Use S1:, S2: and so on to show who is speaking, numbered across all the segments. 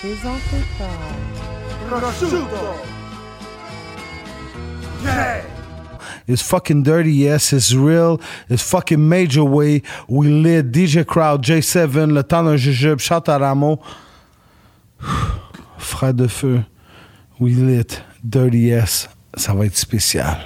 S1: présenté par.
S2: Prosciutto! Yeah!
S3: It's fucking dirty, yes, it's real, it's fucking major way. We lit DJ Crowd, J7, le temps d'un jujube, shout à Rameau. Frère de feu, we lit, dirty, yes, ça va être spécial.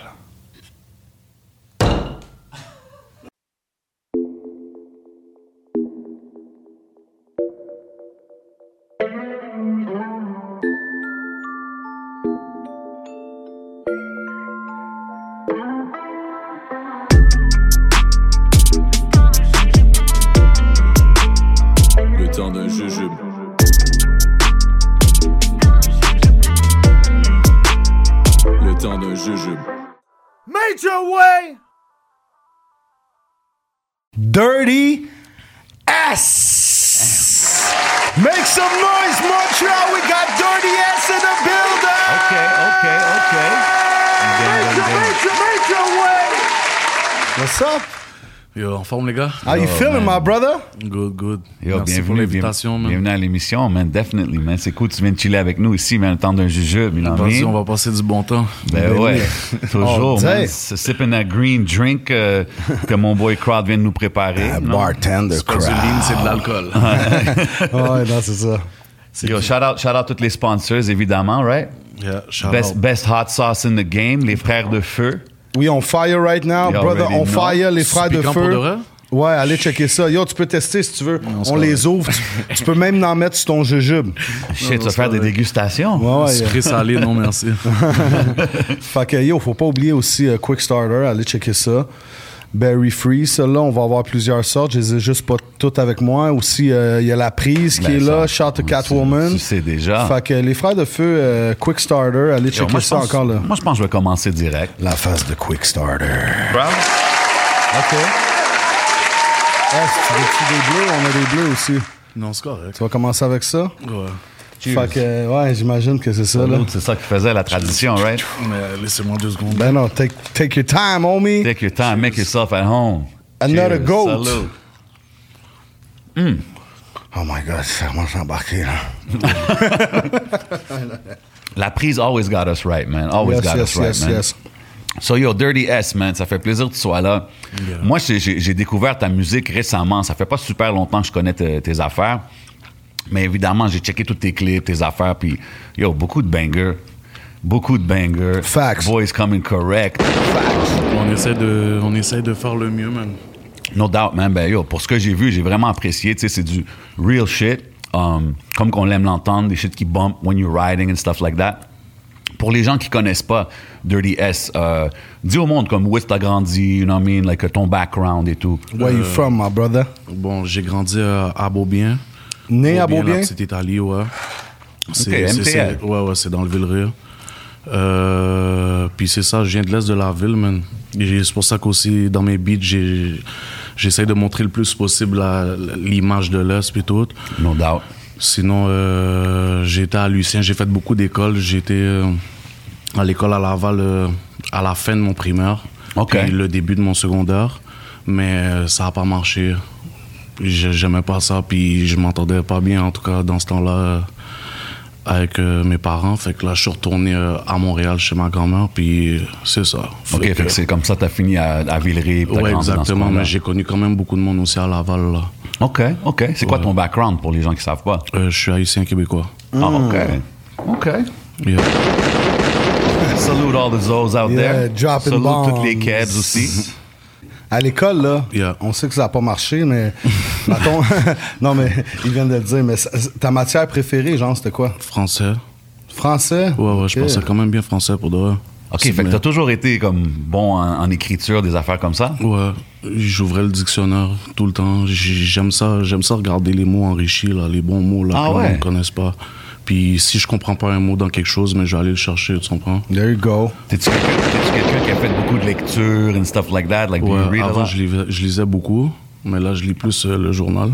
S4: Le temps d'un jujube. Le temps d'un jujube.
S2: Major Way!
S3: Dirty ass. Make some noise, Montreal. We got dirty ass in the building.
S5: OK, OK, OK. Ding,
S2: Major,
S5: ding, ding.
S2: Major, Major Way!
S3: What's up?
S6: Yo, en forme, les gars?
S3: How Ah, you
S5: Oh,
S3: feeling,
S5: man.
S3: my brother?
S6: Good, good.
S5: Yo,
S6: Merci
S5: bienvenue,
S6: pour l'invitation,
S5: bien-
S6: man.
S5: bienvenue à l'émission, man. Definitely, man. C'est cool, tu viens de chiller avec nous ici, man. Le temps d'un jujube, il en
S6: Vas-y,
S5: vient.
S6: on va passer du bon temps.
S5: Ben ouais,
S3: Oh,
S5: toujours, man.
S3: t'sais.
S5: Ce sipping a green drink euh, que mon boy Crowd vient de nous préparer.
S3: Ah,
S5: non?
S3: bartender
S6: Pas du
S3: crowd.
S6: lean, c'est de l'alcool.
S3: ouais, non, c'est ça.
S5: Yo, shout out, shout out tous les sponsors, évidemment, right?
S6: Yeah, shout
S5: Best,
S6: out.
S5: best hot sauce in the game, les frères de feu.
S3: We on fire right now,
S5: You
S3: brother.
S5: already
S3: On
S5: know.
S3: fire, les frères de
S6: piquant pour de
S3: feu.
S6: vrai?
S3: Ouais, allez checker ça. Yo, tu peux tester si tu veux. on
S6: c'est
S3: les ouvre. tu, tu peux même en mettre sur ton jujube.
S5: Shit, tu
S6: non,
S5: vas
S6: c'est
S5: faire des
S6: correct.
S5: dégustations.
S3: Ouais, ouais.
S6: Sucré salé, non merci.
S3: Fait que yo, faut pas oublier aussi euh, Quick Starter, allez checker ça. Berry Free, celle-là, on va avoir plusieurs sortes. Je les ai juste pas toutes avec moi. Aussi, euh, il y a la prise qui
S5: Ben,
S3: est là,
S5: ça,
S3: Shot to
S5: tu-
S3: Catwoman.
S5: tu sais déjà.
S3: Fait que les frères de feu, euh, Quick Starter, allez
S5: Yo,
S3: checker
S5: moi, je
S3: ça
S5: pense,
S3: encore là.
S5: moi, je pense que je vais commencer direct.
S3: La phase de Quick Starter.
S5: Crowd?
S3: OK. Ah, si tu veux-tu des bleus, on a des bleus aussi.
S6: non, c'est correct.
S3: Tu vas commencer avec ça?
S6: Ouais.
S3: Fait que, euh, ouais, j'imagine que c'est ça, là.
S5: L'autre, C'est ça qui faisait la tradition, right?
S6: Mais laissez-moi deux secondes.
S3: Ben non, take, take your time, homie.
S5: Take your time, make yourself at home.
S3: Another
S5: Cheers,
S3: goat.
S5: salute.
S3: Oh my God, ça commence à embarquer, là.
S5: La prise always got us right, man. Always
S3: Yes,
S5: got
S3: yes,
S5: us right,
S3: yes,
S5: man.
S3: yes.
S5: So yo, Dirty S, man, ça fait plaisir que tu sois là. Moi, j'ai- j'ai j'ai découvert ta musique récemment. Ça fait pas super longtemps que je connais te- tes affaires. Mais évidemment, j'ai checké tous tes clips, tes affaires, puis yo, beaucoup de bangers. Beaucoup de bangers.
S3: Facts.
S5: Voice coming correct.
S6: On essaie de, on essaie de faire le mieux, man.
S5: No doubt, man. Ben, yo, pour ce que j'ai vu, j'ai vraiment apprécié. Tu sais, c'est du real shit. um, comme qu'on l'aime l'entendre, des shit qui bump when you're riding and stuff like that. Pour les gens qui connaissent pas Dirty S, euh, dis au monde comme où est-ce que t'as grandi, you know what I mean, like ton background et tout. Euh,
S3: Where you from, my brother?
S6: Bon, j'ai grandi euh, à Beaubien.
S3: Né à Beaubien?
S6: La petite Italie, ouais. C'est-
S5: Ok,
S6: c'est-
S5: MTL.
S6: c'est- Ouais, ouais, c'est dans le Villeray. Euh, puis c'est ça, je viens de l'est de la ville, man. Et j'ai- C'est pour ça qu'aussi, dans mes beats, j'ai- j'essaie de montrer le plus possible la- l'image de l'est puis tout.
S5: No doubt.
S6: Sinon, euh, j'étais à Lucien, j'ai fait beaucoup d'écoles. J'étais euh, à l'école à Laval euh, à la fin de mon primaire,
S5: Ok.
S6: puis le début de mon secondaire, mais euh, ça n'a pas marché. Je- J'aimais pas ça, puis je m'entendais pas bien, en tout cas, dans ce temps-là, euh, avec euh, mes parents. Fait que là, je suis retourné euh, à Montréal chez ma grand-mère, puis euh, c'est ça. Fait
S5: Ok, fait que c'est comme ça t'as fini à, à Villeray. puis t'as
S6: Ouais,
S5: grandi dans ce
S6: exactement,
S5: coin-là.
S6: mais j'ai connu quand même beaucoup de monde aussi à Laval. là.
S5: Ok, ok. C'est quoi ton background pour les gens qui savent pas?
S6: Euh, je suis haïtien québécois. euh,
S5: Ah, ok. Ok.
S6: Yeah.
S5: Salute all the Zoes out
S3: Yeah,
S5: there.
S3: dropping
S5: Salute
S3: bombs.
S5: toutes les Kebs aussi.
S3: À l'école, là,
S6: Yeah.
S3: on sait que ça n'a pas marché, mais. mettons- non, mais ils viennent de le dire, mais ça- ta matière préférée, genre, c'était quoi?
S6: Français.
S3: Français?
S6: Ouais, ouais, je
S3: Ok.
S6: pensais quand même bien français pour de vrai.
S5: OK,
S6: C'est
S5: fait que
S6: bien.
S5: t'as toujours été comme bon en, en écriture, des affaires comme ça?
S6: Ouais, j'ouvrais le dictionnaire tout le temps. J'ai- J'aime ça, j'aime ça regarder les mots enrichis, là, les bons mots là,
S5: Ah
S6: que
S5: ouais?
S6: ne connaissent pas. Puis si je comprends pas un mot dans quelque chose, mais je vais aller le chercher, tu comprends?
S3: There you go.
S5: T'es-tu quelqu'un t'es-tu quelqu'un qui a fait beaucoup de lectures and stuff like that? Like, do you
S6: Ouais,
S5: read a
S6: avant
S5: lot?
S6: je lisais, je lisais beaucoup, mais là je lis plus euh, le journal.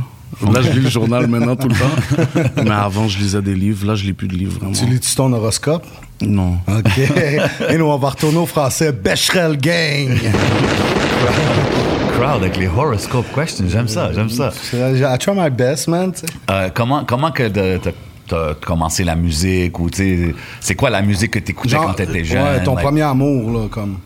S6: Là je lis le journal maintenant tout le temps. mais avant je lisais des livres, là je lis plus de livres vraiment.
S3: Tu lis-tu ton horoscope?
S6: Non.
S5: Ah,
S3: OK. Et nous, on va retourner au français. Becherel Gang!
S5: Crowd avec les horoscope questions, j'aime ça, j'aime ça.
S3: I try my best, man. tu sais.
S5: Euh, comment, comment que de- t'as t'as commencé la musique ou tu sais, c'est quoi la musique que t'écoutais
S3: Genre, euh,
S5: quand t'étais
S3: ouais,
S5: jeune?
S3: ton
S5: like-
S3: premier amour, là, comme.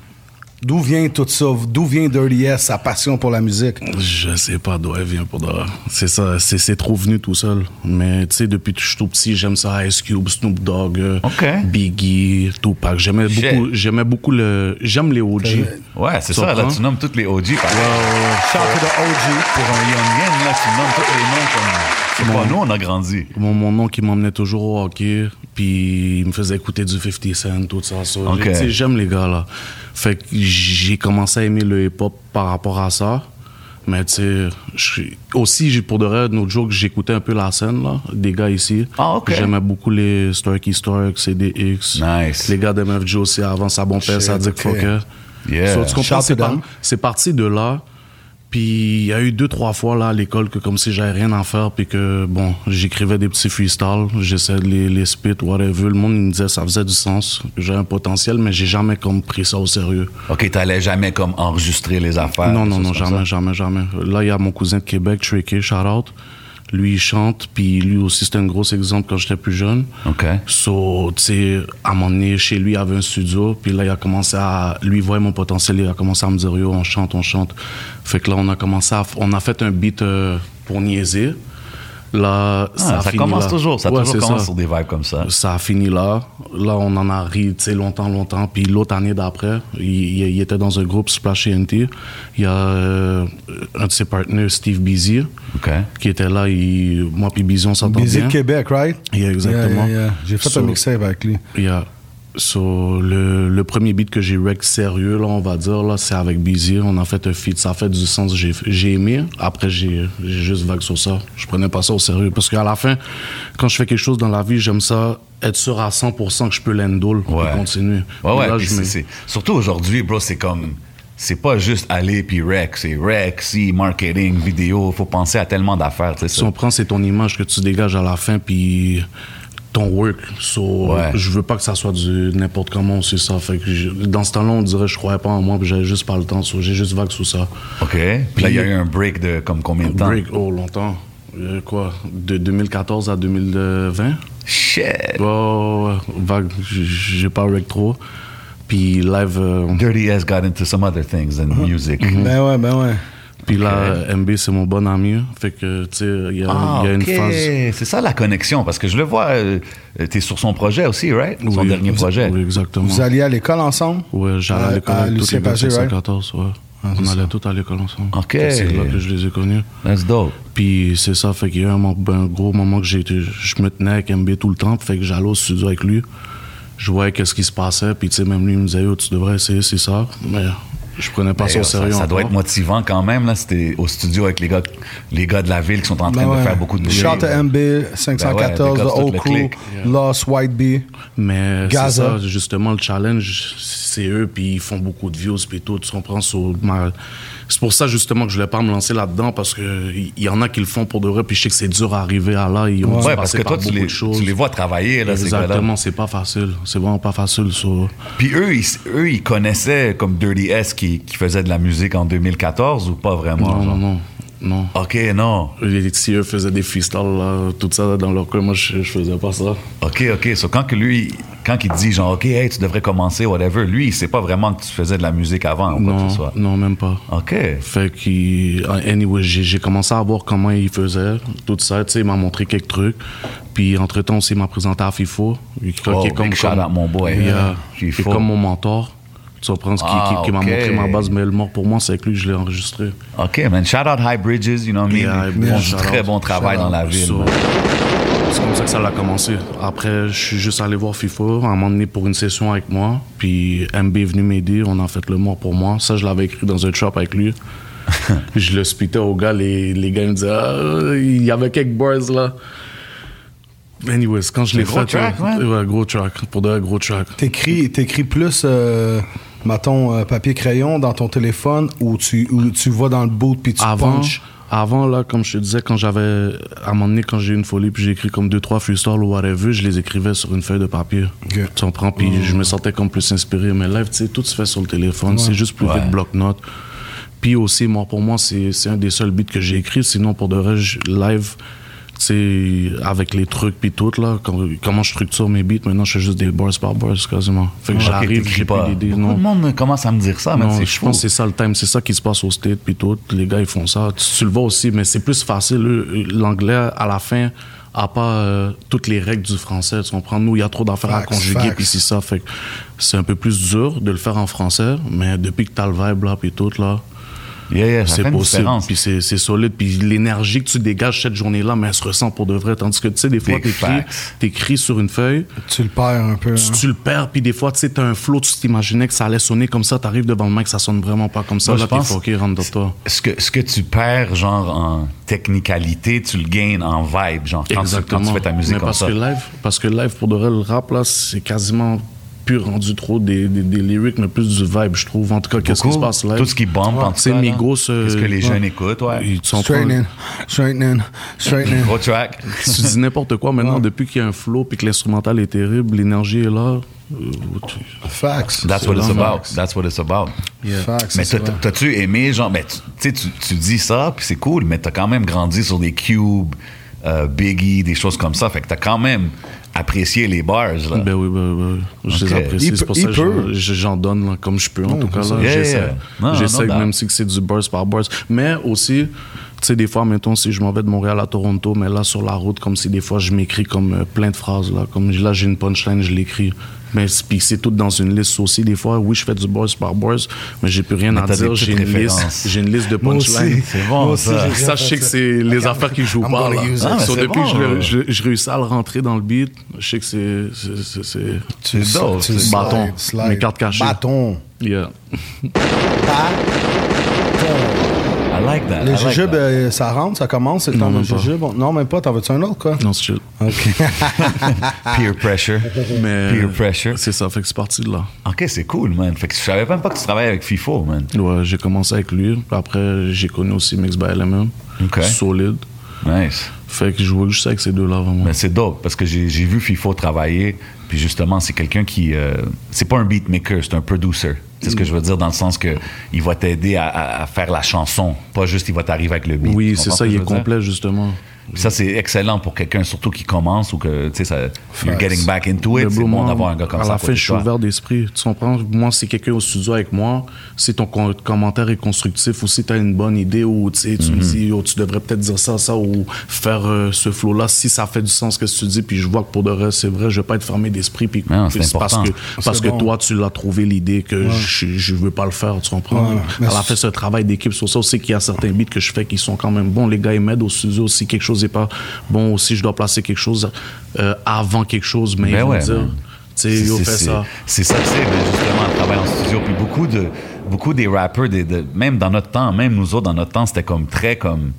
S3: D'où vient tout ça? D'où vient Dirty S, sa passion pour la musique?
S6: Je sais pas d'où elle vient pour de vrai. C'est ça, c'est, c'est trop venu tout seul. Mais tu sais, depuis que je suis tout petit, j'aime ça. Ice Cube, Snoop Dogg, euh,
S5: Ok.
S6: Biggie, Tupac. J'aimais
S5: Shit.
S6: beaucoup, j'aimais beaucoup le. J'aime les OG.
S5: Ouais, c'est ça, là
S6: comprends?
S5: tu nommes tous les OG. par-
S3: Shout to the OG.
S5: Pour un young yen, là tu nommes tous les noms comme. C'est pas nous, on a grandi.
S6: Mon, mon oncle, il m'emmenait toujours au hockey, puis il me faisait écouter du 50 Cent, tout ça. ça.
S5: Ok.
S6: Tu sais, J'aime les gars, là. Fait que j'ai commencé à aimer le hip-hop par rapport à ça. Mais tu sais, je suis- aussi, j'ai- pour de vrai, de nos jours, j'écoutais un peu la scène, là, des gars ici.
S5: Ah, ok.
S6: J'aimais beaucoup les Starkey Stark, CDX.
S5: Nice.
S6: Les gars d'MFG aussi, avant ça bombait, ça dit
S3: ok.
S6: fucker.
S5: Yeah.
S6: So, tu comprends,
S3: Shout
S6: c'est
S3: to
S6: par-
S3: them.
S6: c'est parti de là. Puis il y a eu deux, trois fois là à l'école que comme si j'avais rien à faire, puis que bon, j'écrivais des petits freestyles, j'essayais de les, les spit, whatever. Le monde il me disait ça faisait du sens, que j'avais un potentiel, mais j'ai jamais comme pris ça au sérieux.
S5: Ok, t'allais jamais comme enregistrer les affaires.
S6: non,
S5: des
S6: non,
S5: choses
S6: non, jamais,
S5: comme Ah, ça.
S6: jamais, jamais. Là, il y a mon cousin de Québec, Tricky, shout out. Lui, il chante, puis lui aussi, c'était un gros exemple quand j'étais plus jeune.
S5: Ok.
S6: So, tu sais, à m'emmener chez lui, il avait un studio. Puis là, il a commencé à. Lui, voir mon potentiel. Il a commencé à me dire, yo, on chante, on chante. Fait que là, on a commencé à. f- On a fait un beat euh, pour niaiser. Là,
S5: Ah,
S6: ça, a
S5: ça
S6: fini
S5: commence
S6: là.
S5: toujours, ça
S6: Ouais,
S5: toujours
S6: c'est
S5: commence
S6: ça.
S5: sur des vibes comme ça.
S6: Ça a fini là. Là, on en a ri, tu sais, longtemps, longtemps. Puis l'autre année d'après, il, il- il était dans un groupe Splash NT. Il y a euh, un de ses partenaires, Steve Busy,
S5: Ok.
S6: qui était là. Il, moi, puis Busy, on s'entendait
S3: Busy
S6: bien.
S3: Québec, right?
S6: Yeah, exactement.
S3: Yeah, yeah, yeah. J'ai fait
S6: So-
S3: un mixtape avec lui.
S6: Yeah. So, le, le premier beat que j'ai rec sérieux, là, on va dire, là, c'est avec Busy. On a fait un feat. Ça a fait du sens. J'ai j'ai aimé. Après, j'ai j'ai juste vague sur ça. Je prenais pas ça au sérieux. Parce qu'à la fin, quand je fais quelque chose dans la vie, j'aime ça être sûr à 100% que je peux l'endole
S5: Ouais.
S6: et continuer.
S5: Ouais,
S6: Puis
S5: ouais.
S6: là,
S5: puis
S6: je me-
S5: c'est- c'est- Surtout aujourd'hui, bro, c'est comme. C'est pas juste aller puis rec, c'est rec, si, marketing, vidéo. Faut penser à tellement d'affaires, tu sais.
S6: Si
S5: ça.
S6: on prend, c'est ton image que tu dégages à la fin, puis ton work. So,
S5: Ouais.
S6: Je veux pas que ça soit du n'importe comment, c'est ça. Fait que je- dans ce temps-là, on dirait je croyais pas en moi, puis j'avais juste pas le temps. So, j'ai juste vague sous ça.
S5: OK. Puis là, il y a eu un break de comme combien de temps?
S6: Break, oh, longtemps. Euh, quoi? De 2014 à 2020?
S5: Shit.
S6: Oh, vague, j- j'ai pas break trop. Puis live, euh,
S5: Dirty S got into some other things than
S6: Uh-huh.
S5: music.
S6: Mm-hmm.
S3: Ben ouais, ben ouais.
S5: Mm.
S6: puis là, MB, c'est mon bon ami. hein. Fait que, tu sais, il y a,
S5: Ah,
S6: il y a
S5: OK.
S6: une phase.
S5: C'est ça la connexion, parce que je le vois, euh, euh, t'es sur son projet aussi, right? Son
S6: Oui,
S5: dernier
S6: vous-
S5: projet.
S6: Oui, exactement.
S3: Vous alliez à l'école ensemble?
S6: Ouais, j'allais
S3: À-
S6: à l'école
S3: à
S6: avec tous
S3: Lucien
S6: les gars de
S3: Pagé, Ah, right?
S6: 514, ouais. On allait tous à l'école ensemble.
S5: Ok.
S6: C'est là que je les ai connus.
S5: That's dope.
S6: Puis c'est ça, fait qu'il y a eu un, mo- ben, un gros moment que j'ai été- je me tenais avec MB tout le temps, fait que j'allais au studio avec lui. Je voyais qu'est-ce qui se passait, puis tu sais, même lui, il me disait, Yo, tu devrais essayer, c'est ça. Mais je prenais pas
S5: Ben,
S6: ça au sérieux.
S5: ça, doit être
S6: encore.
S5: motivant quand même, là, c'était au studio avec les gars, les gars de la ville qui sont en train
S3: Ben
S5: de
S3: ouais.
S5: faire beaucoup de bruit.
S3: Shout à MB, 514,
S5: Ben ouais,
S3: The
S5: décoffre
S3: Old
S5: toute
S3: Crew,
S5: le clique.
S3: Lost, White Bee.
S6: Mais c'est
S3: Gaza.
S6: ça, justement, le challenge, c'est eux, puis ils font beaucoup de views, puis tout, tu comprends? so, ma- C'est pour ça, justement, que je voulais pas me lancer là-dedans, parce qu'il y, y en a qui le font pour de vrai, puis je sais que c'est dur à arriver à là, ils ont dû
S5: Ouais, parce
S6: passer
S5: que
S6: par
S5: toi, tu
S6: beaucoup
S5: les,
S6: de choses.
S5: tu les vois travailler, là, ces gars-là.
S6: Exactement, c'est pas facile. C'est vraiment pas facile, so.
S5: Puis eux ils, eux, ils connaissaient comme Dirty S qui, qui faisait de la musique en 2014 ou pas vraiment?
S6: Non, non,
S5: genre?
S6: non, non.
S5: OK, non.
S6: Les- Si eux faisaient des freestyles, là, tout ça, dans leur coin, moi, je, je faisais pas ça.
S5: OK, OK. So, quand que lui, quand il dit genre, OK, hey, tu devrais commencer, whatever, lui, il sait pas vraiment que tu faisais de la musique avant ou quoi que
S6: Non,
S5: ce soit.
S6: non, même pas.
S5: OK.
S6: Fait que, euh, anyway, j'ai j'ai commencé à voir comment il faisait, tout ça. Tu sais, il m'a montré quelques trucs. Puis, entre-temps, aussi, il m'a présenté à FIFO. Qui, qui
S5: Oh, big shout out, mon boy. hein.
S6: Yeah, qui est
S5: FIFO.
S6: comme mon mentor. Tu comprends ce qui,
S5: Ah,
S6: qui- qui m'a
S5: ok.
S6: montré ma base, mais le mort pour moi, c'est avec lui que je l'ai enregistré.
S5: OK, man. Shout out High Bridges, you know what I mean?
S6: Yeah,
S5: Ils font
S6: yeah,
S5: du
S6: shout
S5: très
S6: out.
S5: bon travail
S6: Shout
S5: dans
S6: out.
S5: la ville.
S6: So,
S5: man.
S6: C'est comme ça que ça l'a commencé. Après, je suis juste allé voir FIFA, à un moment donné pour une session avec moi. Puis MB est venu m'aider, on a fait le mort pour moi. Ça, je l'avais écrit dans un trap avec lui. je le spitais aux gars, les, les gars me disaient Ah, il y avait quelques bars là. Anyways, quand je l'ai
S5: gros
S6: fait.
S5: track,
S6: euh,
S5: ouais.
S6: ouais, gros track. Pour de vrai, gros track.
S3: T'écris, t'écris plus, euh, mettons, euh, papier-crayon dans ton téléphone ou tu, ou tu vas dans le boot puis tu
S6: avant,
S3: punches?
S6: avant, là, comme je te disais, quand j'avais. À un moment donné, quand j'ai eu une folie, puis j'ai écrit comme deux, trois freestyles ou whatever, je les écrivais sur une feuille de papier.
S3: Ok.
S6: Tu comprends? Puis je me sentais comme plus inspiré. Mais live, tu sais, tout se fait sur le téléphone. C'est juste plus
S5: Ouais.
S6: vite bloc-notes. Puis aussi, moi, pour moi, c'est c'est un des seuls beats que j'ai écrit. Sinon, pour de vrai, je- live. tu tu sais, avec les trucs puis tout, là, com- comment je structure mes beats, maintenant, je fais juste des bars par bars, quasiment. Fait que
S5: Ok,
S6: j'arrive,
S5: t'écris
S6: j'ai pas d'idée,
S5: Beaucoup
S6: non.
S5: de monde commence à me dire ça, Ah, mais
S6: Non,
S5: c'est
S6: je
S5: fou.
S6: pense que c'est ça le thème, c'est ça qui se passe au state puis tout. Les gars ils font ça. Tu, tu le vois aussi, mais c'est plus facile. eux, L'anglais à la fin a pas euh, toutes les règles du français. Tu comprends Nous, il y a trop d'affaires à
S3: Facts,
S6: conjuguer
S3: facts.
S6: puis c'est ça. Fait que c'est un peu plus dur de le faire en français, mais depuis que t'as le vibe là puis tout là,
S5: Yeah, yeah, ça fait
S6: c'est
S5: une
S6: possible.
S5: différence.
S6: Puis c'est c'est solide. Puis l'énergie que tu dégages cette journée-là, mais elle se ressent pour de vrai. Tandis que tu sais, des fois,
S5: Big
S6: t'écris,
S5: facts.
S6: t'écris sur une feuille
S3: Tu le perds un peu. hein?
S6: tu, tu le perds, puis des fois, tu sais, t'as un flow, tu t'imaginais que ça allait sonner comme ça, t'arrives devant le mec, ça sonne vraiment pas comme ça,
S5: Moi,
S6: là,
S5: je
S6: t'es
S5: pense-
S6: fucké, rentre dans toi.
S5: ce que, ce que tu perds, genre, en technicalité, tu le gagnes en vibe, genre, quand, tu, quand tu fais ta musique
S6: Mais
S5: comme
S6: parce
S5: ça.
S6: que live, parce que live, pour de vrai, le rap, là, c'est quasiment plus rendu trop des, des, des lyrics, mais plus du vibe, je trouve. En tout cas, qu'est-ce qui se
S5: Beaucoup.
S6: passe live?
S5: Tout ce qui bombe, en tout
S6: Tu sais,
S5: cas, là.
S6: Migos, euh,
S5: Qu'est-ce que les
S6: ouais.
S5: jeunes écoutent, ouais.
S6: Ils sont pas-
S3: Straightening, straightening, straightening.
S5: Gros track.
S6: tu dis n'importe quoi maintenant, depuis qu'il y a un flow, puis que l'instrumental est terrible, l'énergie est là. euh, tu-
S3: Facts.
S5: That's what it's
S6: vraiment-
S5: about. That's what it's about.
S3: Facts.
S5: Mais
S3: c'est
S5: t'as-
S3: vrai.
S5: t'as-tu aimé, genre, ben, tu tu sais, tu, tu dis ça, puis c'est cool, mais t'as quand même grandi sur des cubes, euh, Biggie, des choses comme ça. Fait que t'as quand même apprécié les bars, là.
S6: Ben oui, ben, ben oui. je les
S5: Ok.
S6: apprécie.
S3: Il
S6: C'est pour
S3: peut- il
S6: ça que j'en-
S3: peut.
S6: j'en donne là, comme je peux, en tout cas. là.
S5: Yeah, yeah.
S6: J'essaie,
S5: Non, bah.
S6: J'essaie,
S5: non, non.
S6: même si que c'est du burst par burst. Mais aussi, tu sais, des fois, mettons, si je m'en vais de Montréal à Toronto, mais là, sur la route, comme si des fois, je m'écris comme euh, plein de phrases. Là, comme là, j'ai une punchline, je l'écris. Mais c'est- puis c'est tout dans une liste aussi. Des fois, oui, je fais du burst par burst, mais j'ai plus rien
S5: Mais
S6: à
S5: t'as des
S6: dire.
S5: petites
S6: J'ai une,
S5: références.
S6: liste, j'ai une liste de
S3: Moi aussi.
S6: punchlines.
S5: C'est bon,
S3: Moi aussi,
S5: ça.
S3: j'ai-
S6: Ça, je sais que c'est les affaires qui jouent
S3: I'm
S6: pas.
S3: gonna
S6: Là.
S3: use
S5: it. Ah, mais
S6: So,
S5: c'est
S6: depuis
S5: bon.
S6: que je, le- je, je réussis à le rentrer dans le beat, je sais que c'est- c'est- c'est- c'est.
S3: Tu le
S5: dope,
S3: sors, tu le
S5: c'est
S3: slides,
S6: bâton,
S3: slide.
S6: mes cartes cachées.
S3: Bâton.
S6: Yeah.
S5: I like that.
S3: Le
S5: I like
S3: jujube,
S5: that.
S3: euh, ça rentre, ça commence, c'est le temps d'un
S6: Non, même pas.
S3: jujube. Non, même pas, t'en veux-tu un autre, quoi?
S6: Non, c'est chill.
S3: OK.
S5: Peer pressure.
S6: Mais
S5: Peer pressure.
S6: C'est ça, fait que c'est parti de là.
S5: Ok, c'est cool, man. Fait que je savais même pas que tu travaillais avec FIFO, man.
S6: Ouais, j'ai commencé avec lui. puis Après, j'ai connu aussi Mix by LMM.
S5: Ok.
S6: Solide.
S5: Nice.
S6: Fait que je jouais juste avec ces deux-là, vraiment.
S5: Mais c'est dope parce que j'ai j'ai vu FIFO travailler. Puis justement, c'est quelqu'un qui. euh, c'est pas un beatmaker, c'est un producer. C'est ce que je veux dire dans le sens que il va t'aider à, à- à faire la chanson, pas juste il va t'arriver avec le beat.
S6: oui,
S5: Tu
S6: c'est
S5: comprends ce
S6: ça,
S5: que
S6: il
S5: je
S6: est
S5: veux dire?
S6: complet, justement.
S5: Puis ça, c'est excellent pour quelqu'un surtout qui commence ou que, tu sais, ça- you're
S3: Facts.
S5: getting back into
S6: Le
S5: it. C'est
S6: Blue
S5: bon
S6: Man,
S5: d'avoir un gars comme
S6: à
S5: ça.
S6: la
S5: à
S6: fin,
S5: côté de
S6: je suis
S5: toi.
S6: ouvert d'esprit. Tu comprends? Moi, si quelqu'un au studio avec moi, si ton con- commentaire est constructif ou si tu as une bonne idée ou tu sais, tu
S5: Mhm.
S6: me dis, Yo, tu devrais peut-être dire ça, ça ou faire euh, ce flow-là, si ça fait du sens que tu dis, puis je vois que pour de vrai, c'est vrai, je vais pas être fermé d'esprit. Puis
S5: Non,
S6: puis
S5: c'est
S6: parce
S5: important.
S6: que, parce
S3: C'est
S6: que
S3: bon.
S6: toi, tu l'as trouvé l'idée que je, je veux pas le faire, tu comprends?
S3: Ouais, mais
S6: à la
S3: c'est-
S6: fin, ce travail d'équipe sur ça aussi qu'il y a certains beats que je fais qui sont quand même bons. Les gars, ils m'aident au studio. Si quelque chose n'est pas bon, aussi, je dois placer quelque chose euh, avant quelque chose, mais
S5: Ben
S6: ils vont
S5: ouais,
S6: dire,
S5: man.
S6: tu sais,
S5: C'est-
S6: yo,
S5: c'est-
S6: fais
S5: c'est-
S6: ça.
S5: C'est ça que c'est, ben, justement, le travail en studio. Puis beaucoup, de, beaucoup des rappers, des- de- même dans notre temps, même nous autres, dans notre temps, c'était comme très comme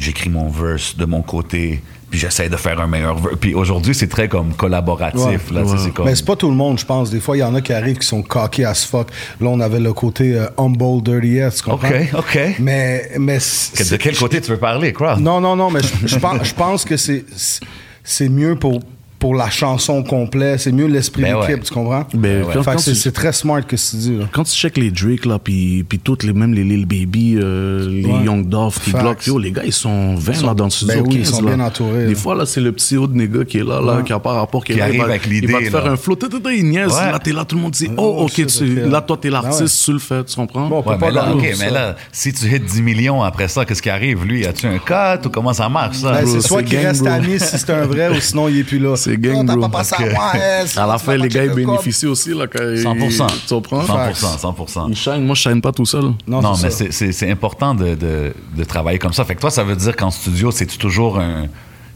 S5: j'écris mon verse de mon côté, puis j'essaie de faire un meilleur verse. Puis aujourd'hui, c'est très comme collaboratif.
S3: Ouais,
S5: là, tu sais,
S6: ouais.
S5: c'est comme-
S3: Mais c'est pas tout le monde, je pense. Des fois, il y en a qui arrivent qui sont cocky as fuck. Là, on avait le côté euh, humble, dirty ass, tu comprends?
S5: OK, OK.
S3: Mais, mais c-
S5: Que- de
S3: c'est-
S5: quel côté tu veux parler, Cross?
S3: Non, non, non, mais je- je pense, je pense que c'est c'est mieux pour, pour la chanson complète. C'est mieux l'esprit
S5: Ben ouais.
S3: d'équipe, tu comprends?
S6: Ben,
S3: Fait
S6: quand-
S3: que
S6: quand
S3: c'est
S6: tu-
S3: c'est très smart que tu dis, là.
S6: Quand tu check les Drake, là, puis, puis toutes les, même les Lil Baby, euh, les
S3: Ouais.
S6: Young Dolph, qui
S3: Facts.
S6: bloquent, yo, les gars, ils sont 20 là dans le studio.
S3: Ben oui, ils
S6: 15,
S3: sont
S6: là.
S3: bien entourés, là.
S6: Des fois, là, c'est le petit haut de nigga qui est là, là,
S3: Ouais.
S6: qui a pas rapport, qui, est
S5: Qui
S6: là,
S5: arrive
S6: il va,
S5: avec
S6: Il va te
S5: l'idée,
S6: faire
S5: là.
S6: un flow, ta, ta, ta, il niaise.
S5: Ouais.
S6: Là, t'es là, tout le monde dit, oh, ok,
S3: shit,
S6: tu-
S3: ok.
S6: là, toi, t'es l'artiste,
S3: Ah ouais.
S6: tu le fais, tu comprends?
S3: Bon, on peut
S5: Ouais,
S3: pas
S5: mais là,
S3: parler
S5: OK,
S3: de
S5: mais
S3: ça.
S5: là, si tu hits 10 millions après ça, qu'est-ce qui arrive? Lui, as-tu un cut ou comment ça marche, ça?
S3: Ben,
S6: Ah, bro,
S3: c'est
S6: c'est
S3: soit qu'il
S6: gang,
S3: reste
S6: bro.
S3: ami si c'est un vrai ou sinon il est plus là.
S6: C'est gang,
S3: Non, t'as
S6: bro.
S3: pas passé à
S5: Ok.
S3: moi, hein, sinon
S6: À
S3: tu
S6: la fin,
S3: vas pas
S6: les gars, ils
S3: checker le code.
S6: bénéficient aussi, là, quand ils-
S5: 100%.
S6: Tu comprends?
S5: 100%, 100%.
S6: Ils shine, moi, je shine pas tout seul.
S3: Non,
S5: Non,
S3: c'est
S5: mais
S3: ça.
S5: c'est- c'est c'est important de, de- de travailler comme ça. Fait que toi, ça veut dire qu'en studio, c'est toujours un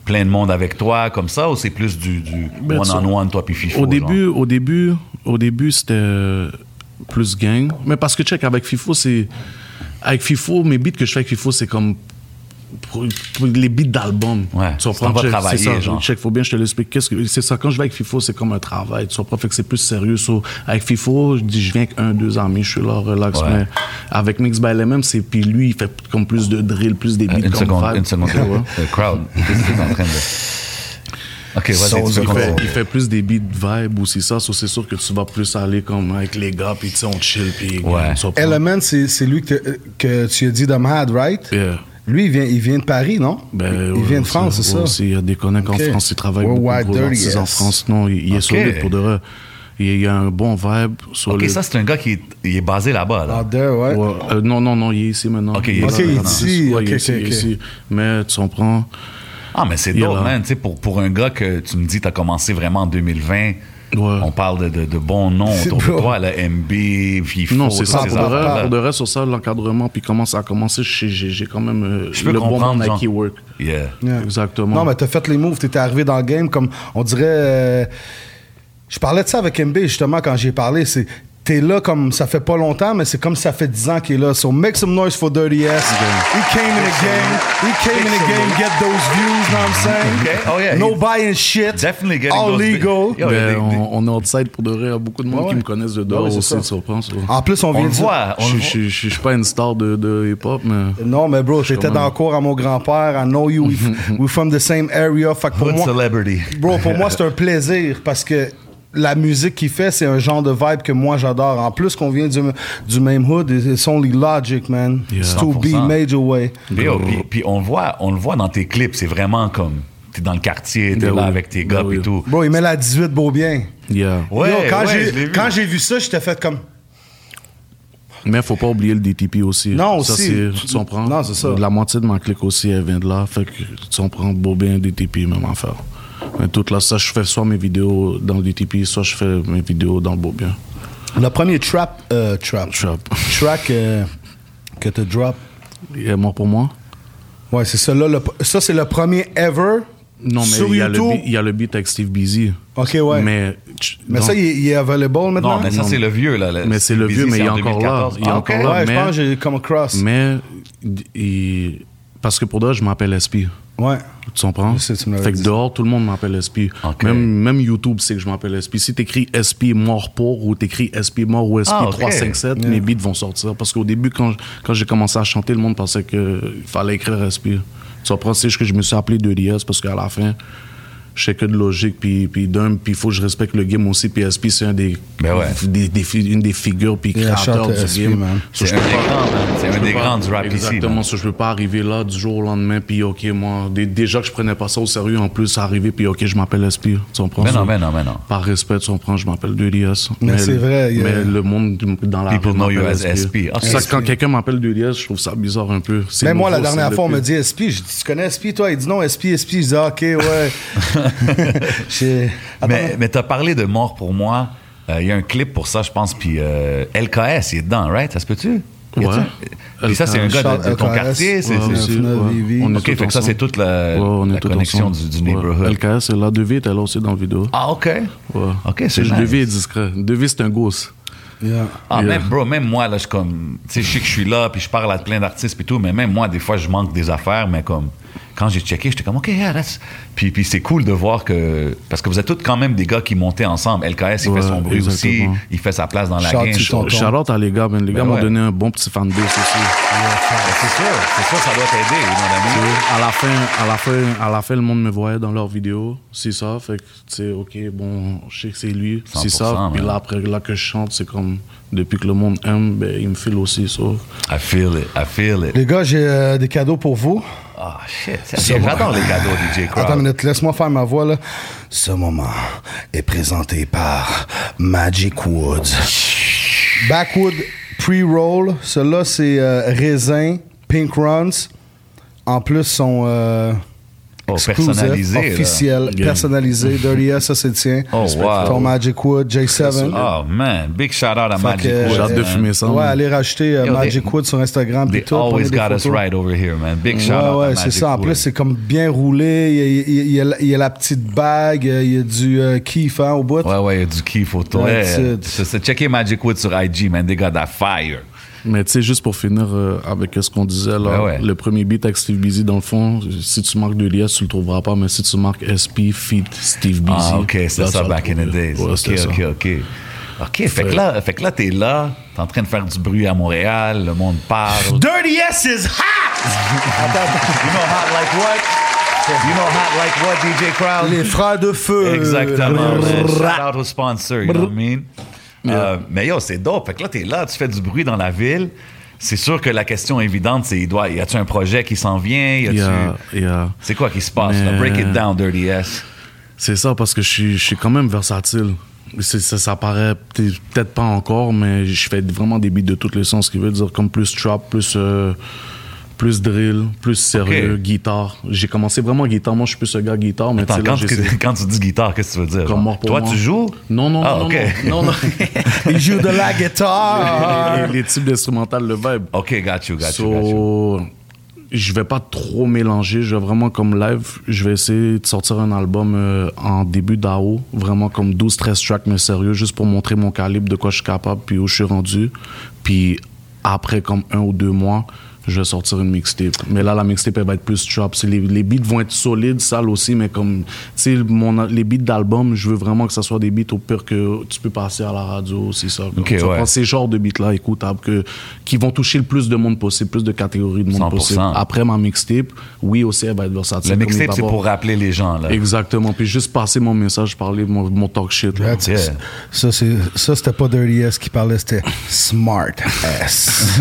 S5: plein de monde avec toi comme ça ou c'est plus du, du
S6: Ben,
S5: one
S6: tu-
S5: on one toi puis Fifo
S6: Au
S5: genre?
S6: début, au début, au début, c'était euh, plus gang. Mais parce que check avec FIFO, c'est avec FIFO, mes beats que je fais avec FIFO, c'est comme pour- pour les beats d'album.
S5: Ouais,
S6: tu
S5: c'est
S6: comprends,
S5: on va
S6: check,
S5: travailler,
S6: c'est ça,
S5: genre.
S6: check, faut bien que je te l'explique. Qu'est-ce que c'est ça quand je vais avec FIFO, c'est comme un travail. Tu comprends, fait que c'est plus sérieux. So, avec FIFO, je dis je viens avec un deux amis, je suis là relax.
S5: Ouais.
S6: Mais avec Mix by LMM, c'est puis lui, il fait comme plus de drill, plus des beats
S5: Euh, une,
S6: comme
S5: seconde,
S6: vibe.
S5: une seconde,
S6: Ouais.
S5: Euh, crowd, qu'est-ce que t'es en train de Ok, vas-y, tu peux
S6: il, fait, il
S5: continuer.
S6: fait plus des beats vibe ou c'est ça, so c'est sûr que tu vas plus aller comme avec les gars, puis tu sais, on chill, puis
S5: Ouais.
S6: on se reprend.
S3: Element, c'est c'est lui que, que tu as dit de Mad, right?
S6: Yeah.
S3: Lui, il vient, il vient de Paris, non?
S6: Ben,
S3: il, il
S6: ouais,
S3: vient de
S6: aussi,
S3: France, c'est
S6: ouais,
S3: ça?
S6: aussi, Il y a des connects
S3: Ok.
S6: en France, il travaille
S3: Ouais,
S6: beaucoup
S3: ouais,
S6: pour
S3: dirty
S6: l'artiste en
S3: ass.
S6: France. Non, il, il est
S5: Ok.
S6: solide pour de vrai. Il, il a un bon vibe sur
S5: OK,
S6: le-
S5: ça, c'est un gars qui est, il est basé là-bas. Là.
S6: Ah.
S3: Out there, Ah, ouais.
S6: Ouais, euh, non, non, non, il est ici maintenant.
S5: Ok, il est
S6: là,
S5: ici. Ok, il est
S6: l'artiste,
S3: ici,
S6: ouais, il est
S3: ok,
S6: ici,
S3: ok,
S6: il est
S3: ok.
S6: ici. Mais tu comprends,
S5: Ah, mais c'est
S6: Il est
S5: drôle,
S6: là.
S5: man. Tu sais, Pour, pour un gars que tu me dis, tu as commencé vraiment en 2020, on parle de, de, de bons noms
S3: C'est
S5: autour de
S3: bon.
S5: toi, là, MB, puis
S6: Non,
S5: Fifo,
S6: c'est
S5: tous
S6: ça.
S5: ces
S6: Pour de,
S5: affaires-là.
S6: vrai, pour de vrai, sur ça, l'encadrement, puis comment ça a commencé, j'ai- j'ai j'ai quand même euh,
S5: Je peux
S6: le bon
S5: comprendre,
S6: moment
S5: genre.
S6: Nike Work.
S5: Yeah.
S3: Yeah.
S6: Exactement.
S3: Non, mais t'as fait les moves, t'étais arrivé dans le game comme on dirait. euh, je parlais de ça avec MB justement quand j'ai parlé. C'est t'es là comme ça fait pas longtemps, mais c'est comme ça fait 10 ans qu'il est là. So make some noise for Dirty S. He came in the game. He came in the game. Get those views. Know what I'm saying?
S5: Okay. Oh, yeah.
S3: No
S5: He-
S3: buying shit.
S5: Definitely getting
S3: All
S5: those-
S3: legal.
S5: Yo, il y a
S6: Ben,
S5: des-
S6: on, on est outside pour de vrai. Il y a beaucoup de monde
S3: Ouais,
S6: qui
S3: ouais. Ah
S6: me connaissent de dehors
S3: Ouais, ouais, c'est
S6: aussi,
S3: ça.
S6: tu comprends, ça.
S3: En plus, on
S5: On
S3: vient
S5: le
S3: de
S5: voit. on
S6: Je
S5: le
S6: je- je- je suis pas une star de, de hip-hop, mais.
S3: Non, mais bro, j'étais
S6: même.
S3: dans le cours à mon grand-père. I know you. We, we from the same area. Fait que pour
S5: Good
S3: moi,
S5: celebrity.
S3: Bro, pour moi, c'est un plaisir parce que la musique qu'il fait, c'est un genre de vibe que moi j'adore. En plus qu'on vient du, du même hood, it's only logic, man.
S6: Yeah.
S3: It's to be
S5: 100%.
S3: major way.
S5: Puis, oh, puis- puis on le voit, on le voit dans tes clips, c'est vraiment comme t'es dans le quartier, t'es
S6: Ben
S5: là
S6: oui.
S5: avec tes gars
S6: Ben
S5: et
S6: oui.
S5: tout.
S3: Bro, il met la 18 beau bien.
S6: Yeah.
S5: Ouais,
S3: Yo, quand
S5: ouais,
S3: j'ai-
S5: je l'ai vu.
S3: quand j'ai vu ça, j'étais fait comme.
S6: Mais faut pas oublier le DTP aussi.
S3: Non,
S6: ça,
S3: aussi.
S6: c'est- Tu comprends?
S3: Non, c'est ça.
S6: La moitié de ma clique aussi, elle vient de là. Fait que tu comprends, Bobin, DTP, même affaire. Mais tout là, ça, je fais soit mes vidéos dans le DTP, soit je fais mes vidéos dans Bobin.
S3: Le premier trap, euh, trap,
S6: Trap.
S3: track euh, que tu drop.
S6: Il est mort pour moi?
S3: Ouais, c'est ça là. le- ça, c'est le premier ever.
S6: Non, mais
S3: sur
S6: il y, a le
S3: YouTube.
S6: beat- il y a le beat avec Steve Busy.
S3: Ok, ouais. Mais,
S6: Mais, tu- dans-
S3: ça, il, est- il est available maintenant.
S5: Non, mais ça, c'est le vieux, là.
S6: Mais c'est le
S5: Busy,
S6: vieux, mais
S5: c'est
S6: il est
S5: en
S6: encore là.
S5: 2014.
S6: Il est
S5: Ah,
S6: encore
S5: ok.
S6: là.
S3: ouais, je
S6: mais-
S3: pense que j'ai come across.
S6: mais il- parce que pour toi, je m'appelle SP.
S3: Ouais.
S6: Tu comprends?
S3: Je sais, tu me l'avais
S6: Fait que
S3: dit.
S6: dehors, tout le monde m'appelle SP.
S5: Ok.
S6: Même, même YouTube sait que je m'appelle SP. Si t'écris SP mort pour ou t'écris SP mort ou SP
S5: Ah, ok.
S6: 357, mes beats vont sortir. Parce qu'au début, quand, quand j'ai commencé à chanter, le monde pensait qu'il fallait écrire SP. Tu comprends? C'est juste que je me suis appelé de l'IS parce qu'à la fin, je sais que de logique, puis, puis d'hum, puis il faut que je respecte le game aussi. Puis SP, c'est un des,
S5: Ben ouais.
S6: des, des fi- une des figures, puis
S3: Yeah,
S6: créateur
S3: shout
S6: du
S3: out SP,
S6: game.
S3: man.
S6: So,
S5: C'est
S6: je
S5: un
S6: peux
S5: des
S6: pas-
S5: grands, man. C'est
S6: je
S5: un
S6: peux
S5: des
S6: pas-
S5: grands du rap ici,
S6: Exactement.
S5: man.
S6: Ça, je peux pas arriver là du jour au lendemain, puis OK, moi, dé- déjà que je prenais pas ça au sérieux, en plus, arriver, puis OK, je m'appelle SP. Tu comprends?
S5: Mais non,
S6: ça?
S5: mais non, mais non.
S6: Par respect, tu comprends, je m'appelle Delias.
S3: Mais c'est vrai, il y a-
S6: Mais le monde du- dans la
S5: People
S6: rue
S5: know you
S6: m'appelle
S5: as SP. Ah,
S6: C'est ça,
S5: SP.
S6: quand quelqu'un m'appelle Delias, je trouve ça bizarre un peu. C'est
S3: Même moi, la
S6: nouveau,
S3: dernière
S6: c'est
S3: fois, on
S6: depuis-
S3: me dit SP. Je dis, tu connais SP, toi? Il dit non, SP, SP. Je dis, ah, OK, ouais. J'ai- Attends,
S5: Mais, mais t'as parlé de Mort pour moi. Euh, Il y a un clip pour ça, je pense. Puis euh, LKS, il est dedans, right? Ça se peut-tu? Y a-tu
S6: Ouais.
S5: un- Puis ça, c'est un
S6: LKS,
S5: gars de, de ton
S3: LKS,
S5: quartier. c'est-
S6: ouais,
S5: c'est-
S6: aussi,
S3: 99,
S6: ouais.
S3: Vivi.
S6: On est
S5: OK,
S6: tous
S5: fait que ça,
S6: ensemble.
S5: c'est toute la,
S6: Ouais, on est
S5: la
S6: tous
S5: connexion
S6: ensemble.
S5: du, du
S6: Ouais.
S5: neighborhood.
S6: LKS, la Devi était là aussi dans la vidéo.
S5: Ah, OK.
S6: Ouais.
S5: OK, c'est
S6: Le
S5: nice.
S6: Devi est discret. Devi, c'est un gosse.
S3: yeah.
S5: Ah,
S6: Yeah.
S3: euh,
S5: même, bro, même moi, là, je suis comme. Tu sais, je sais que je suis là, puis je parle à plein d'artistes, puis tout, mais même moi, des fois, je manque des affaires, mais comme. Quand j'ai checké, j'étais comme, OK, yeah, that's. Puis, puis c'est cool de voir que. Parce que vous êtes tous quand même des gars qui montaient ensemble. LKS, il
S6: Ouais,
S5: fait son bruit aussi,
S6: exactement.
S5: il fait sa place dans la
S3: Shout
S5: game.
S3: to
S5: C'est
S3: ton-
S5: sûr,
S3: Bon.
S6: Shout out à les gars, ben, les gars m'ont
S5: ouais.
S6: donné un bon petit fanbase aussi.
S5: Ben, c'est sûr, ça doit t'aider, mon ami.
S6: À la fin, à la fin, à la fin, le monde me voyait dans leurs vidéos, c'est ça. Fait que tu sais, ok, bon, je sais que c'est lui, c'est
S5: 100%,
S6: ça. Puis
S5: man.
S6: là après, là que je chante, c'est comme depuis que le monde aime, ben il me file aussi ça.
S5: I feel it, I feel it.
S3: Les gars, j'ai euh, des cadeaux pour vous.
S5: Ah, shit. J'adore les cadeaux DJ Crowd.
S3: Attends une minute, laisse-moi faire ma voix, là. Ce moment est présenté par Magic Woods. Backwood Pre-Roll. Celui-là, c'est euh, raisin, pink runs. En plus, sont euh,
S5: Oh,
S3: exclusive,
S5: personnalisé, là.
S3: officiel,
S6: Yeah.
S3: personnalisé. Dirty S, ça, c'est le tien.
S5: Oh, wow.
S3: Ton Magic Wood, J7.
S5: Oh, man. Big shout out à
S3: Fait
S5: Magic
S3: que, euh,
S5: Woods.
S6: J'ai hâte de
S5: man.
S6: fumer ça.
S3: Ouais,
S6: man.
S3: allez racheter euh,
S5: Yo, they-
S3: Magic Wood sur Instagram. puis
S5: They
S3: tout, prenez
S5: always
S3: des
S5: got us
S3: photos.
S5: right over here, man. Big shout out
S3: Ouais,
S5: à
S3: ouais, c'est
S5: Magic
S3: ça. En plus,
S5: Woods.
S3: c'est comme bien roulé. Il y a, il y a- il y a la- il y a la petite bague, il y a du euh, kiff hein, au bout.
S5: Ouais, ouais, il y a du kiff autour.
S3: Ouais,
S5: Ouais,
S3: c'est-
S5: c'est- c'est- checker Magic Wood sur IG, man. They got that fire.
S6: Mais tu sais, juste pour finir euh, avec ce qu'on disait là,
S5: Ben ouais.
S6: le premier beat avec Steve Busy, dans le fond, si tu marques de l'IS, tu le trouveras pas, mais si tu marques SP feat Steve Busy.
S5: Ah, OK,
S6: là,
S5: c'était
S6: tu
S5: ça
S6: vas
S5: back in
S6: le
S5: the
S6: trouver.
S5: days.
S6: Ouais,
S5: OK,
S6: c'était ça.
S5: OK, OK. OK, fait que là, fait que là, t'es là, t'es en train de faire du bruit à Montréal, le monde parle. Dirty S is hot! you know hot like what? You know hot like what, DJ Crowd?
S3: Les frères de feu.
S5: Exactement. man.
S3: Rrrra.
S5: Shout out au Euh, sponsor, you know what I mean? Euh, mais yo, c'est dope. Fait que là, t'es là, tu fais du bruit dans la ville. c'est sûr que la question évidente, c'est il doit, y a-tu un projet qui s'en vient Y a-tu-
S6: Yeah, yeah.
S5: C'est quoi qui se passe là?
S6: Mais-
S5: Break it down, Dirty S.
S6: C'est ça, parce que je suis, je suis quand même versatile. C'est- Ça, ça paraît peut- peut-être pas encore, mais je fais vraiment des beats de tous les sens, ce qui veut dire comme plus trap, plus, euh, plus drill, plus sérieux,
S5: Ok.
S6: guitare. J'ai commencé vraiment guitare. Moi, je suis plus un gars guitare, mais tu sais,
S5: Attends,
S6: là,
S5: quand,
S6: j'ai
S5: tu- quand tu dis guitare, qu'est-ce que tu veux dire?
S6: comme
S5: genre?
S6: mort pour
S5: Toi,
S6: moi.
S5: tu joues?
S6: Non, non,
S5: Ah,
S6: non,
S5: ok.
S6: non, non, non.
S3: Il joue de la guitare.
S5: Ah.
S6: les, les types d'instrumental, le vibe.
S5: OK, got you, got you, got you.
S6: So, je vais pas trop mélanger. Je vais vraiment comme live, je vais essayer de sortir un album euh, en début d'AO, vraiment comme 12-13 tracks, mais sérieux, juste pour montrer mon calibre, de quoi je suis capable, puis où je suis rendu. Puis après, comme un ou deux mois, je vais sortir une mixtape. Mais là, la mixtape, elle va être plus trap. C'est Les, les beats vont être solides, sales aussi, mais comme, tu sais, mon- les beats d'album, je veux vraiment que ça soit des beats au pire que tu peux passer à la radio, c'est ça. comme.
S5: Ok,
S6: Tu vas
S5: ouais.
S6: prendre ces genres de beats-là écoutables que, qui vont toucher le plus de monde possible, plus de catégories de monde
S5: 100%.
S6: possible. Après ma mixtape, oui, aussi, elle va être versatile.
S5: Le
S6: comme il
S5: mixtape,
S6: va
S5: c'est
S6: avoir-
S5: pour rappeler les gens, là.
S6: Exactement. Puis juste passer mon message, parler mon, mon talk shit. là.
S3: That's-
S5: Yeah.
S3: Ça, c'est- ça, c'était pas Dirty S qui parlait, c'était Smart S.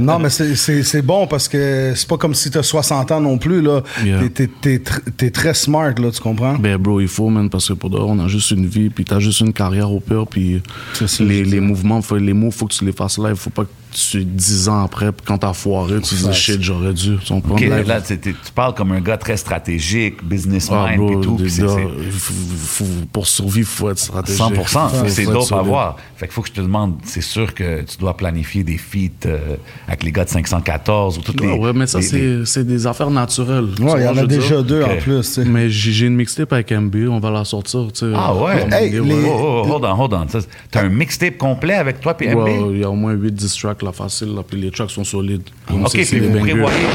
S3: non, mais c'est- c'est c'est bon parce que c'est pas comme si t'as 60 ans non plus. là.
S6: Yeah.
S3: T'es- T'es t'es tr- t'es très smart, là, tu comprends?
S6: Ben bro, il faut, man, parce que pour dehors, on a juste une vie, puis t'as juste une carrière au pire, puis
S3: C'est ça,
S6: les,
S3: je
S6: les mouvements, faut, les mots, faut que tu les fasses live. Faut pas que tu, dix ans après, puis quand t'as foiré, tu dis shit, j'aurais dû. Tu comprends?
S5: OK,
S6: Live,
S5: là, t'es- t'es- tu parles comme un gars très stratégique, business
S6: Ah,
S5: mind,
S6: bro,
S5: et tout.
S6: des
S5: puis c'est-
S6: gars,
S5: c'est-
S6: faut- faut- faut- pour survivre, faut être stratégique.
S5: 100
S6: Faut-
S5: c'est
S6: faut être
S5: dope à
S6: solide.
S5: voir. Fait qu'il faut que je te demande, c'est sûr que tu dois planifier des feats euh, avec les gars de 514 ou toutes
S6: Ouais,
S5: les.
S6: ouais, mais ça,
S5: les- les-
S6: c'est c'est des affaires naturelles. Tu vois,
S3: Ouais, il y en
S6: je
S3: a
S6: veux
S3: déjà
S6: dire.
S3: deux
S5: Ok.
S3: en plus. tu sais.
S6: Mais j'ai j'ai une mixtape avec MB, on va la sortir. tu sais.
S5: Ah ouais?
S6: Comme
S3: Hey,
S6: MB,
S3: les-
S5: Oh,
S6: ouais.
S5: oh, oh, hold on, hold on. Ça, c'est- T'as un mixtape complet avec toi PMB?
S6: Ouais, il y a au moins 8-10 tracks, là, facile, là, puis les tracks sont solides. Comme
S5: OK,
S6: c'est- c'est
S5: puis
S6: des
S5: vous
S6: bangers.
S5: prévoyez,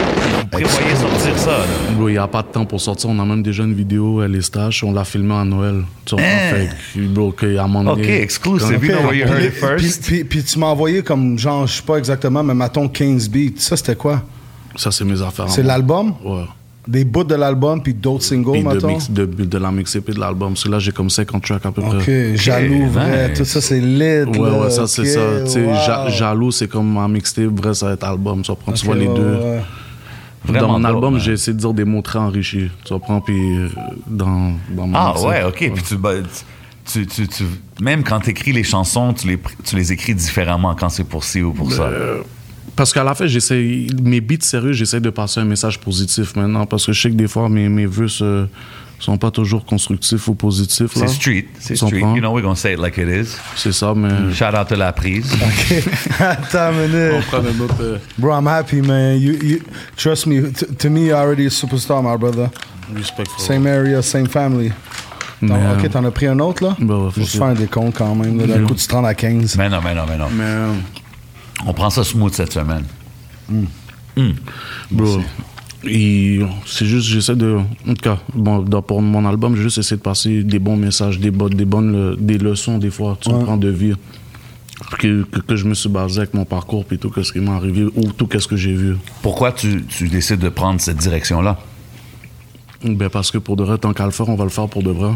S5: vous prévoyez sortir ça. là.
S6: Bro, il n'y a pas de temps pour sortir. On a même déjà une vidéo, elle est stache. On l'a filmée à Noël. Tu comprends?
S5: Hein?
S6: Fait que, bro, qu'à un moment
S5: OK,
S6: donné-
S5: exclusive.
S6: Quand-
S5: You know where you heard
S3: Puis-
S5: it first.
S3: Puis, puis- puis tu m'as envoyé comme, genre, je sais pas exactement, mais mettons 15 beats. Ça, c'était quoi?
S6: Ça, c'est mes affaires.
S3: C'est
S6: moi.
S3: l'album?
S6: Ah Ouais.
S3: Des bouts de l'album, puis d'autres singles,
S6: Puis de,
S3: mettons?
S6: mix- de, de la mixtape et de l'album. Celui-là, j'ai comme 50 tracks à peu près.
S3: Ok, jaloux, vrai,
S5: nice.
S3: tout ça, c'est lit.
S6: Ouais, ouais, ça, c'est ça. Tu sais, ja-
S3: jaloux.
S6: jaloux, c'est comme un mixtape, vrai, ça va être album. Tu vas prendre, tu vois, les deux.
S5: Vraiment hein.
S6: dans mon
S5: dope,
S6: album,
S5: man.
S6: j'ai essayé de dire des mots très enrichis. Tu vas prendre, puis euh, dans, dans mon
S5: Ah
S6: mixtape.
S5: ouais, OK. Puis tu, bah, tu, tu, tu- tu- Même quand t'écris les chansons, tu les, pr- tu les écris différemment quand c'est pour ci ou pour ça.
S6: Parce qu'à la fin, j'essaie, mes beats sérieux, j'essaie de passer un message positif maintenant. Parce que je sais que des fois, mes, mes vœux ne sont pas toujours constructifs ou positifs. là.
S5: C'est street. C'est
S6: Tu
S5: street.
S6: comprends? Mm.
S5: You know, Mm. we're gonna say it like it is.
S6: C'est ça, mais.
S5: Shout out à la prise.
S3: Attends une minute.
S6: prend un autre. euh,
S3: Bro, I'm happy, man. You, you, trust me, t- to me, you're already a superstar, my brother.
S6: respectful.
S3: Same area, same family. T'en-
S6: Mais,
S3: ok, t'en as pris un autre, là?
S6: Bah ouais, faut
S3: Juste
S6: que- Mm-hmm.
S3: faire des comptes quand même. là. D'un coup, tu te rends à 15.
S5: Mais non, mais non, mais non.
S6: Mais, euh,
S5: On prend ça smooth cette semaine.
S6: bro, il- c'est juste, j'essaie de. En tout cas, bon, dans- pour mon album, j'ai juste essayé de passer des bons messages, des, bo- des bonnes le- des leçons, des fois, tu comprends, de vie. Que, que, que je me suis basé avec mon parcours, puis tout ce qui m'est arrivé, ou tout ce que j'ai vu.
S5: Pourquoi tu, tu décides de prendre cette direction-là?
S6: Ben parce que pour de vrai, tant qu'à le faire, on va le faire pour de vrai.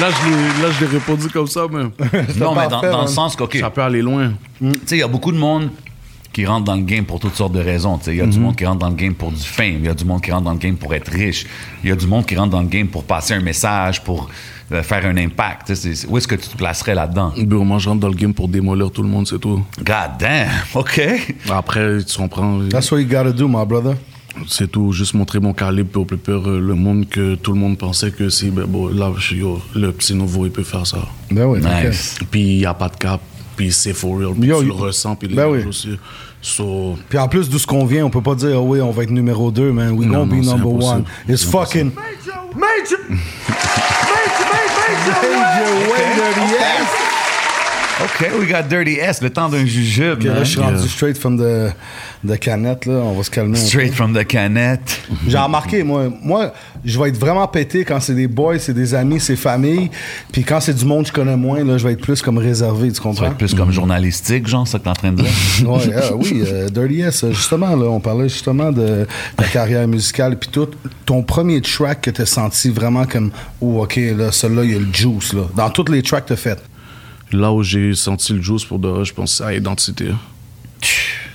S6: Là, je l'ai, là, je l'ai répondu comme ça, mais
S5: Non, mais dans,
S3: parfait,
S5: dans le
S3: man.
S5: sens qu'OK,
S6: ça peut aller loin.
S5: Tu sais, il y a beaucoup de monde qui rentre dans le game pour toutes sortes de raisons. Tu sais, Il y
S3: Mhm.
S5: a du monde qui rentre dans le game pour du fame. Il y a du monde qui rentre dans le game pour être riche. Il y a du monde qui rentre dans le game pour passer un message, pour euh, faire un impact. Tu sais, c'est- où est-ce que tu te placerais là-dedans?
S6: Bro, moi, je rentre dans le game pour démolir tout le monde, c'est tout.
S5: God damn! OK.
S6: Après, tu comprends,
S3: That's what you gotta do, my brother.
S6: c'est tout. Juste montrer mon calibre pour plus peur euh, le monde que tout le monde pensait que si, ben bon, là, je suis, yo, le petit nouveau, il peut faire ça.
S3: Ben oui, ok.
S5: Nice.
S6: Puis il n'y a pas de cap, puis c'est for real. Puis
S3: Yo,
S6: tu le
S3: yo-
S6: ressens, puis les
S3: ben
S6: gens
S3: oui.
S6: aussi. So,
S3: Puis en plus d'où ce qu'on vient, on peut pas dire, oh oui, on va être numéro 2, man. We
S6: Non,
S3: gonna be
S6: non, c'est
S3: number one.
S6: impossible.
S3: It's
S6: C'est
S3: fucking
S2: Major, major, major, major way.
S3: Major Way Dirty S.
S5: OK, we got Dirty S, le temps d'un jujube.
S3: Ok, là,
S5: man.
S3: je suis rendu straight from the, the canette, là. On va se calmer. un peu.
S5: Straight from the canette.
S3: J'ai remarqué, moi, moi, je vais être vraiment pété quand c'est des boys, c'est des amis, c'est famille. Puis quand c'est du monde que je connais moins, là, je vais être plus comme réservé, tu
S5: Ça va
S3: comprends?
S5: être plus comme journalistique, genre, ça que t'es en train de dire.
S3: Ouais, ah oui, euh, Dirty S, euh, justement, là, on parlait justement de ta carrière musicale, puis tout. Ton premier track que t'as senti vraiment comme, oh, ok, là, celui-là, il y a le juice, là. Dans tous les tracks que t'as fait.
S6: Là où j'ai senti le juice pour de vrai, je pense à Identité.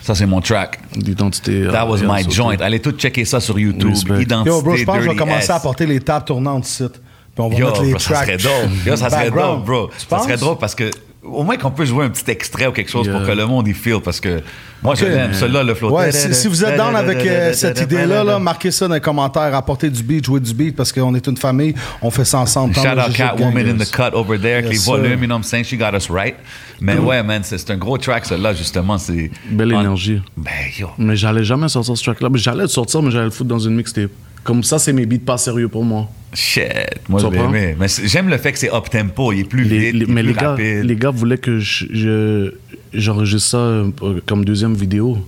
S5: Ça, c'est mon track.
S6: L'identité.
S5: That was
S6: euh,
S5: my
S6: surtout.
S5: joint. Allez tout checker ça sur YouTube.
S6: Respect.
S5: Identité
S3: Yo, bro, je pense que je vais
S5: Dirty
S3: commencer à
S5: S.
S3: apporter les tables tournantes ici. Puis on va
S5: Yo,
S3: mettre les
S5: bro, ça
S3: tracks.
S5: serait drôle. Yo, ça serait
S3: background.
S5: drôle, bro.
S3: Tu
S5: ça serait
S3: penses?
S5: drôle parce que au moins qu'on peut jouer un petit extrait ou quelque chose pour
S6: Yeah.
S5: que le monde y feel parce que moi je
S3: Ok.
S5: l'aime. Celui-là, le flow.
S3: Ouais, si, si vous êtes down avec euh, cette idée-là, là, marquez ça dans les commentaires, apportez du beat, jouez du beat, parce qu'on est une famille, on fait ça ensemble.
S5: Shout
S3: Tant
S5: out
S3: mieux, juste
S5: Catwoman in
S3: gangers.
S5: the cut over there, avec
S3: Yes,
S5: les
S3: sir.
S5: volumes, you know what I'm saying? She got us right. Mais ouais, man, c'est c'est un gros track, celui-là, justement. c'est
S6: Belle
S5: on-
S6: énergie.
S5: Ben, yo.
S6: Mais j'allais jamais sortir ce track-là. Mais J'allais le sortir, mais j'allais le foutre dans une mixtape. Comme ça, c'est mes beats pas sérieux pour moi.
S5: Shit, moi
S6: Tu
S5: je l'ai
S6: comprends?
S5: aimé. Mais c'est- j'aime le fait que c'est up tempo, il est plus
S6: Les-
S5: vite,
S6: les-
S5: il est
S6: mais
S5: plus
S6: les gars,
S5: rapide.
S6: les gars voulaient que je- je- j'enregistre ça euh, comme deuxième vidéo.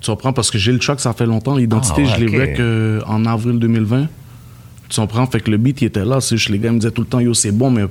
S6: Tu comprends? Parce que j'ai le track, ça fait longtemps. L'identité,
S5: Ah, ouais,
S6: je l'ai
S5: ok.
S6: wreck, euh, en avril 2020. Tu comprends? Fait que le beat, il était là. C'est juste les gars me disaient tout le temps, yo, c'est bon, mais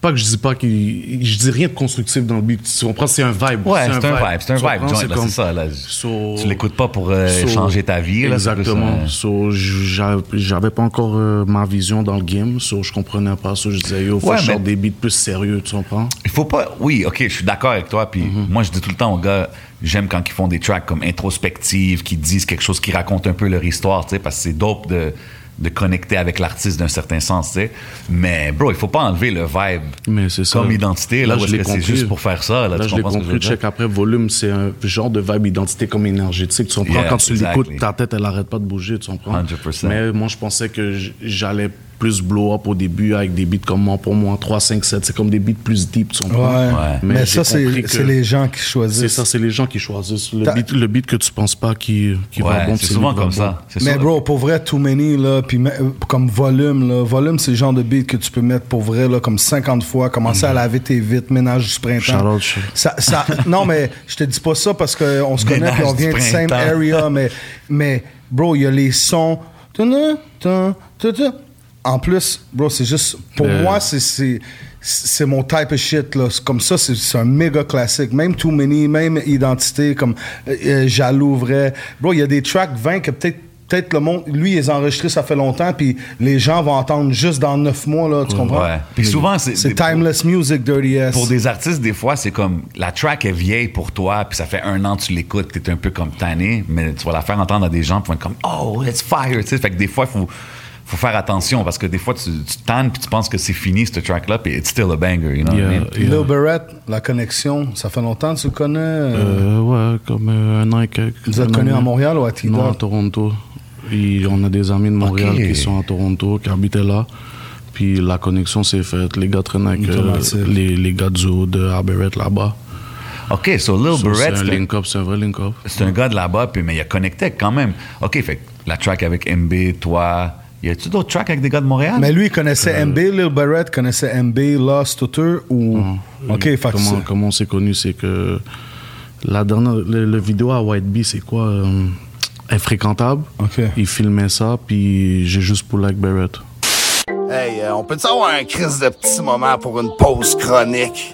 S6: pas que je dis pas qu'il. Je dis rien de constructif dans le beat. Tu comprends? C'est un vibe.
S5: Ouais, c'est un vibe, c'est un
S6: Tu
S5: vibe,
S6: comprends?
S5: joint, là,
S6: comme-
S5: c'est ça, là.
S6: So-
S5: Tu l'écoutes pas pour, euh,
S6: So-
S5: changer ta vie, là, c'est plus,
S6: Exactement.
S5: euh,
S6: So, j'a- j'avais pas encore euh, ma vision dans le game, so je comprenais pas. So, je disais, yo, faut
S5: Ouais,
S6: que je
S5: mais-
S6: sorte des beats plus sérieux, tu comprends?
S5: Il faut pas. Oui, ok, je suis d'accord avec toi. Puis moi, je dis tout le temps aux gars, j'aime quand ils font des tracks comme introspectives, qui disent quelque chose qui raconte un peu leur histoire, tu sais, parce que c'est dope de, de connecter avec l'artiste d'un certain sens, tu sais. Mais bro, il faut pas enlever le vibe
S6: Mais c'est ça.
S5: comme identité, là,
S6: Là,
S5: où
S6: je
S5: est-ce
S6: l'ai
S5: que c'est
S6: compris.
S5: juste pour faire ça. Là,
S6: Là,
S5: tu
S6: je l'ai
S5: comprends ce que je veux
S6: compris.
S5: dire?
S6: Check après, volume, c'est un genre de vibe identité comme énergétique. Tu comprends?
S5: Yeah,
S6: Quand tu
S5: exactly.
S6: l'écoutes, ta tête, elle arrête pas de bouger, tu comprends?
S5: 100%.
S6: Mais moi, je pensais que j- j'allais plus blow up au début avec des beats comme moi, pour moi, 3, 5, 7. C'est comme des beats plus deep, tu
S3: Ouais.
S6: comprends?
S3: Mais,
S6: Mais j'ai
S3: ça, c'est
S6: compris que-
S3: c'est les gens qui
S6: C'est
S3: choisissent.
S6: ça, c'est les gens qui choisissent. Le
S3: T'as-
S6: beat, le beat que tu penses pas qui, qui va
S5: Ouais,
S6: bon,
S5: c'est
S6: lui
S5: souvent
S6: qui va
S5: comme
S6: bon.
S5: ça. C'est
S3: Mais
S5: sûr.
S3: bro, pour vrai, Too Many, là, puis me- euh, comme volume, là, volume, c'est le genre de beat que tu peux mettre pour vrai, là, comme 50 fois, commencer à laver tes vites, ménage du printemps.
S6: Shout out, shout-
S3: ça, ça, non, mais je te dis pas ça parce qu'on se connaît
S5: Ménage
S3: puis on
S5: du
S3: vient du same
S5: printemps.
S3: area, mais, mais bro, il y a les sons. Tun, tun, tun, tun. En plus, bro, c'est juste, pour
S5: Euh.
S6: Le-
S3: moi, c'est- c'est... C'est mon type of shit, là. C'est Comme ça, c'est c'est un méga classique. Même Too Many, même Identité, comme euh, euh, Jaloux, vrai. Bro, il y a des tracks 20 que peut-être peut-être le monde, lui, il les a enregistrés, ça fait longtemps, puis les gens vont entendre juste dans 9 mois, là. Tu comprends?
S5: Ouais. Puis souvent, c'est-
S3: C'est timeless music, Dirty S.
S5: Pour des artistes, des fois, c'est comme la track est vieille pour toi, puis ça fait un an que tu l'écoutes, t'es un peu comme tanné, mais tu vas la faire entendre à des gens, puis ils vont être comme Oh, it's fire! Tu sais, fait que des fois, il faut, faut faire attention parce que des fois, tu, tu tannes, puis tu penses que c'est fini, ce track-là, puis it's still a banger, you know what I
S6: Yeah,
S5: mean?
S6: yeah.
S3: Lil Barrett, La Connexion, ça fait longtemps que tu le connais. euh,
S6: Euh, ouais, comme euh, un an et quelques.
S3: Vous êtes
S6: un an
S3: connu
S6: et-
S3: à Montréal ou à Tidal?
S6: Non, à Toronto. Et on a des amis de Montréal
S5: Ok.
S6: qui sont à Toronto, qui habitaient là. Puis la connexion s'est faite. Les gars traînent avec euh,
S3: Automatique.
S6: les, les gars du haut de Aberrett là-bas.
S5: OK, so Lil
S6: So, C'est
S5: Barrett,
S6: un
S5: c'est un-
S6: link-up, c'est un vrai link-up.
S5: c'est un gars de là-bas, puis, mais il a connecté quand même. OK, fait que la track avec MB, toi, y a-tu d'autres tracks avec des gars de Montréal?
S3: Mais lui, il connaissait MB, Lil Barrett connaissait MB, Lost Tutor ou.
S5: Mm.
S3: ok, fait que
S6: Comment,
S3: c'est-
S6: comment on s'est connu, c'est que la dernière, le, le vidéo à White Bee, c'est quoi euh, Infréquentable.
S3: Ok.
S6: Il filmait ça, puis j'ai juste pour like Barrett.
S7: Hey, euh, on peut-tu avoir un crise de petit moment pour une pause chronique?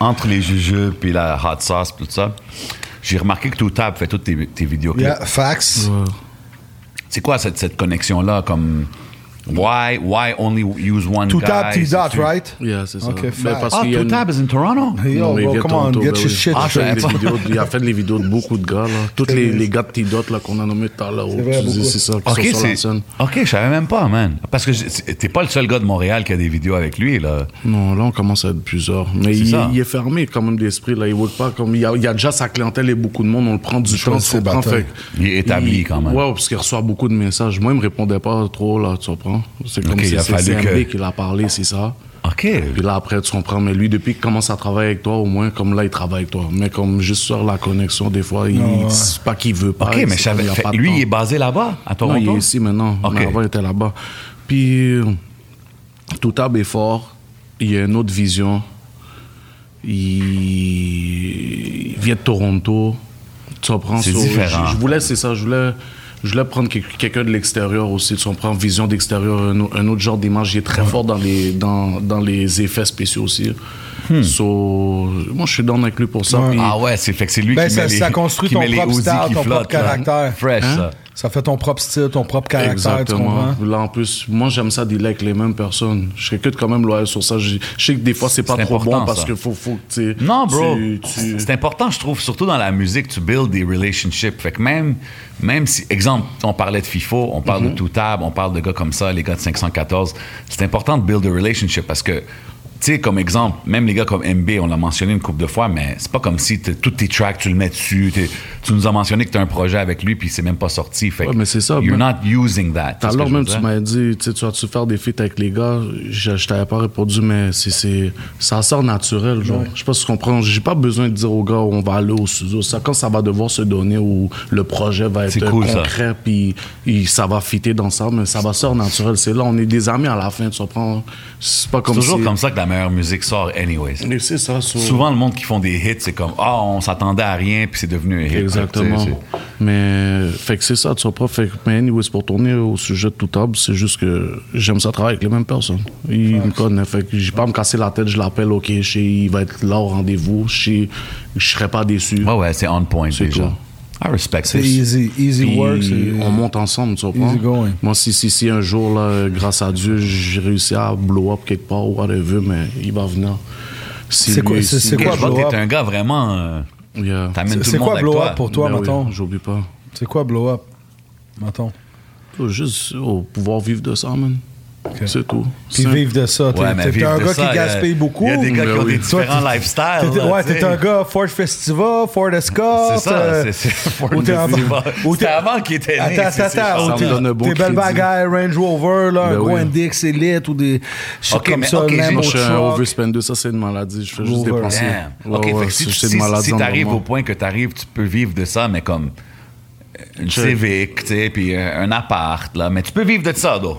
S5: entre les jujubes puis la hot sauce puis tout ça, j'ai remarqué que tout table fait toutes tes, tes vidéoclips.
S3: Yeah,
S5: Mm.
S3: facts.
S5: C'est quoi cette, cette connexion-là comme why, why only use one
S3: Tout
S5: guy?
S3: tap, tout dot,
S5: c'est-tu-
S3: right?
S6: Yeah, c'est ça.
S3: Ok,
S6: Mais
S3: fact.
S6: parce
S5: Ah,
S6: qu'il y a
S5: tout
S6: une-
S5: tap is in Toronto?
S3: Hey, yo,
S6: Non, mais il
S3: bro,
S6: vient de
S3: come on,
S6: Toronto,
S3: get
S6: ben
S3: your
S6: oui.
S3: shit.
S5: Ah, je savais
S6: Il
S5: pas.
S6: fait des vidéos de- il a fait des vidéos de beaucoup de gars. Là. Tous les, les gars de T-Dot là, qu'on a nommés tout à l'heure. où
S3: C'est vrai,
S6: tu dis,
S3: beaucoup.
S6: C'est ça, qui
S5: Ok,
S6: sont sur la
S5: c'est.
S6: scène.
S5: Ok, je savais même pas, man. Parce que je- c'est- t'es pas le seul gars de Montréal qui a des vidéos avec lui, là.
S6: Non, là, on commence à être plusieurs. Mais
S5: C'est
S6: il,
S5: ça.
S6: il est fermé quand même d'esprit. Là. Il work pas comme. Il y, a, il y a déjà sa clientèle et beaucoup de monde. On le prend du temps.
S3: choisit ses
S6: tu comprends,
S3: batailles.
S5: Il est établi, quand même.
S6: Ouais, parce qu'il reçoit beaucoup de messages. Moi, il me répondait pas trop, là, tu comprends. C'est comme
S5: Ok, il
S6: si
S5: a
S6: c'est
S5: fallu
S6: CMB
S5: que-
S6: qui l'a parlé, c'est ça.
S5: Ok.
S6: Puis là, après, tu comprends. Mais lui, depuis qu'il commence à travailler avec toi, au moins, comme là, il travaille avec toi. Mais comme juste sur la connexion, des fois, il, c'est pas qu'il veut pas.
S5: Ok,
S6: c'est
S5: mais je
S6: comme
S5: savais.
S6: il a
S5: fait-
S6: pas de
S5: lui,
S6: temps.
S5: il est basé là-bas, à Toronto.
S6: Non, il est ici maintenant.
S5: Ok.
S6: Mais avant, il était là-bas. Puis, euh, Toutable est fort. Il a une autre vision. Il, il vient de Toronto. Tu comprends?
S5: C'est
S6: So,
S5: différent.
S6: Je, je voulais, c'est ça, je voulais... Je voulais prendre quel- quelqu'un de l'extérieur aussi, tu comprends, vision d'extérieur, un, au- un autre genre d'image. Il est très fort dans les, dans, dans les effets spéciaux aussi.
S5: Hmm.
S6: So, moi, je suis down avec lui pour ça.
S3: Ouais.
S6: Puis-
S5: Ah ouais, c'est fait que c'est lui
S3: Ben,
S5: qui
S3: ça-
S5: met les
S3: ça construit
S5: qui
S3: ton
S5: met les
S3: propre
S5: Uzi
S3: style, ton
S5: qui
S3: propre
S5: flottent, là.
S3: caractère.
S5: Fresh,
S6: Hein?
S5: ça.
S3: Ça fait ton propre style, ton propre caractère, tu
S6: Exactement.
S3: comprends?
S6: Là, en plus, moi, j'aime ça dealer avec les mêmes personnes. Je récute quand même loyal sur ça. Je je sais que des fois, c'est pas
S5: C'est
S6: trop
S5: important,
S6: bon parce
S5: ça.
S6: que faut, faut que tu sais,
S5: Non, bro.
S6: tu-
S5: C'est
S6: tu-
S5: c'est important, je trouve, surtout dans la musique, tu build des relationships. Fait que même, même si, exemple, on parlait de FIFO, on parle
S6: Mhm.
S5: de Toutab, on parle de gars comme ça, les gars de 514, c'est important de build a relationship parce que, tu sais, comme exemple, même les gars comme MB, on l'a mentionné une couple de fois, mais c'est pas comme si t'as- tous tes tracks, tu le mets dessus. t'es- Tu nous as mentionné que tu as un projet avec lui puis c'est même pas sorti. Fait que
S6: Ouais, mais c'est ça,
S5: You're
S6: mais-
S5: not using that. tu sais ce que
S6: Alors
S5: je veux
S6: même, tu
S5: dire?
S6: m'as dit, tu sais, tu vas-tu faire des feats avec les gars? Je, je t'avais pas répondu, mais c'est, c'est, ça sort naturel, genre. Je sais pas si tu comprends. J'ai pas besoin de dire aux gars on va aller au studio. Ça, quand ça va devoir se donner ou le projet va
S5: C'est
S6: être
S5: cool, ça.
S6: concret, puis il- ça va fitter dans ça, mais ça va sortir naturel. C'est là, on est des amis à la fin, tu comprends? C'est pas
S5: C'est
S6: comme
S5: toujours
S6: si-
S5: comme ça que la meilleure musique sort, anyways.
S6: Mais c'est ça,
S3: Mm.
S6: so-
S5: Souvent, le monde qui font des hits, c'est comme Ah, on s'attendait à rien, puis c'est devenu un hit.
S6: Exactement.
S5: Tu sais,
S6: Mais, fait que c'est ça, tu comprends. Fait que, mais anyways, pour tourner au sujet de tout table, c'est juste que j'aime ça travailler avec les mêmes personnes. Ils me connaissent. Fait que j'ai pas à me casser la tête, je l'appelle, ok, chez, il va être là au rendez-vous, chez, je serai pas déçu.
S5: c'est- Ouais, ouais, c'est on point
S6: C'est
S5: déjà.
S6: tout.
S5: I respect
S3: C'est
S5: this.
S3: easy, easy
S6: Puis
S3: work. c'est-
S6: on monte ensemble, tu comprends?
S3: Easy going.
S6: Moi, si, si, si un jour, là, grâce à Dieu, j'ai réussi à blow up quelque part ou whatever, mais il va venir. Si
S3: C'est
S6: lui,
S3: quoi- c'est-
S6: si-
S3: c'est
S5: Ok,
S3: quoi
S5: je vois que
S3: blow up?
S5: t'es un gars vraiment. euh,
S6: Yeah.
S5: T'amènes tout
S3: C'est
S5: le monde
S3: quoi
S5: avec
S3: blow
S5: toi.
S3: up pour toi,
S6: Ben oui,
S3: mettons?
S6: J'oublie pas.
S3: C'est quoi blow up? Mettons.
S6: Juste oh, pouvoir vivre de ça, man. C'est tout.
S3: Puis
S6: Simple.
S3: vivre de ça. T'es
S5: Ouais, mais
S3: t'es- t'es
S5: vivre
S3: un
S5: de
S3: gars qui
S5: ça, y a-
S3: gaspille beaucoup.
S5: y a des gars qui
S3: Mais
S5: ont des
S3: Ben oui.
S5: différents
S3: Toi, t'es-
S5: lifestyles,
S3: t'es-
S5: là,
S3: Ouais,
S5: tu sais.
S3: t'es un gars Ford Festiva, Ford Escort.
S5: C'est ça,
S3: euh,
S5: c'est- c'est Ford
S3: ou t'es en-
S5: Festiva.
S3: ou t'es-
S5: C'était avant qu'il était né,
S3: Attends,
S5: c'est- c'est-
S3: attends,
S5: ça
S3: attends.
S6: me donne un
S3: ou
S6: bon
S3: T'es belle
S6: crédit.
S3: bagaille, Range Rover, là, un
S6: Ben
S3: gros
S6: oui.
S3: NDX Elite ou des shit
S5: Ok,
S3: comme
S5: mais
S3: ça,
S5: ok, j'ai-
S3: même
S6: Moi,
S3: au
S6: je suis un
S3: truck.
S6: overspender, ça, c'est une maladie. Je fais juste
S3: Over.
S6: dépenser.
S5: Damn.
S6: Ouais,
S5: ok,
S6: ouais,
S5: fait que si,
S6: c'est-
S5: tu-
S6: c'est une
S5: si-
S6: maladie
S5: si t'arrives
S6: normalement.
S5: au point que t'arrives, tu peux vivre de ça, mais comme euh, une
S6: Sure.
S5: Civic, tu sais, puis euh, un appart, là. Mais tu peux vivre de ça, though.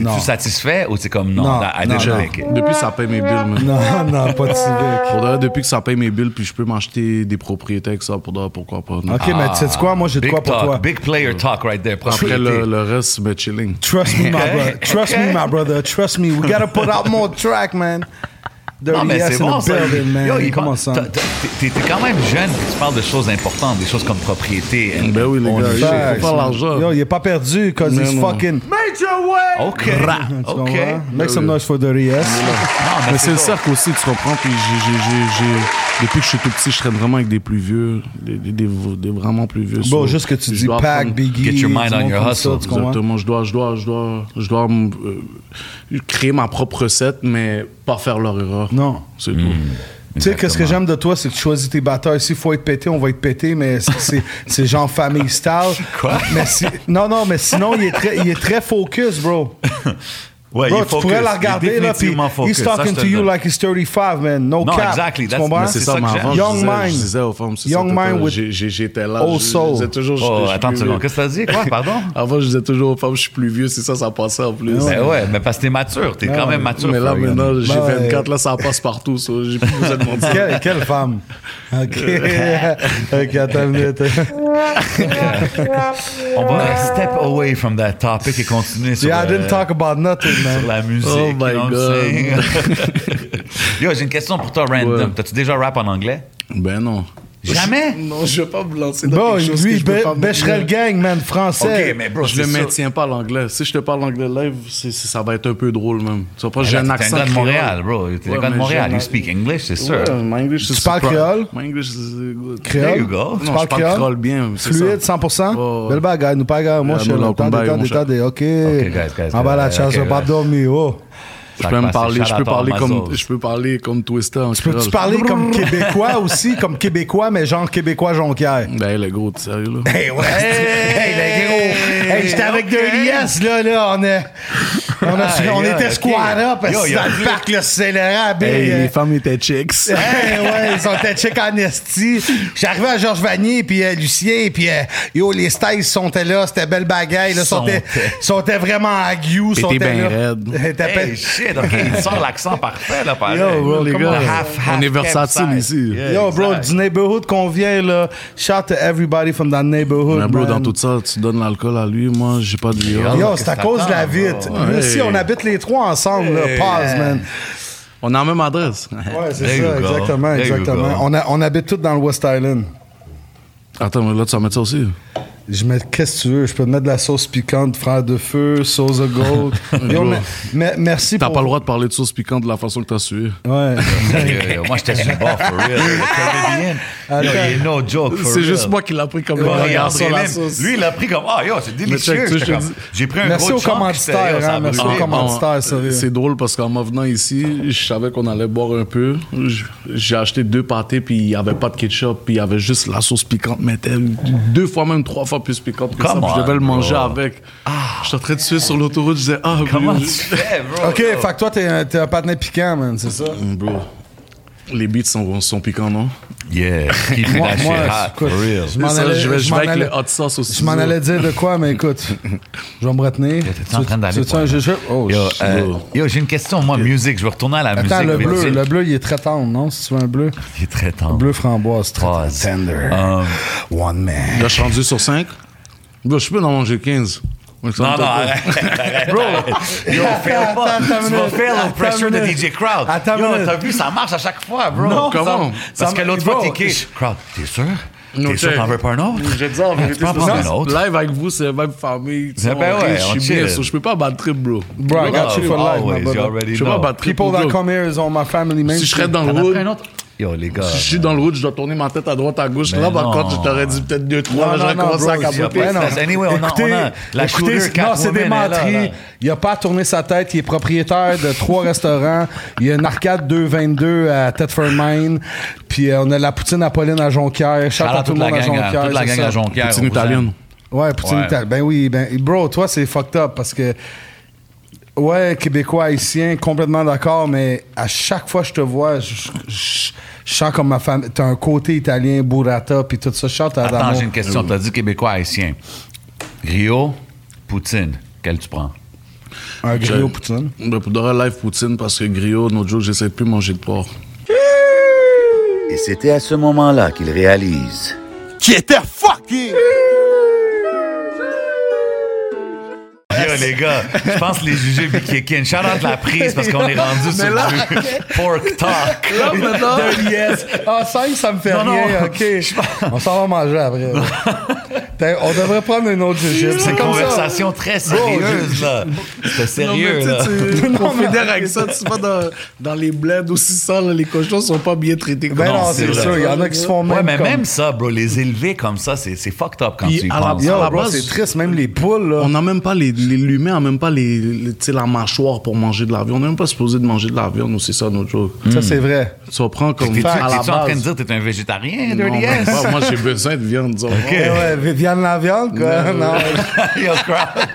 S3: Non.
S5: T'es-tu satisfait ou c'est comme non,
S3: Non,
S5: I
S3: non,
S5: didn't
S3: non.
S5: make it?
S6: Depuis ça paye mes billes, man.
S3: Non, non, pas de Civic.
S6: Pour de vrai, depuis que ça paye mes billes, puis je peux m'acheter des propriétés avec ça, pour de vrai, pourquoi pas. non.
S3: Ok, mais tu sais quoi, moi j'ai de
S5: Ah, Big
S3: quoi pour
S5: talk,
S3: toi.
S5: big player talk right there.
S6: Après,
S5: propriété.
S6: le, le reste, mais chilling.
S3: Trust me, my brother. Trust me, my brother. Trust me. We gotta put out more track, man. Dirty
S5: Non, mais
S3: ass
S5: c'est
S3: in
S5: bon,
S3: the
S5: ça.
S3: building, man.
S5: Yo, il
S3: Come
S5: par-
S3: on, son.
S5: t'as- t'as- T'es t'es quand même jeune, puis tu parles de choses importantes, des choses comme propriété. hein.
S6: Ben oui, les
S5: On
S6: gars,
S5: est-
S6: il
S3: Facts,
S6: faut
S3: man.
S6: faire l'argent.
S3: Yo, il est pas perdu, cause
S6: Non,
S3: he's
S6: non.
S3: fucking.
S2: Made your way.
S5: OK.
S3: Ben Tu comprends?
S5: OK.
S3: Make some noise for Dirty ass.
S5: Non,
S6: Mais c'est le
S5: ça.
S6: cercle aussi, tu comprends. Puis j'ai, j'ai, j'ai, j'ai- depuis que je suis tout petit, je traîne vraiment avec des plus vieux, des, des, des, des vraiment plus vieux.
S3: Bro,
S6: So,
S3: juste que tu
S6: je
S3: dis
S6: dois
S3: pack,
S6: apprendre-
S3: Biggie.
S5: Get your mind
S3: du
S5: on
S3: monde
S5: your
S3: comme
S5: hustle.
S3: ça, tu comprends?
S6: Exactement. Je dois, je dois, je dois, je dois euh, créer ma propre recette, mais pas faire leur erreur.
S3: Non.
S6: C'est
S5: Hmm.
S3: Tu sais, qu'est-ce que j'aime de toi, c'est que tu choisis tes batailles. S'il faut être pété, on va être pété, mais c'est- c'est c'est genre family style.
S5: Quoi?
S3: Mais si- non, non, mais sinon, il est très, il est très focus, bro.
S5: Ouais,
S3: Bro,
S5: Ben, il
S3: tu
S5: focus.
S3: pourrais la
S5: Il est
S3: regarder, là, puis
S5: définitivement focus.
S3: he's
S5: Ça,
S3: talking
S5: je te
S3: to you
S5: le donne.
S3: like he's 35, man. No
S5: Non,
S3: cap.
S5: exactly.
S3: Tu
S5: That's-
S3: comprends?
S5: mais
S6: tout. C'est
S5: C'est
S6: ça,
S5: ça que
S6: mais avant, je
S3: Young
S6: disais-
S3: mind.
S6: Je disais aux femmes, c'est
S3: Young
S6: ça, t'as-
S3: mind
S6: t'as-
S3: with-
S6: j'ai- j'ai- J'étais là.
S3: Oh,
S6: je-
S3: soul.
S6: Je disais toujours, je- je
S5: Oh,
S6: suis
S5: attends une
S6: plus
S5: seconde.
S6: vieux.
S5: Qu'est-ce que t'as dit? Quoi, pardon?
S6: Avant, je disais toujours aux femmes, je suis plus vieux, c'est ça, ça passait en plus.
S5: Ben ouais, mais parce que t'es mature. T'es quand même mature.
S6: mais là,
S5: Florian.
S6: maintenant, j'ai
S3: Ben ouais.
S6: 24, là, ça passe partout. ça. J'ai plus besoin de mentir.
S3: Quelle, quelle femme? Ok. ok, attends une minute.
S5: On va step away from that topic et continuer sur,
S3: Yeah, I
S5: euh,
S3: didn't talk about nothing,
S5: sur
S3: man.
S5: la musique.
S6: Oh
S5: you
S6: my
S5: know what I'm
S6: God.
S5: saying? Yo, j'ai une question pour toi, random.
S6: Ouais.
S5: T'as-tu déjà rap en anglais?
S6: Ben non.
S5: Jamais?
S6: Non, je vais pas me lancer dans
S3: Bon,
S6: quelque chose que
S3: lui,
S6: je peux
S3: Be-
S6: pas me-
S3: Becherel Gang, man, français.
S5: Ok, mais bro,
S6: je le
S5: Oh, c'est ça.
S6: maintiens pas l'anglais. Si je te parle anglais live, c'est- c'est- ça va être un peu drôle même. Tu vois pas,
S5: Mais
S6: j'ai
S5: là,
S6: un
S5: Eh ben, t'es
S6: accent
S5: gars de
S6: créole.
S5: Montréal, bro. T'es un
S6: Ouais,
S5: gars de
S6: mais
S5: Montréal.
S6: j'ai un-
S5: You speak English, c'est sûr.
S6: Ouais, my English is
S3: Tu parles
S6: super-
S3: créole?
S6: My English is good.
S3: Créole.
S5: There you go.
S6: Non,
S3: Oh, Tu
S6: je
S3: parle créole?
S6: bien. c'est
S3: Fluide,
S6: ça.
S3: 100%.
S6: Ouais, ouais.
S3: Belle bagarre, nous pas gars. Moi,
S6: Yeah,
S3: je suis
S6: no,
S3: là.
S6: no, come
S3: Attendez,
S6: by, mon
S3: attendez,
S6: cher.
S3: attendez. Ok.
S5: guys, guys,
S3: En bas Ah, bah, la
S5: guys,
S3: chasse,
S5: okay,
S3: on va
S5: ouais.
S3: dormir. Oh.
S6: Je
S5: Ah,
S6: peux
S5: bah,
S6: me parler, je peux parler comme,
S5: Tu
S6: je peux parler comme Twister en créole.
S3: Peux-tu parler comme Québécois aussi, comme Québécois, mais genre Québécois jonquière?
S6: Ben, le gros, t'es sérieux, là?
S3: Hey, ouais. Hey, le gros. Hey, j'étais avec
S5: ben, Ok.
S3: Dirty S, là, là. On, est, on, a,
S5: Ah,
S3: on
S5: yeah,
S3: était
S5: ok.
S3: square up parce
S5: Yo,
S3: que
S5: y a
S3: dans
S5: plus-
S3: le parc, là, c'est le rabais. euh,
S6: femmes étaient chicks.
S3: Hey, ouais, ils sont à check en esti. J'arrivais à Georges Vanier, puis euh, Lucien, puis euh, yo, les styles sont là, c'était belle bagaille, là, sont
S5: Sont-
S3: sont vraiment à Guy, sont
S6: T'étais bien
S3: là.
S6: raide.
S3: T'étais
S5: Hey, shit, OK, il sort l'accent parfait, là, pareil.
S3: Yo, bro, les
S5: Comme
S3: gars,
S5: un half-
S6: on
S5: half
S6: est
S5: cap
S6: versatile
S5: side.
S6: ici.
S5: Yeah,
S3: Yo, bro,
S5: exact.
S3: du neighborhood qu'on vient, là. Shout to everybody from that neighborhood.
S6: Mais bro,
S3: man.
S6: dans tout ça, tu donnes l'alcool à lui, moi, j'ai pas de
S3: Yo,
S6: viande.
S3: c'est à
S5: Qu'est-ce
S3: cause de la
S5: t'attends,
S3: vite.
S5: bro?
S3: Nous aussi,
S6: Hey.
S3: on habite les trois ensemble, là. Pause, man.
S6: On a la même adresse.
S3: Ouais, c'est
S5: There you
S3: ça,
S5: go.
S3: exactement,
S5: There you
S3: exactement.
S5: go.
S3: On, a- on habite tous dans le West Island.
S6: Attends, mais là, tu vas mettre ça aussi.
S3: Je mets, qu'est-ce que tu veux? Je peux mettre de la sauce piquante, frère de feu, sauce de gold. Yo, mais- mais- merci
S6: T'as
S3: pour-
S6: pas le droit de parler de sauce piquante de la façon que t'as sué.
S3: Ouais.
S5: Yo, yo, moi, j'étais sur le bord, for real. Le Caribbean. Yo,
S3: Attends.
S5: il est no joke, for
S6: C'est
S5: real.
S6: juste moi qui l'a pris comme le
S5: Ouais,
S6: regard
S5: il
S6: sur
S5: a
S6: la
S5: pris-
S6: sauce.
S5: Lui, il a pris comme Ah, yo, c'est délicieux.
S6: check, tu sais,
S5: J'étais
S6: je te
S5: comme-
S6: dis-
S5: J'ai pris un
S3: Merci
S5: gros
S3: au
S5: chunk,
S3: commanditaire,
S5: c'était- yo, ça a
S3: hein, merci
S5: brûlé. Ah,
S3: au commanditaire. commanditaire, sérieux.
S6: C'est drôle parce qu'en m'en venant ici, je savais qu'on allait boire un peu. Je- J'ai acheté deux pâtés, puis il n'y avait pas de ketchup, puis il y avait juste la sauce piquante, mais était deux fois, même trois fois plus piquante que ça.
S5: Come
S6: puis je devais le
S5: on,
S6: manger
S5: bro.
S6: avec.
S3: Ah.
S6: J'étais en train de suer sur l'autoroute, je disais, ah,
S5: Comment
S6: bro,
S5: tu fais, bro?
S3: OK, fait que toi, t'es un, t'es un patinet piquant, man, c'est ça?
S6: Bro, les beats sont, sont piquants, non?
S5: Yeah, keep
S3: Moi-
S5: that shit
S3: moi,
S5: hot,
S3: écoute,
S5: for real.
S3: Je m'en
S6: Ça,
S3: allais-
S6: je vais,
S3: je
S6: je vais
S3: m'en
S6: avec
S3: allais-
S6: le hot sauce aussi.
S3: Je m'en allais dire de quoi, mais écoute, je vais me retenir.
S5: T'es en train d'aller.
S3: C'est un
S5: pour-
S3: jeu jeu? Oh,
S5: Yo,
S3: shit.
S5: euh, yo, j'ai une question, moi, musique. Je vais retourner à la musique.
S3: Attends, le
S5: mais
S3: bleu,
S5: musique,
S3: le bleu, il est très tendre, non? Si tu veux un bleu.
S5: Il est très tendre.
S3: Bleu framboise, très
S5: Pause.
S3: tender.
S5: Um,
S3: One man.
S6: Là, je suis rendu sur 5. Bro, Bah, je peux en manger 15. Non,
S5: Ah non, non, arrête, arrête. Bro, yo, fail pas.
S3: Attends, attends
S5: tu
S3: une
S5: vas
S3: minute.
S5: faire
S3: Attends
S5: le pressure
S3: une
S5: de
S3: minute.
S5: DJ Crowd.
S3: Attends une
S5: Yo,
S3: minute.
S5: t'as vu, ça marche à chaque fois, bro.
S6: Non, comment?
S5: Parce
S3: Ça
S5: que l'autre
S3: marche-
S5: fois, t'es
S3: bro,
S5: qui? Crowd, t'es sûr?
S6: Non,
S5: T'es sûr
S6: check.
S5: que t'en veux pas un autre?
S6: Je vais te dire en
S5: Ah,
S6: vérité,
S5: Tu peux en
S6: c'est
S5: prendre
S6: ça.
S5: un autre?
S6: Live avec vous, c'est la même famille.
S5: Ben
S6: Sont-
S5: ouais, on
S6: je suis
S5: chill.
S6: bien sûr. Je peux pas battre trip, bro.
S3: Bro, I got
S5: Oh,
S3: you for life, my
S5: always, you
S3: brother.
S5: already
S6: Je sais pas,
S5: know.
S6: battre trip.
S3: People that
S6: bro.
S3: come here is on my family, man.
S6: Si je serais dans
S5: T'en
S6: le
S5: as
S6: road,
S5: pris un autre? Yo, les gars.
S6: si je suis dans le road, je dois tourner ma tête à droite, à gauche.
S5: Mais
S6: Là, par
S5: non.
S6: contre, je t'aurais dit peut-être deux,
S3: Non,
S6: trois. J'aurais
S3: non, non,
S6: commencé
S3: bro,
S6: à
S3: s'il y a
S6: capoter.
S3: pas-
S5: That's- anyway, on a-
S3: Écoutez,
S5: on a la
S3: écoutez,
S5: shooter
S3: Non, c'est
S5: Catwoman, elle
S3: des
S5: est là,
S3: menteries.
S5: là.
S3: Il a pas à tourner sa tête. Il est propriétaire de trois restaurants. Il y a une arcade 222 à Thetford Mine. Puis euh, on a la poutine à Pauline à Jonquière. Shout
S5: Shout-out
S3: out tout le monde à
S5: hein,
S3: Jonquière.
S5: toute la
S3: c'est
S5: gang
S3: ça.
S5: à Jonquière.
S6: Poutine
S5: on vous aime.
S6: italienne.
S3: Ouais, poutine
S5: Ouais.
S3: italienne. Ben oui, ben bro, toi c'est fucked up parce que ouais, québécois haïtien, complètement d'accord, mais à chaque fois que je te vois, je, je- je sens comme ma femme, t'as un côté italien, burrata puis tout ça, chante à
S5: Attends,
S3: l'amour.
S5: j'ai une question. T'as dit québécois haïtien. Rio, Poutine, quel tu prends?
S3: Un griot
S6: Je-
S3: poutine.
S6: Ben, pour de vrai, live poutine, parce que griot, notre jour, j'essaie de plus manger de porc.
S8: Et c'était à ce moment-là qu'il réalise
S7: Qui était fucké!
S5: Yo, les gars, je pense les juger puis qui kick in. Shout out la prise parce qu'on est rendu sur du pork talk.
S3: Deux yes. Ah, ça, ça me fait
S5: Ah, Non,
S3: rien,
S5: non.
S3: ok. On s'en va manger après. T'as- On devrait prendre une autre jujube.
S5: C'est une
S3: comme ça.
S5: conversation très sérieuse, là. C'était sérieux, là.
S6: tu confédères avec ça, tu vas dans, dans les bleds aussi sales, les cochons sont pas bien traités.
S3: Ben non, c'est
S5: vrai.
S3: sûr, il y en a qui se font
S5: Ouais,
S3: même
S5: mais
S3: comme-
S5: même ça, bro, les élever comme ça, c'est c'est fucked up quand
S6: Puis
S5: tu y
S6: à la-
S5: penses.
S3: Yo,
S6: à la
S3: bro,
S6: base-
S3: c'est triste, même les poules, là.
S6: On n'a même pas les, les- l'humain a même pas les, les- tu sais, la mâchoire pour manger de la viande. On n'est même pas supposé de manger de la viande, nous, c'est ça notre joke.
S5: Mm.
S3: Ça, c'est vrai.
S6: Tu vas prendre comme
S5: T'es-tu t'es-tu
S6: à la
S5: en
S6: base.
S5: train de dire que t'es un végétarien,
S6: Non,
S5: Dirty
S6: même
S5: S?
S6: pas. moi, j'ai besoin de viande. disons.
S3: Ouais, ouais, vi- viande la viande, quoi. Non,
S5: Yo, crowd.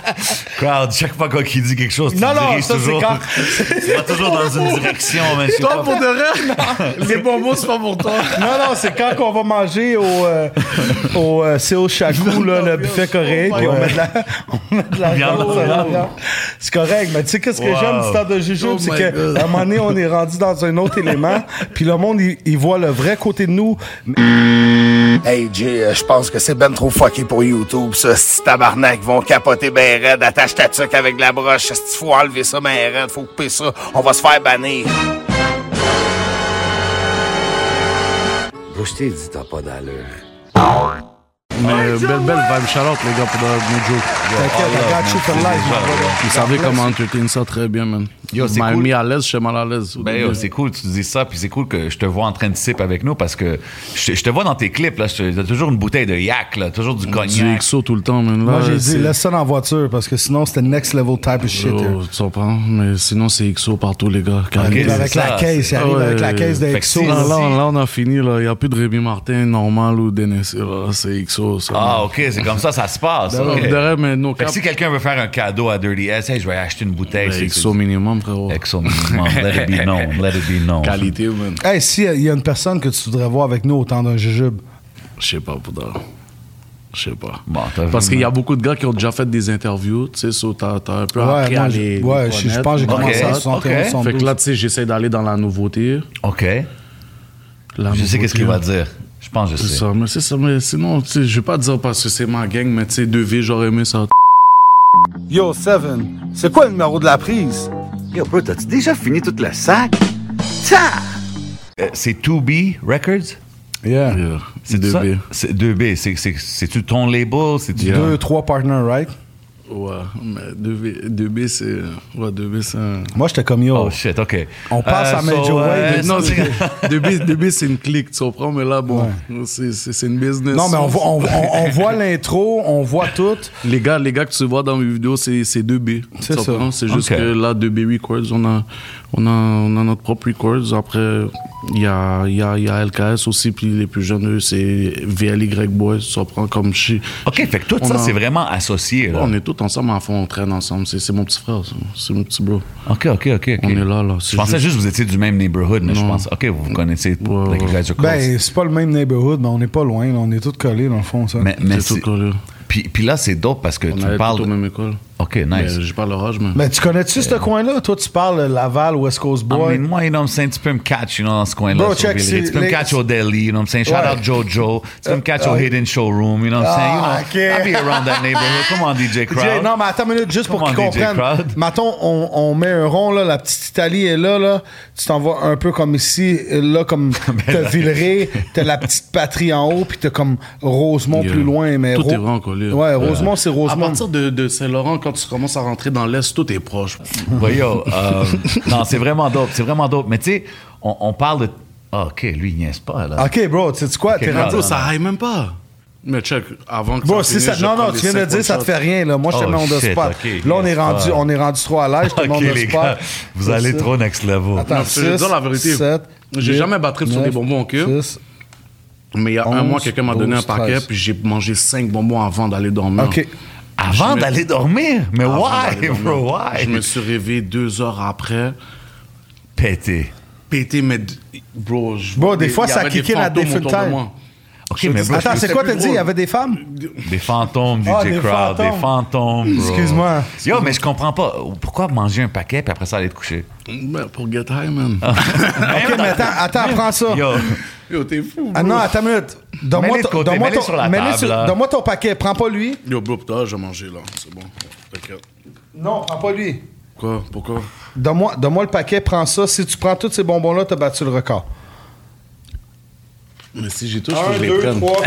S5: Crowd, chaque fois qu'il dit quelque chose, tu
S3: Non,
S5: te
S3: non,
S5: diriges
S3: ça, c'est
S5: toujours.
S3: quand-
S5: Tu vas toujours dans une direction, mais je sais
S6: Toi,
S5: pas.
S6: pour de vrai, les bonbons, c'est pas pour toi.
S3: non, non, c'est quand qu'on va manger au, euh, au euh, CO Chakou, là, le buffet coréen, puis on met de la, on met de la
S5: Viande,
S3: viande.
S5: viande.
S3: la viande. C'est correct, mais tu sais, qu'est-ce que
S5: Wow.
S3: j'aime du temps de jujube,
S6: Oh
S3: c'est
S6: my God.
S3: qu'à un moment donné, on est rendu dans un autre élément, puis le monde, il, il voit le vrai côté de nous.
S7: Hey Jay, euh, je pense que c'est ben trop fucké pour YouTube, ça. Si tabarnak ils vont capoter ben raide, attache ta tuque avec la broche. Si faut enlever ça ben raide, faut couper ça, on va se faire bannir.
S8: Bro, je t'ai dit, t'as pas d'allure.
S6: Mais euh, belle, belle vibe, Charlotte, les gars, pour de notre joke.
S3: T'inquiète, I got you for life, my brother.
S6: Ils savaient comment entertain ça très bien, man.
S5: Yo, c'est
S6: M'a
S5: cool.
S6: mis à l'aise, je suis mal à l'aise.
S5: Ben yo, c'est cool, tu dis ça, puis c'est cool que je te vois en train de sip avec nous parce que je, je te vois dans tes clips, là, je- t'as toujours une bouteille de yak, là, toujours du
S6: du
S5: cognac.
S6: XO tout le temps, man. Là,
S3: Moi, j'ai
S6: c'est-
S3: dit, laisse ça dans la voiture, parce que sinon, c'était next level type of shit.
S5: Oh,
S6: Yo,
S3: here.
S6: tu comprends? Mais sinon, c'est XO partout, les gars.
S5: Ok,
S3: Il
S6: Calme.
S3: arrive
S5: c'est
S3: avec
S5: ça,
S3: la caisse, il
S5: c'est-
S3: arrive
S6: Ah ouais.
S3: avec la caisse
S5: Fait
S3: des
S5: que
S3: XO.
S5: si-
S6: Là, là, on- là, on a fini, là. Il n'y a plus de Rémi Martin normal ou DNC, là. C'est XO, ça.
S5: Ah, ok, c'est comme ça, ça se passe.
S6: Ben,
S5: Ah, ok.
S6: on dirait, mais nos
S5: Fait que
S6: caps-
S5: si quelqu'un veut faire un cadeau à Dirty S, hey, je vais acheter une bouteille.
S6: Ben,
S5: c'est-
S6: XO minimum, frérot.
S5: c'est- XO minimum. Let it be known. Let it be known.
S6: Qualité, man.
S3: Hey, si euh, il y a une personne que tu voudrais voir avec nous au temps d'un jujube,
S6: Je sais pas, Poudre. Je sais pas.
S5: Bon, t'as vu,
S6: Parce qu'il y a
S5: man.
S6: beaucoup de gars qui ont déjà fait des interviews, tu sais, so t'as t'as un peu
S3: Ouais,
S6: appris
S3: moi,
S6: à
S3: je-
S6: les.
S3: ouais,
S6: les
S3: je- je
S6: connaître.
S3: pense que j'ai
S5: Ok,
S3: commencé à
S5: ok.
S3: 71,
S6: Fait
S3: 72.
S6: que là, tu sais, j'essaie d'aller dans la nouveauté. La
S5: Ok. Je sais
S6: nouveauté.
S5: qu'est-ce qu'il va dire. Je pense que je
S6: C'est
S5: sais.
S6: ça, mais c'est ça, mais sinon, tu sais, je vais pas dire parce que c'est ma gang, mais tu sais, 2V, j'aurais aimé ça.
S2: Yo, Seven, c'est quoi le numéro de la prise?
S8: Yo, bro, t'as-tu déjà fini toute la sac? Ça!
S5: Euh, C'est 2B Records?
S3: Yeah.
S6: Yeah.
S5: C'est
S6: Deux
S5: ça?
S6: billes.
S5: C'est 2B. C'est- c'est- C'est-tu ton label? C'est-tu
S6: Yeah.
S3: Deux, trois partners, right?
S6: Ouais, mais 2B, 2B c'est. Ouais, 2B c'est un.
S3: Moi, j'étais comme yo.
S5: Oh shit, OK. Euh,
S3: On passe à Major Wave.
S5: non,
S6: Non, c'est- 2B, 2B c'est une clique, tu comprends, mais là, bon, c'est- c'est c'est une business.
S3: Non, mais on, voit- on- on- on voit l'intro, on voit tout.
S6: Les gars, les gars que tu vois dans mes vidéos, c'est c'est 2B.
S3: C'est
S6: Tu
S3: ça.
S6: comprends? C'est juste
S5: Ok.
S6: que là, 2B Records, on a, on a, on a notre propre Records. Après, il y a, il y, a, il y a LKS aussi, puis les plus jeunes, eux, c'est VLY Boys. Tu comprends? Comme chez.
S5: OK, fait que tout
S6: On
S5: ça,
S6: a-
S5: c'est vraiment associé. Là.
S6: On est tous ensemble à fond, on traîne ensemble. C'est c'est mon petit frère, ça. c'est mon petit bro.
S5: OK, OK, OK. ok.
S6: On est là, là.
S5: Je
S6: C'est
S5: pensais
S6: juste-
S5: juste que vous étiez du même neighborhood, mais je
S6: Non.
S5: pense, OK, vous vous connaissez.
S6: Ouais,
S5: like, you
S6: ouais.
S5: guys are close.
S3: Ben, c'est pas le même neighborhood, mais on est pas loin. là. On est tous collés, dans le fond, ça.
S5: mais, mais
S6: C'est tout
S5: c'est-
S6: collé.
S5: puis, puis là, c'est dope parce que
S6: On
S5: tu
S6: allait
S5: parles.
S6: tous aux mêmes écoles.
S5: OK, nice.
S6: Mais je parle l'orage, mais.
S3: Mais Ben, tu connais-tu ce coin-là? Toi, tu parles Laval, West Coast Boy.
S5: Emmène-moi, Ah, you know what I'm saying? Tu peux me catch, you know, dans ce coin-là.
S3: Bro,
S5: sur
S3: check,
S5: Ville-
S3: c'est
S5: tu peux me
S3: les-
S5: catch au Delhi, you know what I'm saying? Shout
S3: Ouais.
S5: out Jojo. Tu peux me catch au Hidden Showroom, you know what
S3: Ah,
S5: I'm saying? You know,
S3: ok.
S5: I'll be around that neighborhood. Come on, DJ Crowd.
S3: non, mais attends une minute, juste pour
S5: Come
S3: qu'ils
S5: on, DJ
S3: comprennent.
S5: Crowd.
S3: Mettons, on, on met un rond, là, la petite Italie est là, là. Tu t'en vas un peu comme ici, là, comme t'as
S5: là.
S3: Villeray, t'as la petite patrie en haut, puis t'as comme Rosemont
S6: Yeah.
S3: plus loin. Mais
S6: Tout
S3: Ro-
S6: est vraiment collé.
S3: Ouais, Rosemont, c'est
S6: À
S3: Rosemont.
S6: partir de, de Saint-Laurent, quand tu commences à rentrer dans l'Est, tout est proche.
S5: Ouais, yo, euh, non, c'est vraiment dope. C'est vraiment dope. Mais tu sais, on, on parle de. Ah, OK, lui, il niaise pas, là.
S3: Ok, bro, tu sais quoi? T'es
S5: Crowd.
S3: rendu
S6: Bro, ça aille même pas. Mais check, avant que
S3: Bon,
S6: ça
S3: si
S6: finisse,
S3: ça,
S6: je
S3: non,
S6: prends
S3: non,
S6: les
S3: tu viens de
S6: cinq
S3: dire, ça te
S6: shots.
S3: fait rien, là. Moi, je te
S5: Oh,
S3: mets on the
S5: shit,
S3: spot.
S5: ok,
S3: là, on
S5: yes,
S3: est, rendu,
S6: ah.
S5: fuck.
S3: on est rendu trop à l'aise, je te
S5: OK,
S3: mets on the
S5: les gars,
S3: spot.
S5: vous allez
S3: C'est ça.
S5: trop next level.
S3: Attends,
S6: Non, je te
S3: six,
S6: dis la vérité.
S3: sept,
S6: J'ai
S3: huit,
S6: jamais battu sur
S3: neuf,
S6: des bonbons au cul.
S3: six.
S6: Mais il y a un
S3: Onze,
S6: mois, quelqu'un m'a donné un
S3: douze,
S6: paquet,
S3: treize.
S6: puis j'ai mangé cinq bonbons avant d'aller dormir.
S3: OK.
S5: Avant
S6: Je me-
S5: d'aller dormir? Mais
S6: Avant
S5: why,
S6: d'aller dormir.
S5: bro? Why?
S6: Je me suis réveillé deux heures après,
S5: pété.
S6: pété, mais. d- Bro, je.
S3: Bro, des
S6: il y
S3: fois, ça
S6: avait des
S3: kickait la
S6: fantômes
S3: défaite
S6: autour de
S3: time.
S6: moi.
S5: OK,
S6: Je
S5: mais
S6: dis-
S5: bro,
S3: Attends,
S6: que
S3: c'est
S6: c'est
S3: quoi,
S6: plus
S3: t'as dit? Il y
S6: drôle.
S3: avait des femmes?
S5: Des fantômes, DJ
S3: Ah, des
S5: Crowd,
S3: fantômes.
S5: des fantômes, bro.
S3: Excuse-moi.
S5: Yo, mais je comprends pas. Pourquoi manger un paquet puis après ça aller te coucher?
S6: Mais Pour get high, man.
S3: Ah. Ok, mais attends, attends, prends ça.
S5: Yo,
S6: Yo, t'es fou.
S3: Ah
S6: bro.
S3: non, attends une minute.
S5: Mets-les
S3: Donne-moi
S5: de
S3: ton,
S5: côté,
S3: donne-moi
S5: mets-les
S3: ton-
S5: sur la
S3: mets-les
S5: table,
S3: sur-
S5: là.
S3: donne-moi ton paquet. Prends pas lui.
S6: Yo, bro, putain, j'ai mangé, là. C'est bon. T'inquiète.
S3: Non, prends pas lui.
S6: Quoi? Pourquoi?
S3: Donne-moi donne-moi le paquet, prends ça. Si tu prends tous ces bonbons-là, t'as battu le record.
S6: Mais si j'y touche, faut que je les prenne.
S3: 4, 5,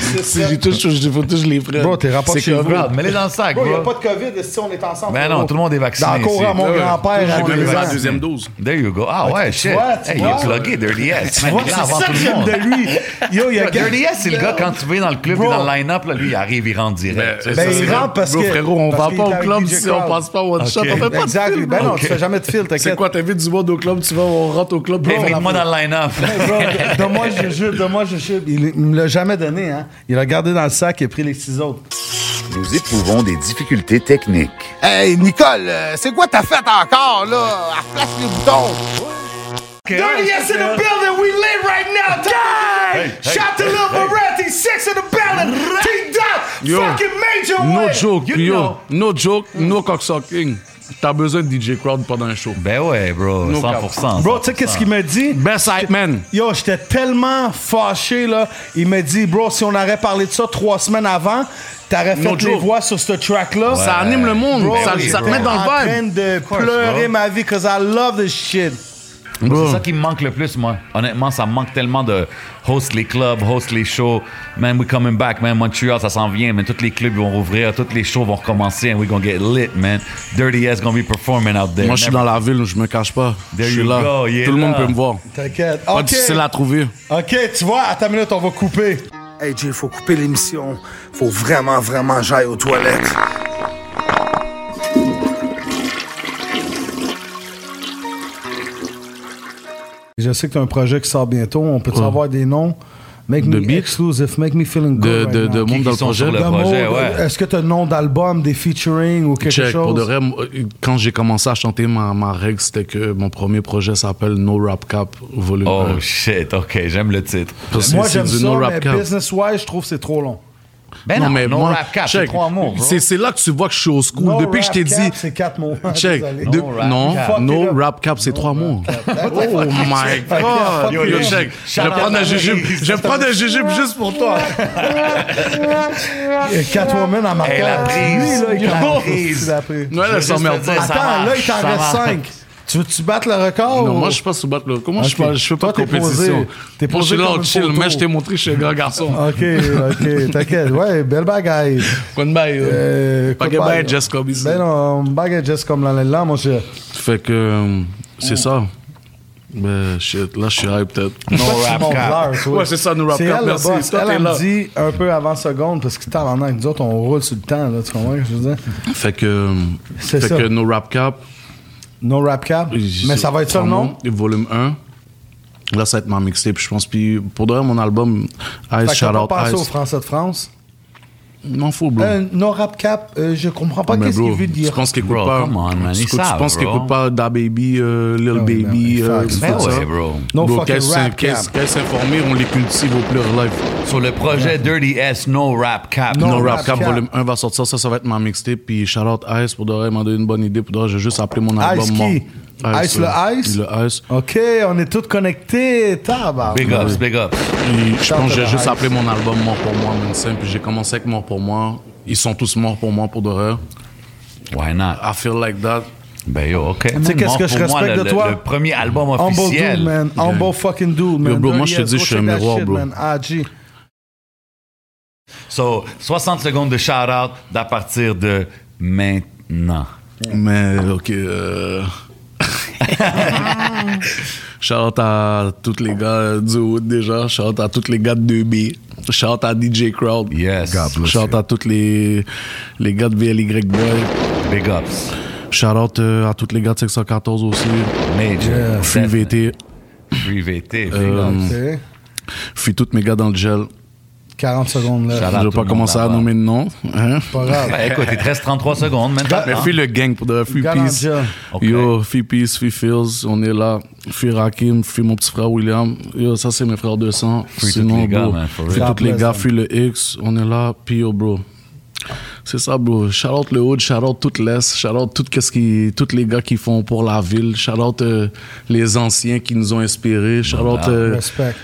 S3: 6,
S6: Si j'y touche, faut faut que je les prenne.
S3: Bro, t'es rapport
S6: C'est
S3: chez
S6: comme-
S3: vous.
S5: Crowd, mets-les dans le sac,
S3: Bro, il n'y a
S5: bro.
S3: pas de COVID, si on est ensemble.
S5: Ben non,
S3: bro.
S5: tout le monde est vacciné
S3: Dans le cours à
S5: ici.
S3: mon
S6: Ouais, ouais.
S3: grand-père, à
S6: J'ai même
S3: 11
S6: eu
S3: ans.
S6: la deuxième dose.
S5: There you go. Ah ouais, shit.
S3: vois, tu
S5: hey, il
S3: vois.
S5: est plugué, Dirty S. Man,
S3: Ouais,
S5: il est
S3: c'est
S5: là avant
S3: ça que
S5: tout le
S3: j'aime
S5: monde.
S3: de lui. Yo, il y a quelqu'un-
S5: Dirty S, c'est le gars, quand tu vas dans le club,
S3: Bro.
S5: dans le line-up, là, lui, il arrive, il rentre direct.
S3: Ben,
S6: Ben, Ça,
S3: il
S6: c'est-
S3: rentre parce
S6: Bro,
S3: que.
S6: frérot, on
S3: parce
S6: va
S3: qu'il
S6: pas
S3: est
S6: au
S3: avec
S6: club
S3: DJ
S6: si on
S3: Crowd.
S6: passe pas au one shot.
S5: Ok.
S6: On fait pas de
S3: Exact.
S6: film.
S3: Ben non,
S5: Ok.
S3: tu fais jamais de fil,
S6: C'est
S3: t'inquiète.
S6: quoi, t'invites du monde au club, tu vas, on rentre au club.
S3: ben,
S5: Hey,
S6: bro, on
S5: mets-moi
S6: a-
S5: dans le line-up.
S3: Bro, Donne-moi je jure, donne-moi je jure. Il, il me l'a jamais donné, hein. Il a gardé dans le sac et pris les six autres.
S8: Nous éprouvons des difficultés techniques.
S7: Hey, Nicole, euh, c'est quoi t'as fait encore, là? Elle flash les boutons.
S5: Dirty S in the building, we live right now, guys! Shout to Lil Moretti, six in the building,
S6: Yo.
S5: T-Dot,
S6: fucking
S5: Major
S6: No joke,
S5: you
S6: yo.
S5: know.
S6: No joke, no cocksucking. T'as besoin de DJ Crowd pendant un show.
S5: Ben ouais, bro,
S6: No cap.
S5: 100%.
S3: Bro, tu sais qu'est-ce qu'il me dit?
S6: Best hype man.
S3: Yo, j'étais tellement fâché, là. Il m'a dit, bro, si on aurait parlé de ça trois semaines avant, t'aurais fait
S6: No
S3: les
S6: joke.
S3: voix sur ce track-là.
S6: Ça anime le monde.
S5: Bro,
S6: ça
S5: oui,
S6: ça te
S5: bro.
S6: met dans
S3: en
S6: le
S3: train
S6: vibe.
S3: de
S5: course,
S3: pleurer
S5: bro.
S3: ma vie, cause I love this shit.
S5: Moi,
S6: Bro.
S5: C'est ça qui me manque le plus, moi. Honnêtement, ça me manque tellement de host les clubs, host les shows. Man, we coming back, man. Montreal, ça s'en vient, man. Tous les clubs ils vont rouvrir, tous les shows vont recommencer, and we gonna get lit, man. Dirty S gonna be performing out there.
S6: Moi, je suis dans la ville, je me cache pas. Je
S5: There
S6: suis
S5: you
S6: là.
S5: go, il est
S6: Tout le monde
S5: là.
S6: peut me voir.
S3: T'inquiète.
S6: Pas
S3: Ok.
S6: difficile à trouver.
S3: Ok, tu vois, à ta minute, on va couper.
S7: Hey, Jay, faut couper l'émission. Faut vraiment, vraiment j'aille aux toilettes.
S3: Je sais que t'as un projet qui sort bientôt. On peut-tu
S6: Ouais.
S3: avoir des noms? Make
S6: De
S3: me
S6: beats?
S3: exclusive, make me feeling
S6: De,
S3: good.
S6: de,
S3: right
S6: de
S3: now.
S5: Qui-
S6: monde dans
S5: qui
S6: le
S5: sont
S6: projet.
S5: sur le
S3: Le
S5: projet,
S3: mot,
S5: ouais.
S3: Est-ce que t'as le nom d'album, des featuring ou quelque
S6: Check,
S3: chose?
S6: pour de vrai, moi, euh, quand j'ai commencé à chanter, ma, ma règle, c'était que mon premier projet s'appelle No Rap Cap Volume
S5: Oh
S6: 1.
S5: shit, ok, j'aime le titre.
S6: Parce que
S3: Moi,
S6: c'est
S3: j'aime
S6: du
S3: ça, mais business-wise, je trouve que c'est trop long.
S5: Ben non, mais no rap cap, c'est
S6: check,
S5: trois mots. bro.
S6: C'est c'est là que tu vois que je suis au school.
S3: No
S6: Depuis que je
S3: rap
S6: t'ai
S3: cap,
S6: dit.
S3: c'est quatre mots. hein,
S6: Check.
S3: Désolé.
S6: de-
S5: No rap
S6: non,
S5: cap.
S6: no
S3: Fuck it up.
S6: rap cap, c'est trois mots. Oh my
S3: Fuck
S6: god. Yo,
S3: it
S6: yo,
S3: up.
S6: check. Je
S5: Shout
S6: vais
S5: out
S6: prendre
S5: à
S6: un jujube.
S5: Marie.
S6: Je vais prendre un jujube juste pour toi.
S3: Et Catwoman en marquant.
S5: Hey, la prise.
S3: Lui, là, il
S5: La
S3: prend-
S5: prise.
S3: Il a pris.
S6: Ouais, là,
S5: Je
S6: ça
S5: veux juste
S6: m'emmerde
S5: te dire,
S6: pas.
S5: ça
S3: Attends, là,
S5: marche,
S3: il t'en
S5: ça
S3: reste
S5: marche.
S3: 5. Tu veux-tu battre le record?
S6: Non,
S3: ou-
S6: moi, je suis pas sous battre. là. Comment je
S3: Ok.
S6: suis pas- je fais pas
S3: Ah,
S6: de
S3: Toi, t'es posé.
S6: compétition?
S3: T'es
S6: Moi, je
S3: posé
S6: suis là,
S3: comme
S6: on
S3: une
S6: chill.
S3: photo. Ah,
S6: Mais je t'ai montré que je suis un grand garçon.
S3: OK, OK, t'inquiète. Ouais, belle bagaille.
S6: Quoi de bail, là?
S3: Euh,
S6: Pas
S3: quoi
S6: que
S3: de
S6: bail,
S3: bail?
S6: just comme ici.
S3: Ben non, bagaille just comme l'année là, mon cher.
S6: Fait que, euh,
S3: Mm.
S6: c'est ça. Ben, shit, là, je suis hype, peut-être.
S3: No rap
S6: Ouais, c'est ça, no rap
S3: C'est
S6: cap,
S3: elle,
S6: merci.
S3: le boss.
S6: Toi,
S3: Elle,
S6: t'es
S3: elle
S6: là.
S3: me dit un peu avant seconde, parce que tabarnak, nous autres, on roule sur le temps, là, tu comprends ce que je veux dire?
S6: Fait que,
S3: C'est
S6: fait
S3: ça.
S6: que No Rap Cap.
S3: No rap cap, mais ça va être ça le nom?
S6: Et Volume 1. Là, ça va être ma mixtape, je pense. Puis pour de vrai, mon album, Ice,
S3: Fait
S6: Shout
S3: qu'on va
S6: Out
S3: passer aux
S6: Ice.
S3: Français de France.
S6: Non, faut, bro.
S3: Euh, no rap cap, euh, je comprends pas
S6: Mais
S3: qu'est-ce
S6: bro,
S3: qu'il veut
S6: Tu
S3: dire.
S6: penses qu'il écoute
S5: Bro,
S6: pas.
S5: come on, man,
S6: tu
S5: ils
S6: tu
S5: savent,
S6: penses qu'il
S5: bro.
S6: écoute pas Da Baby, euh, Lil
S3: mais non,
S6: Baby.
S3: mais
S6: euh,
S3: facts.
S6: tout
S5: Ben
S6: ça.
S5: ouais, bro.
S3: No
S6: Bro,
S3: fucking
S6: qu'elle s'in-
S3: rap
S6: qu'elle
S3: cap.
S6: qu'elle s'informe, on les cultive au plus live.
S5: Sur le projet Dirty S, No Rap Cap.
S3: No
S6: No
S3: Rap
S6: Rap Cap
S3: Cap.
S6: volume 1 va sortir, ça, ça va être ma mixtape. Puis shout out Ice pour de vrai, il m'a donné une bonne idée. Pour de vrai, j'ai juste appelé mon album.
S3: Ice
S6: mon-
S3: qui? Ice le
S6: euh,
S3: Ice?
S6: Le Ice.
S3: OK, on est tous connectés. Tabarnak.
S5: Big ups, big ups.
S6: Puis, je
S3: Shout
S6: pense que
S3: out
S6: j'ai juste
S3: Ice.
S6: appelé mon album Mort pour moi, même simple. Puis j'ai commencé avec Mort pour moi. Ils sont tous morts pour moi, pour de vrai.
S5: Why not?
S6: I feel like that.
S5: Ben yo, ok. Tu
S3: sais qu'est-ce que je respecte
S5: le,
S3: de toi?
S5: Le, le premier album
S3: Humble
S5: officiel.
S3: dude, man. Humble fucking dude, man.
S6: bro, moi,
S3: Dirty
S6: je te
S3: as,
S6: dis,
S3: go
S6: je suis un
S3: check that
S6: miroir,
S3: shit,
S6: bro.
S3: man. Ah, G.
S5: So, 60 secondes de shout-out d'à partir de maintenant.
S6: Mais ok. euh, Shout out à tous les gars du haut déjà. Shout out à tous les gars de 2B. Shout out à DJ Crowd.
S5: Yes. God bless
S6: Shout out à tous les, les gars de VLY Boy.
S5: Big ups.
S6: Shout out euh, à tous les gars de 614 aussi.
S5: Major.
S6: Free Euh, VT.
S5: Free VT. Big ups.
S3: OK.
S6: Free toutes mes gars dans le gel.
S3: 40 secondes, là.
S5: Shout
S6: Je
S5: out
S6: vais
S5: tout le
S6: pas
S5: monde
S6: commencer à
S5: là-bas.
S6: nommer de nom. Hein?
S3: Pas grave.
S5: Ben, écoute, il te reste 33 secondes hein? maintenant.
S3: Hein?
S6: Mais free le gang pour de Free
S3: Gars dans le
S6: Peace.
S3: gel.
S5: Ok.
S6: Yo, Free Peace, Free Fields, on est là. Free Rakim, Free mon petit frère William. Yo, ça c'est mes frères 200.
S5: Free tous les gars,
S6: bro,
S5: man, for
S6: Free
S3: real.
S6: tous les
S3: God
S6: gars,
S3: bless
S6: Free le X, on est là. Puis yo, bro. C'est ça, bro. Shout out le Hood, shout out toute l'Est, shout out tout qu'est-ce qui, tous les gars qui font pour la ville, shout out euh, les anciens qui nous ont inspirés, shout out euh,
S3: Respect.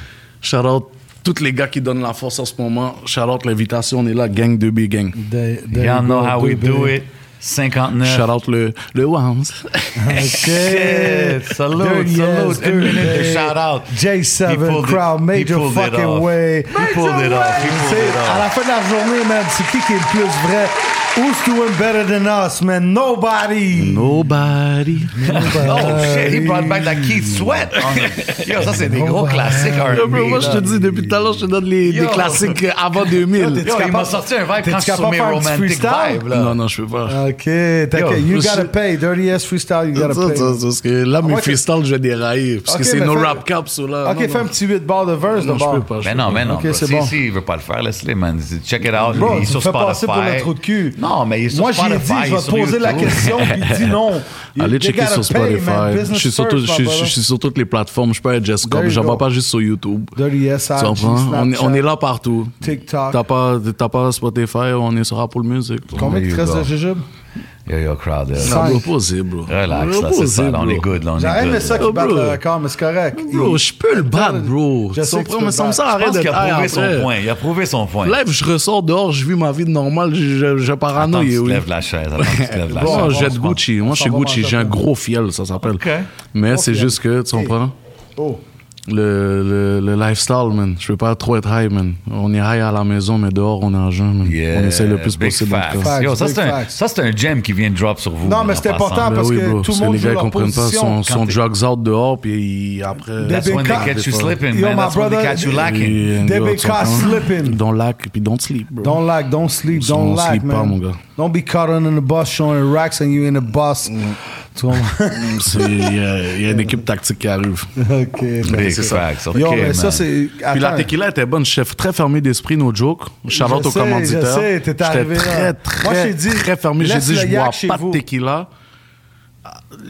S6: Shout out tous les gars qui donnent la force en ce moment. Shout out l'invitation, on est là, gang de B gang.
S3: There- there you
S5: Y'all know
S3: go,
S5: how we
S3: baby.
S5: do it. 59.
S6: Shout out le, le Wams.
S3: OK.
S5: Shit. Salute,
S3: Dirty
S5: salute.
S3: ass,
S5: Une minute de
S3: dirty.
S5: shout-out. He
S3: J7
S5: pulled it-
S3: crowd,
S5: he
S3: major
S5: pulled it
S3: fucking
S5: off.
S3: way.
S5: He pulled it off. He
S3: Tu
S5: pulled
S3: sais,
S5: it
S3: à la
S5: off.
S3: fin de la journée, man, c'est qui qui est le plus vrai? Who's doing better than us, man? Nobody.
S6: Nobody.
S5: Oh shit, he brought back that Keith Sweat. on the- Yo, ça c'est des
S6: Oh,
S5: gros classiques
S6: Yo,
S5: R&B.
S6: bro, moi, je te
S5: là.
S6: dis, depuis tout à l'heure, je te donne les,
S5: Yo.
S6: des classiques euh, avant 2000.
S5: Yo, il m'a sorti un vibe quand je suis sur
S3: capable de
S5: mes
S3: faire un
S5: romantic
S3: petit freestyle?
S5: vibes.
S6: Non,
S5: là.
S6: non, je peux pas.
S3: OK, t'inquiète.
S6: Yo,
S3: You
S6: je-
S3: gotta pay. Dirty ass freestyle, you
S6: Ça,
S3: gotta
S6: ça,
S3: pay.
S6: ça, parce que là, mes
S3: Ah, moi, que-
S6: freestyles, je vais dérailler. Parce
S3: Ok,
S6: que c'est
S3: mais
S6: no
S3: fais-
S6: rap cap, sur là.
S3: OK, fais un petit 8 bars de verse
S6: Non, je
S3: d'abord.
S6: peux pas. je
S5: Mais
S6: peux
S5: non, mais non.
S3: Ok,
S5: bro.
S3: c'est
S5: si,
S3: bon.
S5: si, il veut pas le faire, laisse-le, man. Check it out.
S3: Bro,
S5: il est
S3: tu me
S5: sur
S3: fais passer
S5: Spotify.
S3: pour le trou de cul.
S5: Non, mais il est sur
S3: Moi, j'ai
S5: Spotify.
S3: dit, je
S5: il
S3: vais
S5: est
S3: te
S5: sur
S3: poser la
S5: YouTube.
S3: question, puis il dit non. You-
S6: Allez
S3: they
S6: checker
S3: gotta
S6: sur
S3: pay,
S6: Spotify.
S3: man. Business
S6: je, suis sur
S3: first,
S6: tout- je, suis-
S3: my
S6: je
S3: brother.
S6: suis sur toutes les plateformes. Je peux être Jess
S3: There
S6: Cobb.
S3: you
S6: Je ne
S3: go.
S6: vais pas juste sur YouTube.
S3: Dirty ass,
S6: Tu comprends? On est, on est
S3: Snapchat.
S6: là partout.
S3: TikTok.
S6: T'as pas, t'as pas Spotify, on est sur Apple Music.
S3: Combien tu
S5: There you
S3: restes
S5: go.
S3: de jujube?
S5: Yo, yo, crowd. là.
S6: Ça bro, posé, bro.
S5: Relax, là, c'est
S6: Posé,
S5: ça. là, on
S6: bro.
S5: est good, là, on est
S3: J'aurais aimé
S5: good.
S3: ça
S5: là.
S3: qu'il batte
S6: bro.
S3: le record, mais c'est correct.
S6: Oh, Bro, Oh,
S3: Il-
S6: je peux le battre, bro.
S3: Je
S6: Tu
S3: sais que tu
S6: comprends,
S3: peux
S6: mais ça me
S3: le
S6: sert
S3: battre.
S5: Je
S6: arrête
S5: pense
S6: de
S5: qu'il a
S6: taire
S5: prouvé son
S6: après.
S5: point. Il a prouvé son point.
S6: Live, je ressors dehors, je vis ma vie normale, je, je, je
S5: Attends,
S6: paranoïe.
S5: tu te
S6: oui.
S5: lèves la chaise. Attends, tu te lèves la
S6: Bon,
S5: chaise.
S6: je jette Gucci. Moi, je suis
S3: va
S6: Gucci.
S3: manger
S6: J'ai un
S3: après.
S6: gros fiel, ça s'appelle.
S5: Ok.
S6: Mais
S3: Gros
S6: c'est
S3: fiel.
S6: juste que, tu comprends,
S3: Oh.
S6: le, le, le lifestyle, man. Je veux pas trop être high, man. On est high à la maison, mais dehors, on est en jeu, man.
S5: Yeah,
S6: on essaie le plus
S5: big
S6: possible. en tout cas.
S5: facts. Yo, ça,
S3: Big
S5: c'est un,
S3: facts.
S5: ça, c'est un gem qui vient de drop sur vous.
S3: Non,
S5: man,
S3: mais
S5: en
S3: c'est
S5: passant,
S3: important
S5: là.
S6: Ben
S3: Ah, parce
S6: oui,
S3: que
S6: bro,
S3: tout
S6: parce
S3: le
S6: que
S3: monde
S6: les
S3: joue
S6: gars ils
S3: leur
S6: comprennent pas,
S3: position.
S6: son, son
S5: t'es-
S6: drugs out dehors, puis après...
S3: Des
S5: That's when
S3: Because-
S5: they catch you slipping,
S3: Yo,
S5: man.
S3: my
S5: That's when they
S3: brother-
S5: catch you lacking.
S6: Puis,
S3: They
S6: yo,
S3: be
S6: tu
S3: caught
S6: comprends?
S3: slipping.
S6: Don't lack, puis don't sleep, bro.
S3: Don't lag, don't sleep,
S6: On
S3: don't lag,
S6: sleep pas,
S3: man.
S6: mon gars.
S3: Don't be caught on in the bus showing racks and you in the bus.
S6: Mm.
S3: Tu comprends?
S6: C'est- Il y, a- il y a une équipe tactique qui arrive.
S3: ok.
S5: Big
S3: ben,
S5: facts. OK,
S3: Yo, mais
S5: man.
S3: ça, c'est.
S6: Puis la
S3: attends.
S6: tequila était bonne. Chef très fermé d'esprit, no joke. Shout out
S3: Je
S6: au
S3: sais,
S6: commanditaire.
S3: je sais, t'es
S6: J'étais
S3: arrivé là.
S6: très,
S3: Moi, je
S6: très,
S3: t'ai dit,
S6: très fermé. J'ai
S3: laisse
S6: dit,
S3: le
S6: je
S3: yak
S6: bois
S3: chez
S6: pas
S3: vous.
S6: de tequila.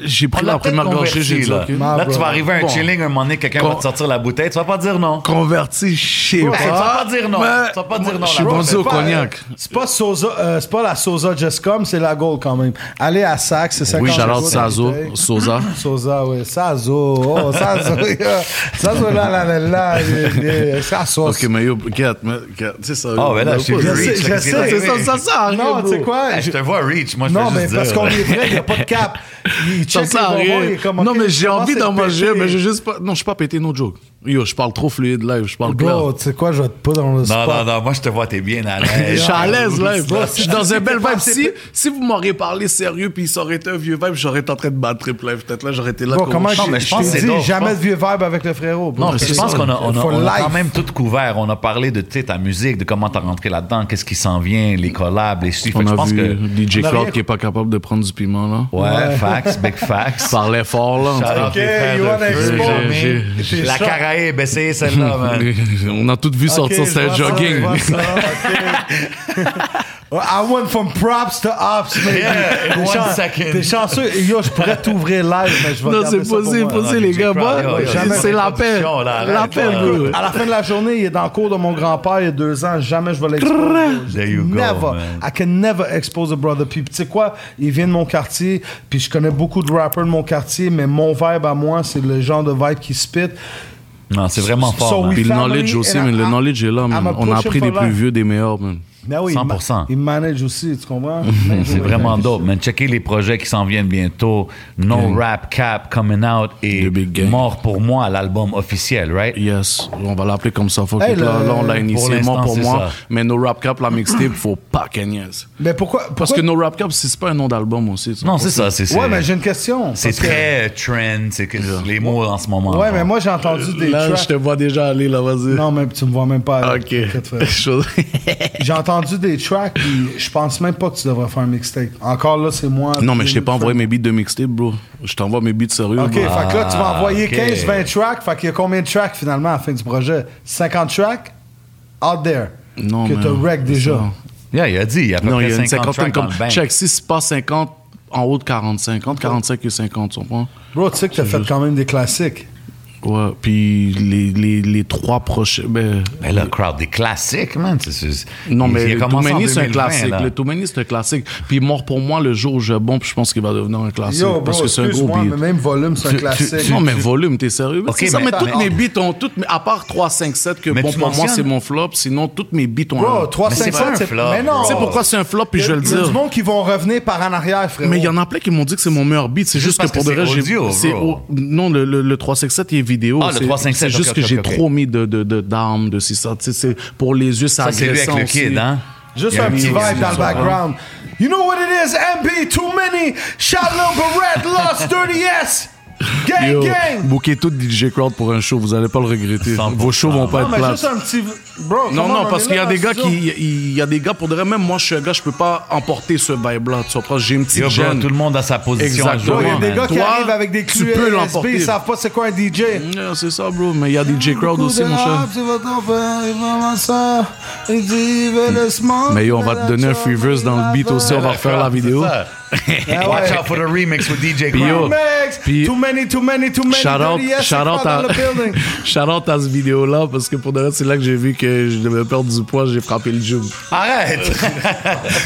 S6: J'ai pris
S5: On
S6: la
S5: l'a peut-être
S6: première gorgée, j'ai
S5: converti,
S6: dit,
S5: là.
S6: OK.
S5: Là, tu
S3: bro.
S5: vas arriver à un
S6: Bon.
S5: chilling, un moment donné, quelqu'un va
S6: Con-
S5: te sortir la bouteille. Tu vas pas dire non.
S6: Converti chez
S5: Ouais, tu vas pas dire non.
S6: Mais-
S5: Tu vas pas dire non,
S6: Je suis
S5: là, bro.
S6: vendu
S5: C'est
S6: au
S5: pas-
S6: cognac.
S3: C'est pas, Sosa, euh, c'est pas la Sosa Just Come, c'est la Gold quand même. Allez à Sac, c'est 50
S6: Oui, shout out
S3: euros de
S6: Sazo,
S3: bouteille.
S6: Sosa.
S3: Sosa, oui. Sazo, oh, Sazo, yeah. Sazo, là, là, là, là, yeah, yeah. Sazo.
S6: Ok, mais yo, get, mais get, c'est ça.
S5: Ah, ouais, là,
S6: Pas-
S5: je suis
S3: Je
S5: Reach,
S3: sais,
S5: là,
S3: je
S5: qu'est-ce qui est
S3: sais.
S5: arrivé?
S6: C'est ça, ça, ça arrive,
S3: Non, tu sais
S6: bro.
S3: quoi?
S5: Hey, Je
S3: je-
S5: te vois reach, moi je
S3: Non,
S5: fais
S3: mais
S5: juste
S3: parce
S5: dire, euh,
S3: qu'on
S5: là.
S3: est vrai, il n'y a pas de cap. Il
S6: Ça
S3: check
S6: sert à
S3: les bonbons,
S6: rien.
S3: il est comme,
S6: non,
S3: OK,
S6: mais j'ai
S3: comment
S6: envie
S3: c'est
S6: d'en manger,
S3: pété?
S6: mais j'ai juste pas. Non, je suis pas pété, no joke. Yo, je parle trop fluide live, je parle clair.
S3: Bro, tu sais quoi, je vais te pas dans le
S5: Non,
S3: spot.
S5: non, non, moi je te vois, t'es bien à
S6: Je
S5: l'aise.
S6: suis à l'aise live.
S3: Bro,
S6: Je suis dans un bel vibe.
S3: c'est-
S6: Si, si vous m'auriez parlé sérieux puis ça aurait été un vieux vibe, j'aurais été en train de battre trip live. Peut-être là, j'aurais été là.
S3: Bro,
S6: comme-
S3: comment
S5: mais
S3: je
S5: je pense
S3: je
S5: que
S3: t'ai
S5: c'est
S3: dit,
S5: dope.
S3: jamais
S5: Je
S3: de vieux vibe avec le frérot. bro.
S6: Non, mais
S5: Je
S6: C'est
S5: pense
S6: ça,
S5: qu'on a, on a-
S3: for
S5: on a quand
S3: life.
S5: même tout couvert. On a parlé de tu sais, ta musique, de comment t'as rentré là-dedans, qu'est-ce qui s'en vient, les collabs, les chiffres.
S6: On
S5: je
S6: a
S5: pense
S6: vu
S5: que.
S6: DJ
S3: on a
S6: Cloud
S3: rien-
S6: qui est pas capable de prendre du piment là.
S5: Ouais, fax, big fax.
S6: Parlait fort là. en tout cas.
S5: Shout-out
S3: Ok,
S5: les frères
S3: you
S5: de
S3: wanna
S5: feu,
S6: explore.
S5: j'ai-
S6: J'ai-
S5: j'ai-
S3: j'ai
S5: La
S3: chaud.
S5: Caraïbe, essayez celle-là, man.
S6: On a toutes vu
S3: Ok,
S6: sortir
S3: je
S6: c'était
S3: vois ça, je
S6: jogging.
S3: vois ça, ok. I went from props to ops, man.
S5: Yeah, in
S3: T'es
S5: one
S3: chan-
S5: second.
S3: T'es chanceux. Et Yo, je pourrais t'ouvrir live, mais je vais
S6: Non,
S3: garder
S6: c'est
S3: ça pour
S6: possible,
S3: moi.
S6: possible, les
S5: DJ
S6: gars.
S5: Crowd,
S6: bah,
S5: yo,
S3: yo, yo,
S6: C'est
S5: yo,
S6: l'appel.
S5: yo, là, là,
S6: L'appel,
S5: là,
S6: gros.
S3: À la fin de la journée, il est dans le cours de mon grand-père il y a deux ans. Jamais je vais l'exposer.
S5: There you go,
S3: never.
S5: man.
S3: I can never expose a brother. Puis tu sais quoi? Il vient de mon quartier, puis je connais beaucoup de rappers de mon quartier, mais mon vibe à moi, c'est le genre de vibe qui spit.
S5: Non, c'est vraiment
S3: So
S5: fort, man.
S3: we-
S6: Puis le
S3: Family
S6: knowledge aussi,
S3: and
S6: mais le
S3: I-
S6: knowledge est là,
S3: I'm
S6: man.
S3: a
S6: On a
S3: pushing
S6: appris des
S3: for
S6: plus
S3: life.
S6: vieux, des meilleurs, man.
S3: Mais oui, il ma-
S5: 100%.
S3: Il manage aussi, tu comprends? Il manage
S5: C'est
S3: aussi.
S5: vraiment dope, man. Checkez les projets qui s'en viennent bientôt. No Rap Cap, Coming Out et
S6: The Big Game.
S5: Mort pour moi, l'album officiel, right?
S6: Yes, on va l'appeler comme ça. Fuck
S3: Hey,
S6: it, là,
S3: le-
S6: là, on l'a initié,
S5: l'instant,
S6: mort pour
S5: c'est
S6: moi.
S5: ça.
S6: Mais No Rap Cap, la mixtape, faut pas qu'elle niaise.
S3: Mais pourquoi? pourquoi-
S6: Parce que No Rap Cap, c'est c'est pas un nom d'album aussi. tu
S5: Non,
S6: vois.
S5: c'est ça, c'est
S3: Ouais,
S5: c'est-
S3: mais j'ai une question.
S5: C'est
S3: parce que-
S5: très trend, c'est que les mots en ce moment.
S3: Ouais,
S5: genre.
S3: mais moi, j'ai entendu des
S6: Là,
S3: tracks-
S6: je te vois déjà aller, là, vas-y.
S3: Non, mais tu me vois même pas. aller.
S6: Ah, Ok.
S3: T'inquiète, frère.
S6: Je-
S3: J'ai entendu des tracks, puis je pense même pas que tu devrais faire un mixtape. Encore là, c'est moi.
S6: Non, mais je t'ai pas envoyé mes beats de mixtape, bro. Je t'envoie mes beats sérieux.
S3: Ok,
S6: bro.
S3: fait que là, tu vas
S6: Ah,
S3: envoyer
S5: ok.
S3: 15-20 tracks. Fait qu'il y a combien de tracks finalement à la fin du projet 50 tracks out there
S6: Non,
S3: que
S6: man.
S3: t'as wreck déjà.
S6: Ça.
S5: Yeah, il a dit, il y a à peu
S6: Non,
S5: près
S6: il y a une
S5: 50
S6: cinquantaine
S5: tracks dans
S6: comme.
S5: le bank.
S6: Check, si c'est pas 50, en haut de 40, 50, 45 et 50, tu comprends?
S3: Bro, tu sais que t'as
S6: C'est
S3: fait
S6: juste-
S3: quand même des classiques.
S6: Ouais, puis les, les, les trois prochains. Ben,
S5: Mais là, crowd, des classiques, man. C'est- c'est-
S6: non,
S5: il- il
S6: mais
S5: a
S6: le
S5: commencé en
S6: Toumani, c'est un
S5: 2020,
S6: classique.
S5: là.
S6: Le Toumani, c'est un classique. Puis Mort pour moi, le jour où je bombe, je pense qu'il va devenir un classique.
S3: Yo,
S6: parce
S3: bro,
S6: que c'est un gros
S3: excuse-moi,
S6: beat.
S3: mais même volume, c'est un
S5: Tu- tu-
S3: classique.
S5: tu-
S6: non, mais volume, t'es sérieux?
S5: Ok,
S6: c'est ça,
S5: mais-
S6: mais, toutes mes
S5: mais-
S6: beats ont toutes. mes- À part 3, 5, 7, que
S5: Mais
S6: bon,
S5: tu
S6: pour moi,
S5: mentionnes-
S6: c'est mon flop. Sinon, toutes mes beats ont.
S3: Bro,
S6: un-
S3: 3
S5: Mais c'est
S3: 5
S5: pas un flop,
S3: Mais non.
S5: bro.
S6: Tu sais pourquoi c'est un flop, puis je vais le
S3: Il y a du
S6: dire.
S3: monde qui vont revenir par en arrière, frère.
S6: Mais il y en a plein qui m'ont dit que c'est mon meilleur beat. C'est juste que
S5: parce
S6: pour
S5: que
S6: de
S5: c'est
S6: vrai, j'ai.
S5: audio,
S6: c'est
S5: bro.
S6: au- Non, le, le, le 357, il est vidéo.
S5: Ah, le
S6: C'est-
S5: 357,
S6: C'est juste
S5: ok,
S6: que
S5: ok,
S6: j'ai
S5: ok.
S6: trop mis de, de, de, d'armes, de ci, ça. Tu sais, c'est pour les yeux, ça
S5: Ça, c'est lui avec
S6: agressant
S5: le
S6: aussi.
S5: kid, hein?
S3: Juste
S5: Il y a
S3: un petit
S5: kid
S3: vibe
S5: qui
S3: dans le
S5: sort, hein?
S3: background. You know what it is, MP, too many, shot little Barrett, lost 30S, gang,
S6: Yo,
S3: gang.
S6: bouquez tout DJ Crowd pour un show, vous allez pas le regretter.
S5: 100%.
S6: Vos shows vont pas
S3: Non,
S6: être
S3: mais juste
S6: plates.
S3: un petit... Bro,
S6: Non,
S3: come on,
S6: non,
S3: on
S6: parce
S3: est
S6: qu'il y a
S3: là
S6: des
S3: dans
S6: gars
S3: le
S6: qui.
S3: studio.
S6: Il y a des gars, pour de vrai, même moi, je suis un gars, je peux pas emporter ce vibe-là. Tu comprends? J'ai une
S5: Yo,
S6: petite
S5: bro,
S6: gêne.
S5: tout le monde a sa position. à
S6: Exactement.
S5: jouer,
S3: Il y a des
S5: man.
S3: gars qui
S6: Toi,
S3: arrivent avec des
S6: tu
S3: clés
S6: peux
S3: USB,
S6: l'emporter.
S3: ils savent pas c'est quoi un DJ.
S6: Ouais, C'est ça, bro. Mais il y a DJ Crowd aussi, mon cher. Mais yo, on va te donner un Freeverse dans le beat aussi, on va refaire la vidéo.
S3: Ah ouais.
S5: Watch out for the remix with DJ
S6: Puis yo,
S5: Crowd.
S3: Remix,
S6: Puis-
S3: too many, too many, too many.
S6: Shout out,
S3: 30S,
S6: shout out
S3: c'est pas dans
S6: à,
S3: le building.
S6: shout out à ce vidéo-là, parce que pour de vrai, c'est là que j'ai vu que je devais perdre du poids, j'ai frappé le jump.
S5: Arrête!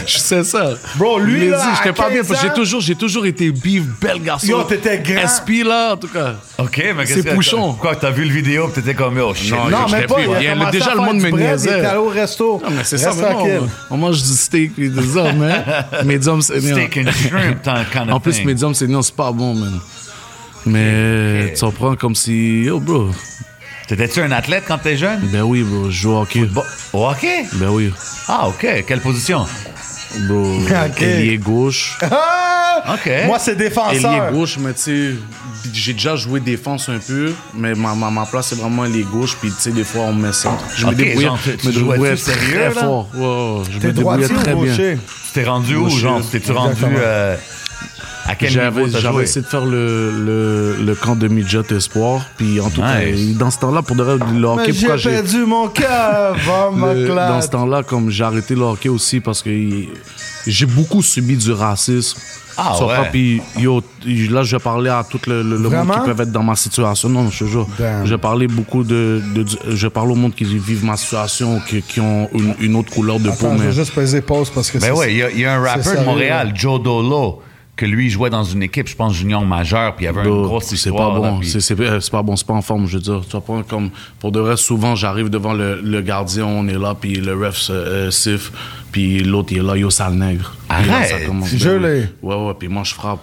S6: Je sais ça.
S3: Bro, lui,
S6: Je l'ai
S3: là,
S6: dit,
S3: à
S6: j'étais pas bien,
S3: 15
S6: parce que j'ai
S3: ans-
S6: toujours, j'ai toujours été bif, bel garçon.
S3: Yo, t'étais grand.
S6: SP, là, en tout cas.
S5: OK, mais qu'est-ce
S6: C'est
S5: que...
S6: Pouchon.
S5: Quoi, t'as vu le vidéo pis t'étais comme, oh shit.
S6: Non,
S5: là,
S3: Non,
S6: je
S3: mais
S6: l'ai
S3: pas.
S6: plus,
S3: il a
S6: rien.
S3: commencé
S6: Déjà,
S3: à
S6: le
S3: faire
S6: monde
S3: du
S6: me
S3: bread,
S6: niaisait.
S3: Il est allé au resto.
S6: Non, Ah, mais c'est ça,
S3: Reste
S6: mais non,
S3: tranquille.
S6: on, on mange du steak et des hommes, hein. Medium senior.
S5: Steak and shrimp, t'en- kind of
S6: En plus,
S5: thing.
S6: medium senior, c'est pas bon, man. Mais tu en prends comme si. Yo, bro.
S5: T'étais-tu un athlète quand t'es jeune?
S6: Ben oui, bro, je joue au hockey.
S5: Bon, oh, OK.
S6: Ben oui,
S5: Ah, OK. Quelle position?
S6: bro.
S3: Ok.
S6: Ailier gauche.
S3: Ah!
S5: OK.
S3: Moi, c'est
S6: Ailier
S3: défenseur.
S6: gauche, mais tu sais, j'ai déjà joué défense un peu, mais ma, ma, ma place, c'est vraiment ailier gauche, puis tu sais, des fois, on me met centre. Je
S5: Ok,
S6: me débrouillais,
S5: genre, tu- tu
S6: me
S5: jouais-tu
S6: débrouillais
S5: sérieux,
S6: très
S5: là?
S6: fort. Ouais, ouais, je
S3: T'es
S6: me débrouillais
S3: droitier
S6: très
S3: ou
S6: bien.
S3: gaucher?
S5: Tu t'es rendu où,
S6: Gaucher.
S5: genre? T'es-tu rendu...
S3: Exactement.
S5: euh, à quel niveau
S6: J'avais
S5: t'as
S6: j'avais
S5: joué?
S6: essayé de faire le, le, le camp de midget espoir, puis en tout cas,
S5: Nice.
S6: dans ce temps-là, pour de vrai, le hockey,
S3: Mais j'ai
S6: pourquoi j'ai...
S3: perdu mon cœur, va ma
S6: Le- dans ce
S3: classe.
S6: temps-là, comme j'ai arrêté le hockey aussi parce que il- j'ai beaucoup subi du racisme.
S5: Ah
S6: Tu comprends?
S5: ouais.
S6: Puis yo, t- là, je parlais à tout le, le- le monde
S3: Vraiment?
S6: qui peut être dans ma situation. Non, je te jure.
S3: Damn.
S6: Je parlais beaucoup de, de- du- Je parle au monde qui vivent ma situation, qui, qui ont une, une autre couleur de peau.
S3: Attends, je
S6: Mais
S3: vais juste peser pause parce que
S5: Ben
S3: c'est-
S5: ouais, il y a- il y, a un
S3: c'est
S5: rappeur de
S3: sérieux.
S5: Montréal, Joe Dolo, que lui jouait dans une équipe, je pense, junior majeur, puis il y avait une
S6: Yo,
S5: grosse
S6: c'est
S5: histoire.
S6: pas
S5: là,
S6: bon.
S5: puis-
S6: C'est c'est- euh, c'est pas bon. C'est pas en forme, je veux dire. Tu comprends? Comme, pour de vrai, souvent, j'arrive devant le, le gardien, on est là, puis le ref se- euh, siffle, puis l'autre, il est là, yo, sale nègre. Puis là, ça
S5: Arrête!
S6: commence.
S3: Je
S6: Ben oui.
S3: l'ai.
S6: Ouais, ouais, puis moi, je frappe.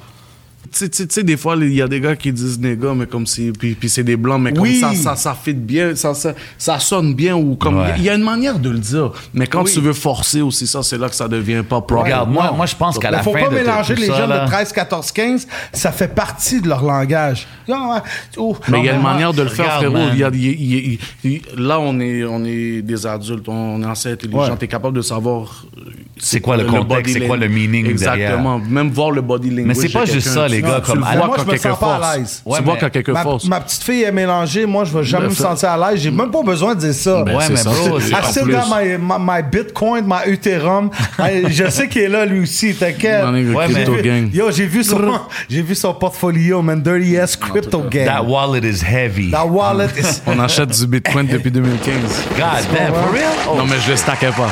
S6: Tu sais- tu sais- tu sais, des fois, il y a des gars qui disent des gars, mais comme si. Puis, puis c'est des blancs, mais comme
S3: Oui.
S6: ça, ça, ça fit bien, ça, ça, ça sonne bien, ou comme.
S5: Ouais.
S6: Il y a une manière de le dire. Mais quand tu veux forcer aussi ça, c'est là que ça devient pas propre.
S5: Regarde, moi, moi je pense qu'à
S3: Il
S5: la
S3: faut
S5: fin
S3: pas
S5: de
S3: mélanger
S5: tout
S3: les
S5: ça,
S3: jeunes
S5: là-
S3: de 13, 14, 15. Ça fait partie de leur langage. Ah, oh,
S6: Mais il y a
S5: Non,
S6: une
S5: mais
S6: manière de le faire, frérot.
S5: regarde, man.
S6: Il y a- il y a- il y a- il y a- là, on est, on est des adultes, on est assez intelligents.
S3: Ouais.
S6: T'es capable de savoir. euh,
S5: C'est quoi le contexte,
S6: body
S5: c'est quoi le
S6: language.
S5: meaning
S6: Exactement. Même voir le body language.
S5: c'est pas
S6: de
S5: juste
S6: quelqu'un,
S5: ça, les
S6: tu-
S5: gars,
S6: tu
S5: comme-
S6: le vois
S5: alors
S6: quand
S3: que je me
S6: quelqu'un
S3: sens pas à
S6: force.
S3: l'aise.
S5: Ouais,
S6: tu vois
S5: mais-
S6: quand quelqu'un
S3: Ma,
S6: force.
S3: ma petite fille est mélangée. Moi, je vais jamais
S6: Le
S3: me
S6: fait-
S3: sentir à l'aise. J'ai même pas besoin de dire ça.
S6: Ben,
S5: Ouais,
S6: c'est
S5: mais
S6: ça,
S5: bro,
S6: c'est-
S5: c'est-
S3: I
S6: en
S3: still
S6: plus.
S3: got my, my, my Bitcoin, my Ethereum. I- je sais qu'il est là, lui aussi, t'inquiète.
S6: Mon nigga,
S5: Ouais, mais-
S6: crypto gang.
S3: Yo, j'ai vu son, j'ai vu son portfolio, man. Dirty ass crypto
S5: That
S3: game.
S5: wallet is heavy.
S3: That wallet is...
S6: On achète du bitcoin depuis 2015.
S5: God damn, for real? Oh,
S6: Non, mais je le stackais pas.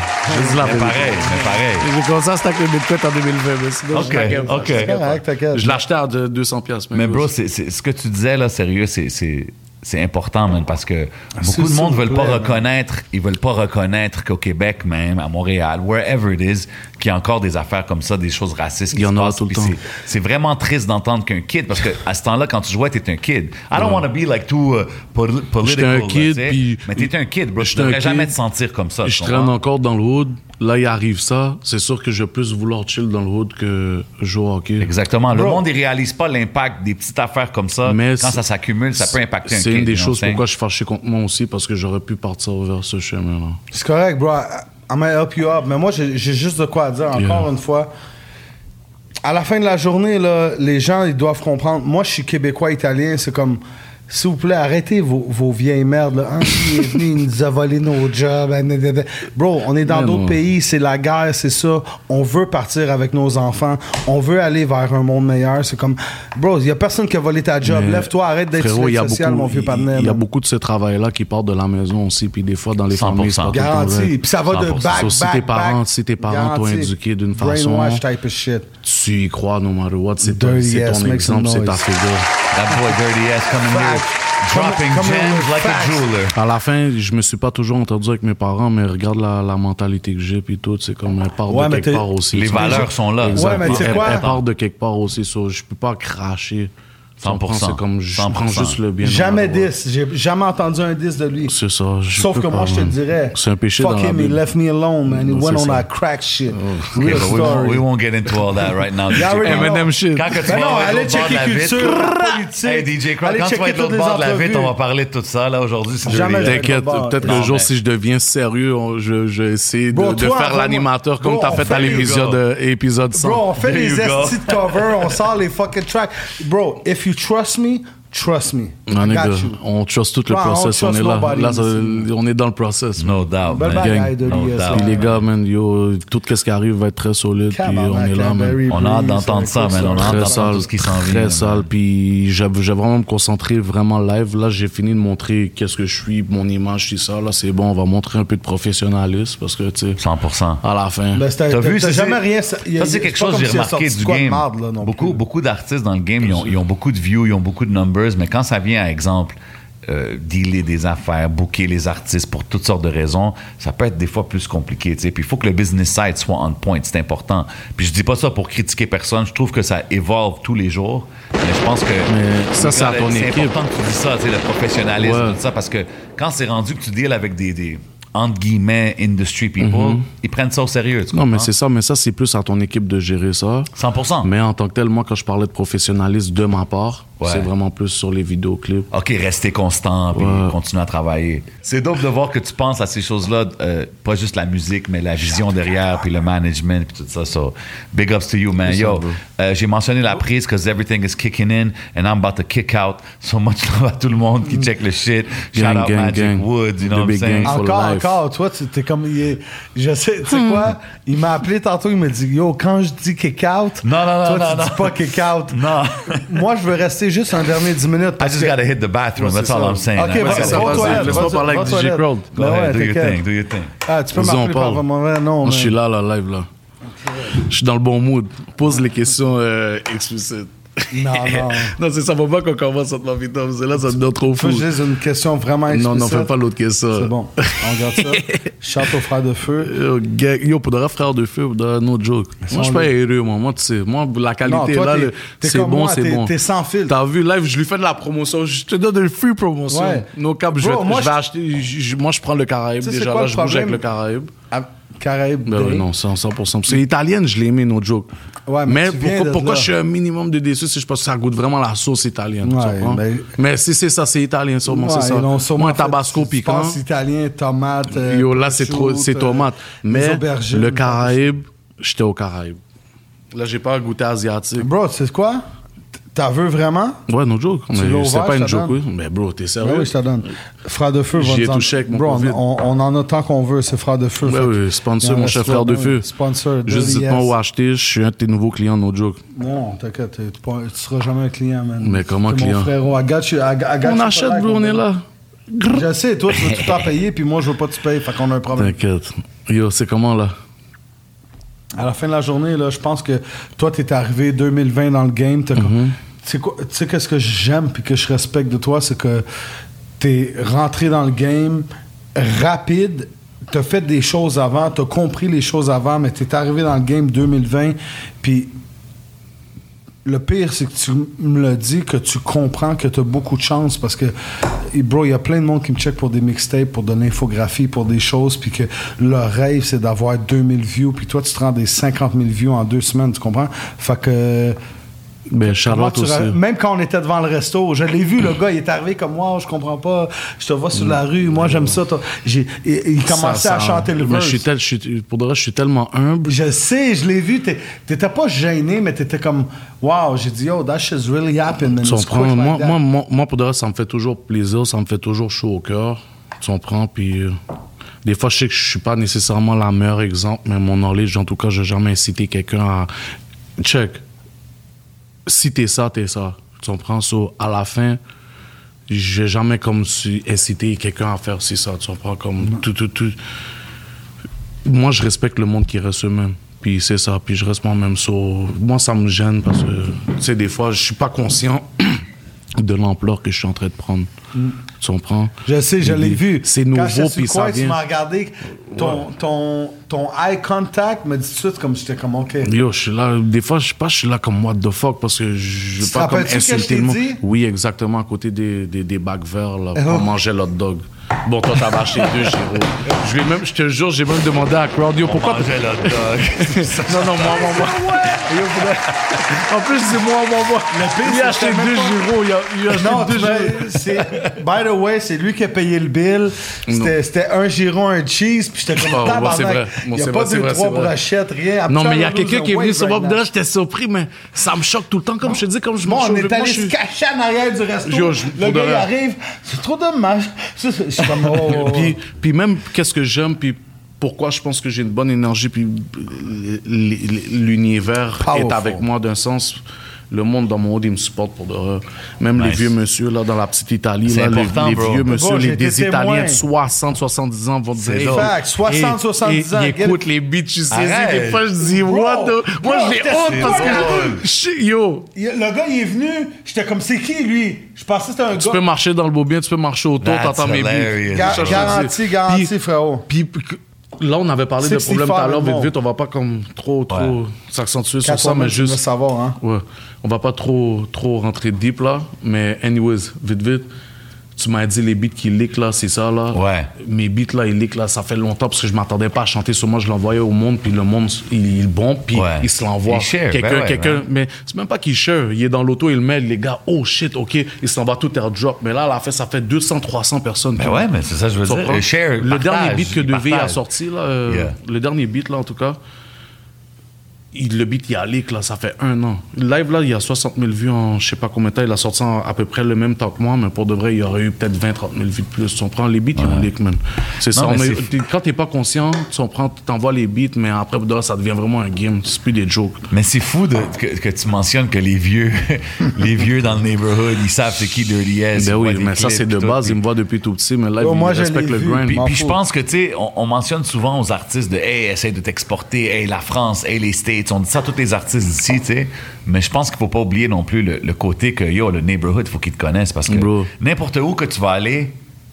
S6: Je dis la
S5: mais
S6: vérité.
S5: pareil, mais pareil.
S6: J'ai commencé à stacker le bitcoin en 2020, mais sinon, je
S5: Ok,
S6: stackais pas,
S5: ok.
S6: je stackais pas.
S3: Correct, t'inquiète.
S6: Je l'achetais à de- 200$. piastres,
S5: Mais bro,
S6: gros.
S5: c'est, c'est- ce que tu disais là, sérieux, c'est, c'est, c'est important, man, parce que
S6: Ah,
S5: beaucoup de
S3: s'il
S5: monde
S3: vous
S5: veulent pas
S3: plaît, man.
S5: reconnaître, ils veulent pas reconnaître qu'au Québec même, à Montréal, wherever it is, qu'il y a encore des affaires comme ça, des choses racistes qui
S6: Il y en
S5: se
S6: aura
S5: passent,
S6: tout le
S5: puis
S6: temps.
S5: C'est, c'est vraiment triste d'entendre qu'un kid, parce que à ce temps-là, quand tu jouais, t'étais un kid. I don't want to be like too uh, poli- political.
S6: J'étais un
S5: là,
S6: kid,
S5: tu sais.
S6: puis-
S5: Mais t'étais un kid, bro. Tu
S6: J'étais un
S5: devrais jamais
S6: kid.
S5: te sentir comme ça. tu
S6: Je traîne
S5: comprends?
S6: encore dans le hood. Là, il arrive ça. C'est sûr que je vais plus vouloir chill dans le hood que jouer au hockey.
S5: Exactement. Le monde, il réalise pas l'impact des petites affaires comme ça.
S6: Mais
S5: quand
S6: c'est-
S5: ça s'accumule, ça peut impacter un kid.
S6: C'est une des
S5: you know
S6: choses
S5: what I'm
S6: pourquoi je suis fâché contre moi aussi, parce que j'aurais pu partir vers ce chemin-là.
S3: C'est correct, bro. I might help you up. Mais moi, j'ai j'ai juste de quoi dire, encore
S6: Yeah.
S3: une fois. À la fin de la journée, là, les gens, ils doivent comprendre. Moi, je suis québécois, italien. C'est comme, s'il vous plaît, arrêtez vos, vos vieilles merdes. Là. Ah, il est venu, il nous a volé nos jobs. hein, blablabla. Bro, on est dans
S6: Mais
S3: d'autres
S6: non.
S3: pays. C'est la guerre, c'est ça. On veut partir avec nos enfants. On veut aller vers un monde meilleur. C'est comme, bro, il n'y a personne qui a volé ta job.
S6: Mais,
S3: Lève-toi, arrête d'être
S6: frérot, il y a
S3: social, mon vieux
S6: beaucoup-
S3: partenaire.
S6: Il y a beaucoup de ce travail-là qui part de la maison aussi, puis des fois dans les
S5: 100%.
S6: familles. c'est pas tout le temps
S3: Garanti.
S6: vrai.
S3: Puis ça va de
S5: 100%.
S3: back,
S6: So, si
S3: back,
S6: tes parents-
S3: back.
S6: si tes parents t'ont
S3: Garanti.
S6: éduqué d'une façon-
S3: Brainwash type of shit.
S6: Tu y crois, no matter what. C'est ton,
S3: Dirty
S6: c'est
S3: ass,
S6: ton
S3: make
S6: exemple,
S3: some
S6: c'est ta
S3: noise.
S6: figure.
S5: That boy dirty ass coming
S3: Fact.
S5: here, dropping
S3: Coming- coming
S5: gems
S3: with
S5: like
S3: facts.
S5: a jeweler.
S6: À la fin, je me suis pas toujours entendu avec mes parents, mais regarde la, la mentalité que j'ai, puis tout, c'est comme elle part
S3: Ouais,
S6: de
S3: mais
S6: quelque
S3: t'es-
S6: part aussi.
S5: Les
S6: Tu
S5: valeurs
S6: sais,
S5: sont là.
S6: Exactement.
S3: Ouais, mais tu sais
S6: elle,
S3: quoi?
S6: elle part de quelque part aussi, so je peux pas cracher. Tu
S5: 100%.
S6: comprends? C'est comme je prends
S5: 100%.
S6: juste le bien.
S3: Jamais
S6: dans la loi.
S3: 10. J'ai jamais entendu un 10 de lui.
S6: C'est ça. je
S3: Sauf
S6: peux
S3: que
S6: pas,
S3: moi, je te
S6: man.
S3: dirais.
S6: C'est un péché
S3: Fuck
S6: dans la
S3: him, he
S6: Bible.
S3: left me alone, man. He
S6: Non,
S3: went
S6: c'est
S3: on
S6: ça.
S3: that crack shit.
S5: Okay,
S3: Real
S5: but we, won't- we
S3: story.
S5: won't get into all that right now.
S3: You
S5: DJ
S3: already
S5: Crowd.
S3: know.
S6: Eminem shit.
S5: Quand que tu
S3: Ben
S5: vas
S3: non,
S5: être
S3: allez
S5: au bord de la
S3: checker
S5: vitre.
S3: culture, politique.
S5: Hey DJ Crowd,
S3: Allez
S5: quand tu vas
S3: checker
S5: être au
S3: toutes les
S5: bord de la vitre, on va
S3: entrevues.
S5: parler de tout ça. Là, aujourd'hui, c'est
S3: Jamais
S5: dirty.
S3: de-
S6: T'inquiète,
S3: Non,
S6: peut-être
S5: mais-
S6: le jour, si je deviens sérieux, on- je, je vais essayer de,
S3: Bro,
S6: de
S3: toi,
S6: faire
S3: vraiment-
S6: l'animateur comme
S3: Bro,
S6: t'as
S3: on
S6: fait
S3: fait
S6: à
S3: les
S6: l'épisode
S5: gars.
S6: euh, épisode 100.
S3: Bro, on fait
S5: There
S3: les
S5: you go.
S3: estis de cover, on sort les fucking tracks. Bro, if you trust me, trust me. I got
S6: Non, nigga,
S3: you.
S6: on trust tout le
S3: Ouais, on
S6: process, on
S3: trust
S6: est là.
S3: nobody
S6: Là, ça-
S3: ici.
S6: on est dans le process. man.
S5: No doubt,
S3: Belle
S5: man.
S3: bagaille de
S5: No
S3: lui.
S5: doubt.
S3: ça.
S6: Puis les gars, man, yo, tout ce qui arrive va être très solide, puis
S3: Tabarnak,
S6: on est là, man.
S3: Barry
S5: On a hâte
S3: Breeze,
S5: d'entendre ça,
S3: écoute
S5: man. On a hâte
S6: Très
S5: d'entendre
S6: sale,
S5: tout ce qui s'en vient.
S6: très
S5: man.
S6: sale. Puis j'ai j'ai vraiment me concentrer vraiment live. Là, j'ai fini de montrer qu'est-ce que je suis, mon image, tout ça. Là, c'est bon, on va montrer un peu de professionnalisme parce que, tu sais,
S5: 100%.
S6: à la fin.
S3: Ben, c'était-
S5: T'as vu,
S3: t'as
S5: ça,
S3: jamais
S5: c'est-
S3: rien.
S5: Ça,
S3: y a-
S5: c'est
S3: pas
S5: quelque chose
S3: comme
S5: que j'ai
S3: s'il a sorti
S5: remarqué du
S3: quoi de
S5: game.
S3: marde, là, non
S5: beaucoup
S3: plus.
S5: beaucoup d'artistes dans le game, ils ont, ils ont beaucoup de views, ils ont beaucoup de numbers, mais quand ça vient, à exemple, euh, dealer des affaires, booker les artistes pour toutes sortes de raisons, ça peut être des fois plus compliqué. tu sais. Puis il faut que le business side soit on point, c'est important. Puis je dis pas ça pour critiquer personne, je trouve que ça évolve tous les jours, mais je pense que.
S6: Mais ça, c'est à ton
S5: C'est
S6: équipe.
S5: important que tu dis ça, tu sais, le professionnalisme,
S6: Ouais.
S5: tout ça, parce que quand c'est rendu que tu deals avec des. des entre guillemets, industry people, ils prennent ça au sérieux.
S6: Mm-hmm.
S5: tu
S6: Non, mais
S5: comprends?
S6: c'est ça, mais ça, c'est plus à ton équipe de gérer ça.
S5: 100%.
S6: Mais en tant que tel, moi, quand je parlais de professionnalisme de ma part,
S5: Ouais.
S6: c'est vraiment plus sur les vidéoclips.
S5: OK, rester constant puis
S6: Ouais.
S5: continuer à travailler. C'est dope de voir que tu penses à ces choses-là, euh, pas juste la musique, mais la vision derrière puis le management puis tout ça. So, big ups to you, man. Yo, euh, j'ai mentionné la prise because everything is kicking in and I'm about to kick out. So much love à tout le monde qui check le shit. Shout
S6: Gang,
S5: out
S6: gang,
S5: Magic
S6: gang.
S5: Woods, you know
S6: The
S5: what I'm
S6: big
S5: saying?
S6: gang. for
S3: Encore,
S6: life.
S3: encore, toi, tu t'es comme. il est- je sais, tu sais quoi? Il m'a appelé tantôt, il m'a dit Yo, quand je dis kick out,
S5: Non, non, non,
S3: toi,
S5: non,
S3: tu
S5: non.
S3: dis pas kick out.
S5: Ah, Non.
S3: Moi, je veux rester juste un dernier 10 minutes.
S5: I
S3: parce
S5: just
S3: que-
S5: gotta hit the bathroom. That's
S6: c'est
S5: all
S6: ça.
S5: I'm saying.
S3: Ok,
S5: I
S3: vas-y,
S5: gotta
S6: c'est
S3: va
S5: hit
S3: aux
S5: the
S6: vas-y,
S3: toilettes,
S5: bathroom.
S6: laisse-moi
S3: vas-y,
S6: parler
S3: va
S6: avec
S3: aux
S6: DJ
S3: toilettes.
S6: Crowd.
S3: Ben
S5: Go
S3: ouais,
S5: ahead, do your
S3: t'inquiète.
S5: thing, do your thing.
S3: Ah, tu peux
S6: Vas-y, on
S3: m'appeler par
S6: parle.
S3: un moment. Non,
S6: Moi,
S3: man.
S6: je suis là, là, live, là. Je suis dans le bon mood. Pose les questions euh, explicites.
S3: Non, non.
S6: non, c'est ça, faut pas qu'on commence à te demander Tom. C'est là, ça devient trop
S3: Faut
S6: fou.
S3: que je dise une question vraiment
S6: Non,
S3: explicite.
S6: non, fais pas l'autre que ça.
S3: C'est bon. On garde ça. Chante aux frères de feu.
S6: Yo, gang- Euh, yo, pour de vrai, frère de feu, pour de vrai, no joke. Moi, je suis pas heureux, moi. Moi, tu sais, moi, la
S3: Non,
S6: qualité,
S3: toi,
S6: là,
S3: t'es-
S6: le-
S3: t'es
S6: c'est
S3: comme
S6: bon,
S3: moi,
S6: c'est
S3: t'es-
S6: bon.
S3: t'es sans filtre.
S6: T'as vu, live, je lui fais de la promotion. Je te donne une free promotion.
S3: Ouais.
S6: No cap, je,
S3: Bro,
S6: vais-
S3: moi,
S6: je vais
S3: je-
S6: acheter. je- je- moi, je prends le Caraïbe
S3: Tu sais, c'est
S6: déjà.
S3: quoi
S6: là,
S3: le
S6: je bouge avec
S3: problème?
S6: le Caraïbe.
S3: À Ah, Caraïbes.
S6: Ben ouais,
S3: Day.
S6: non, 100%. 100%. C'est italienne, je l'aimais, no joke.
S3: Ouais, mais
S6: mais
S3: tu viens
S6: pourquoi,
S3: de
S6: pourquoi
S3: là.
S6: je suis un minimum de déçu, c'est que je pense que ça goûte vraiment la sauce italienne. tu
S3: Ouais,
S6: comprends?
S3: ben-
S6: Mais si c'est ça, c'est italien, sûrement, c'est ça.
S3: ils l'ont sûrement
S6: Moi, un
S3: fait
S6: tabasco
S3: du
S6: piquant.
S3: sauce italien, tomate. euh,
S6: Yo, là, c'est trop,
S3: choucroute,
S6: c'est
S3: euh,
S6: tomate.
S3: des
S6: Mais
S3: aubergines.
S6: le Caraïbe, j'étais au Caraïbe. Là, j'ai pas goûté asiatique.
S3: Bro, tu sais quoi? T'as veux vraiment?
S6: Ouais, no joke.
S3: l'as
S6: Mais
S3: ouvert,
S6: c'est pas
S3: je
S6: une
S3: te
S6: joke,
S3: donne.
S6: Ah oui. Mais bro, t'es
S3: Oui,
S6: sérieux?
S3: oui, je te donne. Frère de feu,
S6: J'y
S3: va
S6: ai
S3: nous en-
S6: touché avec mon
S3: Bro, on-
S6: COVID.
S3: on, on en a tant qu'on veut, c'est frère de feu.
S6: Ouais,
S3: Fait
S6: oui,
S3: que-
S6: sponsor,
S3: Il en
S6: mon
S3: reste
S6: cher
S3: là,
S6: frère de
S3: oui,
S6: feu.
S3: Sponsor.
S6: Juste
S3: Dirty
S6: dites-moi
S3: Yes.
S6: où acheter, je suis un de tes nouveaux clients, no joke.
S3: Non, non, t'inquiète, t'es pas- tu seras jamais un client, man.
S6: Mais comment
S3: T'es
S6: client?
S3: Mon frérot, I got you, I got- I got
S6: On
S3: you
S6: achète,
S3: for
S6: bro,
S3: life,
S6: on est
S3: man.
S6: là.
S3: Je sais, toi, tu veux tout en payer, puis moi, je veux pas que tu payes, fait qu'on a un problème.
S6: T'inquiète. Yo, c'est comment là?
S3: À la fin de la journée, là, je pense que toi, t'es arrivé 2020 dans le game. t'as comme- Tu sais quoi- tu sais qu'est-ce que j'aime puis que je respecte de toi, c'est que t'es rentré dans le game rapide, t'as fait des choses avant, t'as compris les choses avant, mais t'es arrivé dans le game 2020, puis le pire, c'est que tu me le dis, que tu comprends que tu as beaucoup de chance parce que, et bro, il y a plein de monde qui me check pour des mixtapes, pour de l'infographie, pour des choses, puis que leur rêve, c'est d'avoir 2000 views, puis toi, tu te rends des 50 000 views en deux semaines, tu comprends? Fait que.
S6: Ben,
S3: Comment
S6: Charlotte
S3: tu
S6: aussi.
S3: ra- Même quand on était devant le resto, je l'ai vu, le gars, il est arrivé comme moi, je comprends pas, je te vois sur la rue, moi j'aime ça. toi. J'ai- et- et Il commençait
S6: Ça,
S3: à
S6: ça-
S3: chanter le
S6: mais je suis
S3: verse.
S6: tel- je suis- Pour de vrai, je suis tellement humble.
S3: Je sais, je l'ai vu, t'es- t'étais pas gêné, mais t'étais comme, wow, j'ai dit, yo, that shit's really happened. man.
S6: Tu
S3: It's
S6: comprends?
S3: quick like
S6: Moi,
S3: that.
S6: moi, moi, moi, pour de vrai, ça me fait toujours plaisir, ça me fait toujours chaud au cœur. Tu comprends? Puis euh, des fois, je sais que je suis pas nécessairement la meilleure exemple, mais mon knowledge, en tout cas, j'ai jamais incité quelqu'un à. Check. Si t'es ça, t'es ça. Tu comprends? So, à la fin, j'ai jamais comme su- incité quelqu'un à faire si ça. Tu comprends? Comme tout, tout, tout. Moi, je respecte le monde qui reste eux-mêmes. Puis c'est ça, puis je reste moi-même. So, moi, ça me gêne parce que, tu sais, des fois, je suis pas conscient de l'ampleur que je suis en train de prendre. Tu comprends?
S3: Je sais, je l'ai
S6: Puis
S3: vu.
S6: C'est
S3: Quand j'étais
S6: nouveau,
S3: sur
S6: puis
S3: le
S6: ça
S3: coin, Tu m'as
S6: vient.
S3: regardé, ton, ton, ton eye contact me dit tout de suite comme j'étais comme, OK.
S6: Yo, je suis là. Des fois, je sais pas, je suis là comme what the fuck parce que je
S3: Tu
S6: veux
S3: te
S6: pas comme
S3: rappelles-tu ce que je
S6: insulter
S3: t'ai
S6: le monde.
S3: dit?
S6: Oui, exactement, à côté des, des, des bacs verts, là,
S3: Oh.
S6: on mangeait l'hot dog. Bon, toi, t'avais acheté deux, Giro. Je lui ai même, je te jure, j'ai même demandé à Claudio pourquoi.
S5: Manger le dog.
S6: Non, non, moi, moi, moi. Yo, faudrait- En plus, c'est moi, moi, moi.
S3: pire,
S6: il a
S3: c'est
S6: acheté
S3: que même
S6: deux
S3: pas-
S6: gyros. Il a, il a acheté
S3: Non,
S6: deux
S3: tu
S6: gyros.
S3: vois, c'est- by the way, c'est lui qui a payé le bill. C'était c'était un giron, un cheese, puis j'étais comme
S6: Oh, bon, c'est
S3: tabarnak.
S6: vrai.
S3: Il
S6: Bon,
S3: n'y a
S6: c'est
S3: pas
S6: vrai, c'est
S3: deux,
S6: vrai,
S3: trois
S6: c'est vrai.
S3: brochettes, rien. I'm
S6: Non, mais il y a
S3: trying to lose
S6: quelqu'un qui
S3: the
S6: est venu
S3: weight
S6: sur mon
S3: right
S6: là,
S3: now.
S6: j'étais surpris, mais ça me choque tout le temps. Comme je te dis, comme je
S3: Bon,
S6: mange
S3: Oh, on
S6: au-
S3: est
S6: moi,
S3: allé
S6: je
S3: se
S6: suis-
S3: cacher en arrière du resto.
S6: Yo, je-
S3: le
S6: pour de
S3: gars, il
S6: vrai.
S3: arrive. C'est trop dommage. Ça, c'est- Je suis comme, oh, oh, oh.
S6: puis, puis même, qu'est-ce que j'aime, puis pourquoi je pense que j'ai une bonne énergie, puis l- l- l'univers est
S3: Powerful.
S6: avec moi d'un sens. Le monde dans mon haut, il me supporte pour de vrai. Même les
S5: Nice.
S6: vieux monsieur, là, dans la petite Italie,
S5: C'est
S6: là, les,
S5: important,
S6: les
S5: bro.
S6: vieux
S5: Bon,
S6: monsieur,
S3: j'ai
S6: les,
S3: été
S6: des Italiens
S3: témoin.
S6: de 60, 70 ans vont te
S5: C'est
S6: dire.
S5: ça.
S3: Fact, 60, 70 ans,
S6: Ils
S3: get
S6: écoutent les beats, tu sais.
S5: Arrête.
S6: Des fois, je dis,
S3: Bro,
S6: what the- Moi,
S3: bro,
S6: j'ai
S3: t'es
S6: honte parce que.
S3: drôle.
S6: Shit, Yo,
S3: Il- Le gars, il est venu. J'étais comme, c'est qui, lui? Je pensais que c'était un
S6: tu peux
S3: gars.
S6: marcher dans le beau bien, tu peux marcher autour,
S5: That's
S6: t'entends mes
S5: hilarious.
S6: beats.
S5: Gar-
S6: Ça, je te dis.
S3: garanti, garanti,
S6: Puis-
S3: frérot.
S6: Puis puis que- là, on avait parlé de
S3: 65
S6: problèmes tout à l'heure,
S3: le
S6: vite,
S3: monde.
S6: vite, on va pas comme trop, trop s'accentuer sur ça, mais
S3: Je veux
S6: juste.
S3: savoir, hein.
S6: Ouais. On va pas trop, trop rentrer deep là, mais anyways, vite, vite. Tu m'as dit les beats qui leak là, c'est ça là.
S5: Ouais.
S6: Mes beats là, ils leak là, ça fait longtemps parce que je m'attendais pas à chanter sur moi, je l'envoyais au monde, puis le monde, il, il bombe, puis
S5: Ouais.
S6: il se l'envoie.
S5: Il share,
S6: Quelqu'un,
S5: ben ouais,
S6: quelqu'un,
S5: man.
S6: mais c'est même pas qu'il share, il est dans l'auto, il le met, les gars, oh shit, ok, il s'en va tout airdrop. Mais là, à la fin, ça fait 200, 300 personnes.
S5: Ben ouais, mais c'est ça que je veux
S6: Tu
S5: dire.
S6: comprends?
S5: Le share,
S6: Le
S5: partage,
S6: dernier beat que
S5: il
S6: Devey a
S5: partage.
S6: sorti, là, euh,
S5: Yeah.
S6: le dernier beat, là, en tout cas, il, le beat, il a leak, là, ça fait un an. Live, là, il y a 60 000 vues en je sais pas combien de temps. Il a sorti en à peu près le même temps que moi, mais pour de vrai, il y aurait eu peut-être 20 30 000 vues de plus. Tu comprends? Les beats, ils ont leak, man. C'est ça.
S5: Non, mais
S6: on est-
S5: c'est-
S6: t'es- quand t'es pas conscient, tu comprends, t'envoies les beats, mais après, pour de vrai, ça devient vraiment un game. C'est plus des jokes.
S5: Mais c'est fou de- que, que tu mentionnes que les vieux, les vieux dans le neighborhood, ils savent c'est qui Dirty S.
S6: Ben
S5: ils voient
S6: oui,
S5: des
S6: mais ça,
S5: clips
S6: c'est de
S5: puis tout,
S6: base.
S5: puis-
S6: Il me voit depuis tout petit, mais live,
S3: Yo, moi,
S6: il
S3: je
S6: respecte
S3: l'ai
S6: le
S3: vu.
S6: grind.
S5: Puis,
S3: M'en
S5: puis je
S3: fous.
S5: pense que, tu sais, on, on mentionne souvent aux artistes de « Hey, essaye de t'exporter. Hey, la France. Hey, les States. States, on dit ça à tous les artistes ici, tu sais. Mais je pense qu'il faut pas oublier non plus le, le côté que, yo, le neighborhood, faut qu'ils te connaissent parce que
S6: Bro.
S5: n'importe où que tu vas aller,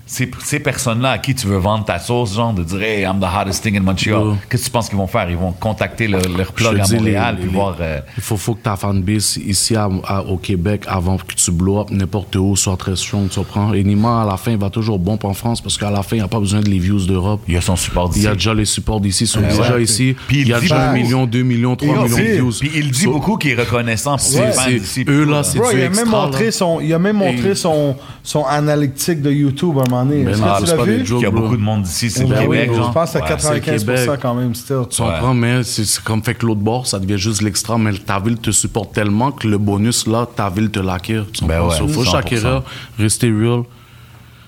S5: ces, ces personnes-là à qui tu veux vendre ta sauce, genre de dire, hey, I'm the hottest thing in Montreal,
S6: Bro.
S5: qu'est-ce que tu penses qu'ils vont faire? Ils vont contacter leur, leur
S6: Je te
S5: plug à
S6: dis, les-
S5: Montréal
S6: les-
S5: puis
S6: les-
S5: voir. euh,
S6: Il faut, faut que ta fanbase ici à- à- au Québec, avant que tu blow up n'importe où, soit très strong, tu prends. Et Nima, à la fin, il va toujours bon pour en France parce qu'à la fin, il n'y a pas besoin de les views d'Europe.
S5: il y a son support
S6: Il y
S5: d'ici.
S6: a déjà les supports d'ici, ils sont
S5: Eh Ouais,
S6: déjà
S5: ouais.
S6: ici.
S5: Puis il
S6: il y a
S5: dit
S6: déjà un
S5: beaucoup.
S6: million, deux millions,
S5: Puis
S6: trois millions de views.
S5: Puis il dit
S6: So,
S5: beaucoup qu'il est reconnaissant pour ses
S6: c'est-
S5: fans
S6: c'est-
S5: d'ici.
S6: eux, là, c'est
S3: Bro,
S6: du
S3: il a
S6: extra.
S3: même montré,
S6: là.
S3: son, il a même montré
S6: Et-
S3: son, son analytique de YouTube à un moment donné.
S6: Ben
S3: Est-ce
S6: non,
S3: que
S6: c'est
S3: tu l'as
S6: pas des
S3: vu?
S6: jokes.
S5: Il y a
S6: Bro.
S5: beaucoup de monde d'ici, c'est le
S3: Ben oui,
S5: Québec, genre.
S3: je pense à
S5: Ouais,
S3: 95%
S6: Québec.
S3: quand même, still.
S6: Tu comprends, mais c'est c'est comme fait que l'autre bord, ça devient juste l'extra, mais ta ville te supporte tellement que le bonus, là, ta ville te l'acquire. Tu
S5: Ben
S6: comprends?
S5: ouais,
S6: So, faut
S5: 100%.
S6: chaque erreur, rester real,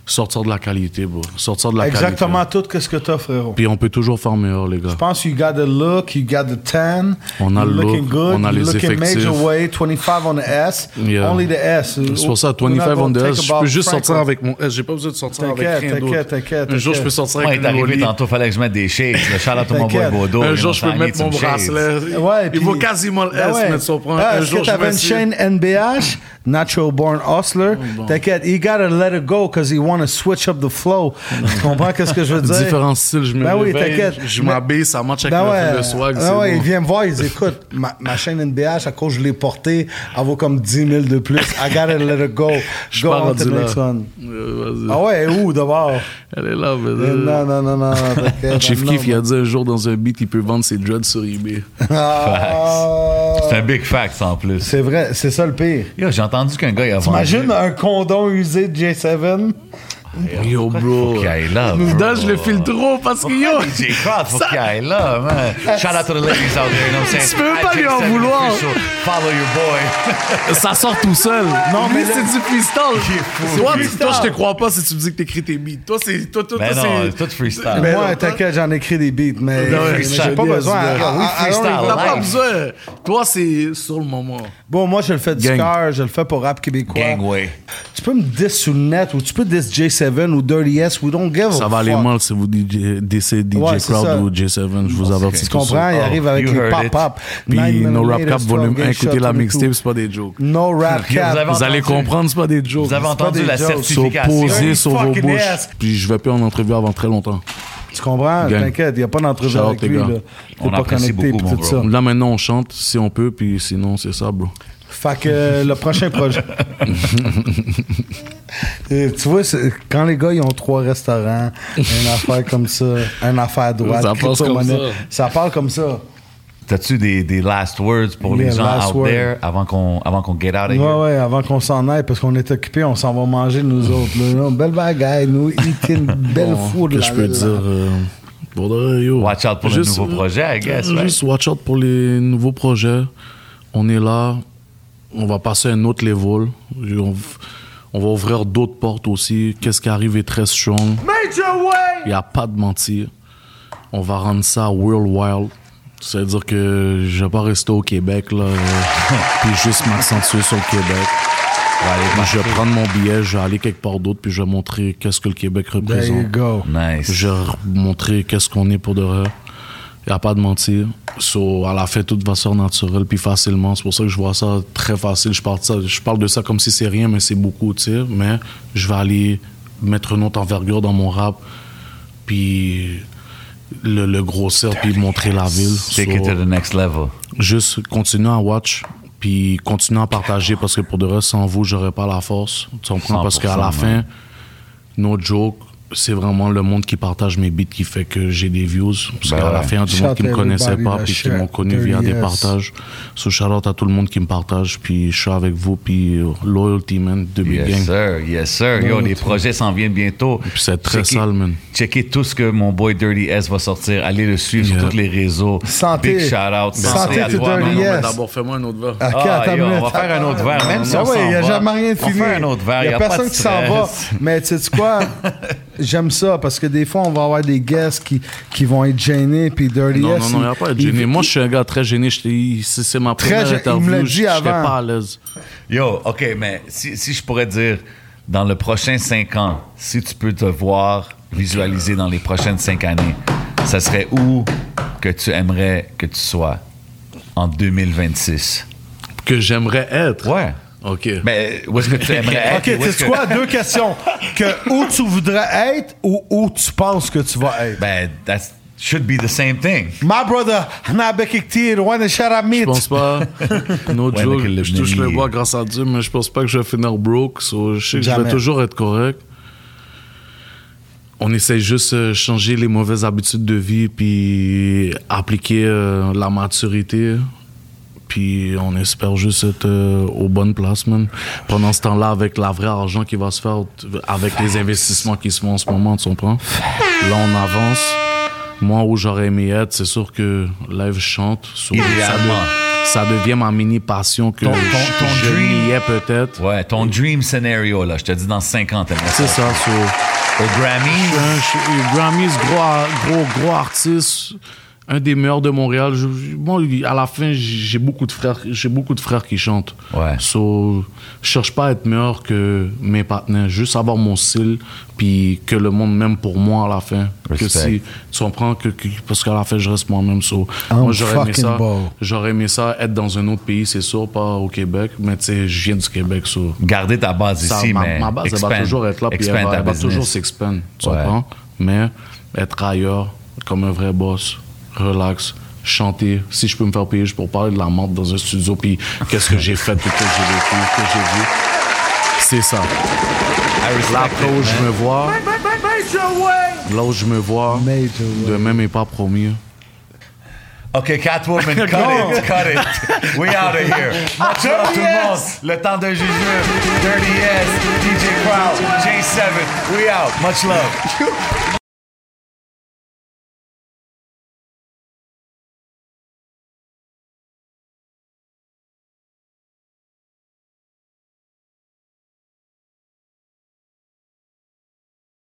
S6: sortir de la qualité, bro. Sortir de la
S3: Exactement
S6: qualité.
S3: tout que ce que t'as, frérot.
S6: Puis on peut toujours faire meilleur, les gars.
S3: Je pense you got the look, you got the tan,
S6: On a
S3: you're
S6: le
S3: looking
S6: look,
S3: good,
S6: on
S3: you're
S6: a les
S3: looking
S6: effectifs.
S3: major way, 25 on the S,
S6: Yeah.
S3: only the S.
S6: C'est pour ça,
S3: We're not
S6: 25 on
S3: gonna
S6: the
S3: take
S6: S, je
S3: about
S6: peux juste sortir
S3: Franco.
S6: avec mon S. J'ai pas besoin de sortir avec
S3: T'inquiète,
S6: rien d'autre.
S3: t'inquiète, t'inquiète,
S6: Un jour, je
S3: t'inquiète.
S6: peux sortir
S5: Moi,
S6: avec
S5: il est
S6: une
S5: arrivé
S6: Loli.
S5: tantôt, fallait que je mette des shades. Le shout out à mon boy
S3: T'inquiète.
S5: Bodo.
S6: Un
S5: il
S6: jour, je peux
S5: m'a
S6: mettre mon
S5: mis some shades.
S6: bracelet.
S3: Ouais,
S6: Il
S3: puis-
S6: vaut quasiment le
S3: Ah
S6: S,
S3: ouais.
S6: mais tu comprends.
S3: Ah,
S6: Un
S3: est-ce
S6: jour,
S3: que
S6: je
S3: t'avais
S6: vais
S3: une
S6: essayer. Oh,
S3: chaîne NBH, Natural Born Hustler. T'inquiète, he gotta let it go because he wanna switch up the flow. Tu comprends qu'est-ce que je veux dire?
S6: Oh, Différents styles, je me
S3: Ben oui,
S6: réveille,
S3: t'inquiète.
S6: je
S3: Mais-
S6: m'habille, ça match avec
S3: Ben
S6: le-
S3: ouais,
S6: le swag.
S3: ben
S6: c'est
S3: ouais,
S6: bon.
S3: ils viennent me voir, ils disent, écoute, ma, ma chaîne NBH, à cause je l'ai portée, elle vaut comme 10 000 de plus. I gotta let it go.
S6: suis
S3: go
S6: pas
S3: on to
S6: rendu
S3: the
S6: là.
S3: next one.
S6: Euh, vas-y.
S3: Ah ouais, où d'abord?
S6: Elle est là, mais...
S3: Euh, Non, non, non, non, t'inquiète.
S6: Chief
S3: non,
S6: Keef, il
S3: non.
S6: a dit un jour dans un beat, il peut vendre ses dreads sur eBay.
S3: Ah,
S5: C'est un big fact en plus.
S3: C'est vrai, c'est ça le pire.
S5: Yo, j'ai entendu qu'un gars, il a vendu.
S3: Imagine un condom usé de J7.
S6: Yo, bro.
S5: qu'il aille là,
S6: Nous,
S5: bro. Ah,
S6: Dan, je le file trop parce que yo.
S5: DJ Crowd, faut qu'il aille là, man. Shout out to the ladies out there, you know what I'm saying?
S6: Tu peux même pas
S5: At
S6: lui en
S5: Jason
S6: vouloir.
S5: Official, Follow your boy.
S6: Ça sort tout seul. Non,
S3: mais
S6: mais
S3: là-
S6: c'est du freestyle.
S5: fou,
S6: Toi,
S5: lui.
S6: tu- toi, je te crois pas si tu me dis que t'écris tes beats. Toi, c'est. Toi, toi,
S5: Ben
S6: toi,
S5: non,
S6: c'est-
S5: tout freestyle.
S6: Ben
S3: Moi,
S6: non,
S3: t'inquiète, j'en écris des beats, mais
S6: Non,
S3: mais
S6: freestyle.
S3: j'ai pas
S6: Yes,
S3: besoin.
S6: yes.
S3: I- I-
S5: Oui,
S3: I
S5: freestyle,
S3: don't
S6: T'as
S3: even-
S6: pas
S5: live.
S6: besoin. Toi, c'est sur le moment.
S3: Bon, moi, je le fais du
S6: Gang.
S3: cœur, je le fais pour rap québécois.
S5: Gangway.
S3: Tu peux me diss sur le net ou tu peux diss J7 ou Dirty S, we don't give a
S6: Ça va aller
S3: fuck.
S6: mal si vous décidez DJ
S3: Ouais, c'est
S6: Crowd
S3: ça.
S6: ou J7, je vous avertis.
S3: Tu comprends? Il
S5: Oh,
S3: arrive avec
S5: you
S3: les
S5: heard it.
S3: pop-up.
S6: Puis
S3: Nine
S6: No Rap
S3: Millimeter,
S6: Cap volume 1,
S3: Strong Game
S6: écoutez la
S3: Shot,
S6: mixtape,
S3: 22.
S6: c'est pas des jokes.
S3: No Rap
S5: Vous avez
S3: Cap.
S5: entendu?
S6: Vous allez comprendre, c'est pas des jokes.
S5: Vous avez entendu
S3: des
S5: la
S3: jokes.
S5: certification.
S6: Posez sur vos
S3: Fucking
S6: bouches.
S3: ass.
S6: Puis je vais plus en entrevue avant très longtemps.
S3: Tu comprends?
S6: Gang.
S3: T'inquiète, il n'y a pas d'entrevue
S6: Shout
S3: avec
S6: out,
S3: lui.
S6: les
S3: Là.
S6: gars.
S3: T'es
S5: On
S3: pas
S5: apprécie
S3: connecté
S5: beaucoup,
S3: pis
S5: mon
S3: tout ça.
S5: bro.
S6: Là maintenant on chante si on peut, puis sinon c'est ça, bro.
S3: Fait que euh, le prochain projet. Euh, tu vois, c'est- quand les gars ils ont trois restaurants, une affaire comme ça, une affaire à droite,
S6: Ça passe comme
S3: crypto-monnaie, ça parle comme ça.
S5: T'as-tu des, des last words pour
S3: Yeah,
S5: les gens
S3: last
S5: out
S3: word.
S5: there avant qu'on avant qu'on get out of
S3: Ouais,
S5: here?
S3: ouais, avant qu'on s'en aille, parce qu'on est occupé, on s'en va manger nous autres. là. Une belle bagaille, nous, eat une belle
S6: Bon,
S3: food.
S6: que
S3: là,
S6: je peux
S3: là, là.
S6: dire euh, pour de vrai, yo.
S5: Watch out pour le nouveau
S6: euh,
S5: projet, I guess,
S6: euh,
S5: right?
S6: Juste watch out pour les nouveaux projets. On est là, on va passer à un autre level. On, on va ouvrir d'autres portes aussi. Qu'est-ce qui arrive est très strong. Il n'y a pas de mentir. On va rendre ça worldwide. C'est-à-dire que je vais pas rester au Québec, là, euh, puis juste m'accentuer sur le Québec. Puis je vais prendre mon billet, je vais aller quelque part d'autre, puis je vais montrer qu'est-ce que le Québec
S3: There you
S6: représente.
S3: go.
S5: Nice.
S6: Je vais montrer qu'est-ce qu'on est pour de vrai. Il n'y a pas de mentir. So, à la fin, tout va se faire naturel puis facilement. C'est pour ça que je vois ça très facile. Je parle de ça, je parle de ça comme si c'est rien, mais c'est beaucoup, tu sais. Mais je vais aller mettre une autre envergure dans mon rap, puis le, le grossir, puis montrer la ville.
S5: Take it
S6: So,
S5: to the next level.
S6: juste continuer à watch puis continuer à partager parce que pour de vrai sans vous j'aurais pas la force tu comprends parce qu'à
S5: 100%,
S6: la fin
S5: ouais.
S6: no joke c'est vraiment le monde qui partage mes beats qui fait que j'ai des views parce
S5: Ben
S6: qu'à la
S5: ouais.
S6: fin il y a du
S3: Shout
S6: monde qui me
S3: everybody
S6: connaissait pas
S3: that
S6: puis qui
S3: share
S6: m'ont connu via
S3: their
S6: des
S3: yes.
S6: partages so shout out à tout le monde qui me partage puis je suis avec vous puis euh, loyalty man de big gang
S5: Yes, sir. Yes, sir. Yo, les projets s'en viennent bientôt.
S6: puis c'est très
S5: Checkez-
S6: sale, man.
S5: Checkez tout ce que mon boy Dirty S va sortir. Allez le suivre
S6: Yeah.
S5: sur tous les réseaux.
S3: Santé.
S5: Big shout out.
S3: Santé
S5: à
S3: to
S5: toi,
S3: Dirty S.
S5: man.
S3: Yes.
S6: d'abord fais-moi un autre verre
S3: Ah,
S5: Ah,
S3: attends
S5: yo,
S3: une
S5: on
S3: minute.
S5: va faire un autre verre, même si
S3: Ah
S5: on
S3: ouais,
S5: s'en
S3: il n'y a
S5: va.
S3: jamais rien de
S5: On
S3: fini.
S5: fait un autre verre,
S3: Il
S5: y
S3: n'y
S5: a
S3: a
S5: pas de
S3: personne qui s'en va.
S5: stress.
S3: Mais tu sais quoi? J'aime ça parce que des fois, on va avoir des guests qui, qui vont être gênés. Puis Dirty
S6: non,
S3: S,
S6: non, non, il n'y a pas à être
S3: il-
S6: gêné. Moi, je suis un gars très gêné. Je t'ai- C'est c'est ma
S3: Très
S6: première
S3: gêné. Il me l'a
S6: interview.
S3: dit
S6: Je n'étais
S3: avant.
S6: pas à l'aise.
S5: Yo, OK, mais si, si je pourrais dire, dans le prochain 5 ans, si tu peux te voir visualiser dans les prochaines 5 années, ça serait où que tu aimerais que tu sois? en 2026?
S6: Que j'aimerais être.
S5: Ouais.
S6: OK.
S5: Mais Ben, où est-ce que tu aimerais être?
S3: Ok, tu
S5: Où est-ce
S3: sais
S5: que-
S3: quoi? Deux questions. Que où tu voudrais être ou où tu penses que tu vas être?
S5: Ben, that should be the same thing.
S3: My brother, Nabekiktir, Wan
S6: Je
S3: Sharamit.
S6: pense pas. No
S5: Ouais,
S6: joke,
S5: mais que le
S6: je touche
S5: Benelli-
S6: le bois grâce à Dieu, mais je pense pas que je vais finir broke. so je sais que je
S3: Jamais.
S6: vais toujours être correct. On essaie juste de changer les mauvaises habitudes de vie, puis appliquer euh, la maturité. Puis on espère juste être euh, aux bonnes places, man. Pendant ce temps-là, avec la vraie argent qui va se faire, t- avec les investissements qui se font en ce moment, tu comprends? Là, on avance. Moi, où j'aurais aimé être, c'est sûr que live chante. so- ça,
S5: Idéalement.
S6: de- ça devient ma mini passion que
S5: Ton- ton-
S6: je-
S5: ton
S6: je
S5: dream.
S6: y ai peut-être.
S5: Ouais, ton dream scenario, là, je te dis dans 50 ans.
S6: C'est ça, so-
S5: Au Grammy,
S6: Un- je suis un Grammys, gros, gros, gros artiste, un des meilleurs de Montréal. Je- je- moi, à la fin, j'ai beaucoup de frères, j'ai beaucoup de frères qui chantent.
S5: Ouais.
S6: So, je cherche pas à être meilleur que mes partenaires, juste avoir mon style, puis que le monde m'aime pour moi à la fin.
S5: Respect.
S6: Que si tu comprends que, que- parce qu'à la fin, je reste moi-même. So,
S3: I'm
S6: moi, j'aurais aimé
S3: fucking
S6: ça.
S3: ball.
S6: J'aurais aimé ça être dans un autre pays, c'est sûr, pas au Québec, mais tu sais, je viens du Québec, so
S5: garder ta base
S6: ça,
S5: ici,
S6: ma,
S5: mais
S6: ma base, elle va
S5: expand-
S6: toujours être là, puis elle,
S5: expand
S6: va,
S5: ta
S6: elle va
S5: business.
S6: toujours s'expandre, tu
S5: Ouais.
S6: comprends? Mais être ailleurs, comme un vrai boss, relax, chanter. Si je peux me faire payer juste pour parler de la mort dans un studio, puis qu'est-ce que j'ai fait, puis qu'est-ce que j'ai vécu, que j'ai vu. C'est ça.
S5: I respect
S6: Là, après où
S5: it,
S6: je
S5: man.
S6: me vois, là où je me vois,
S3: Major way.
S6: demain m'est pas promis.
S5: OK, Catwoman, cut it, cut it. We out of here. Much love, tout le monde. Le temps de Jésus, Dirty S, DJ Crowd, J7. We out. Much love.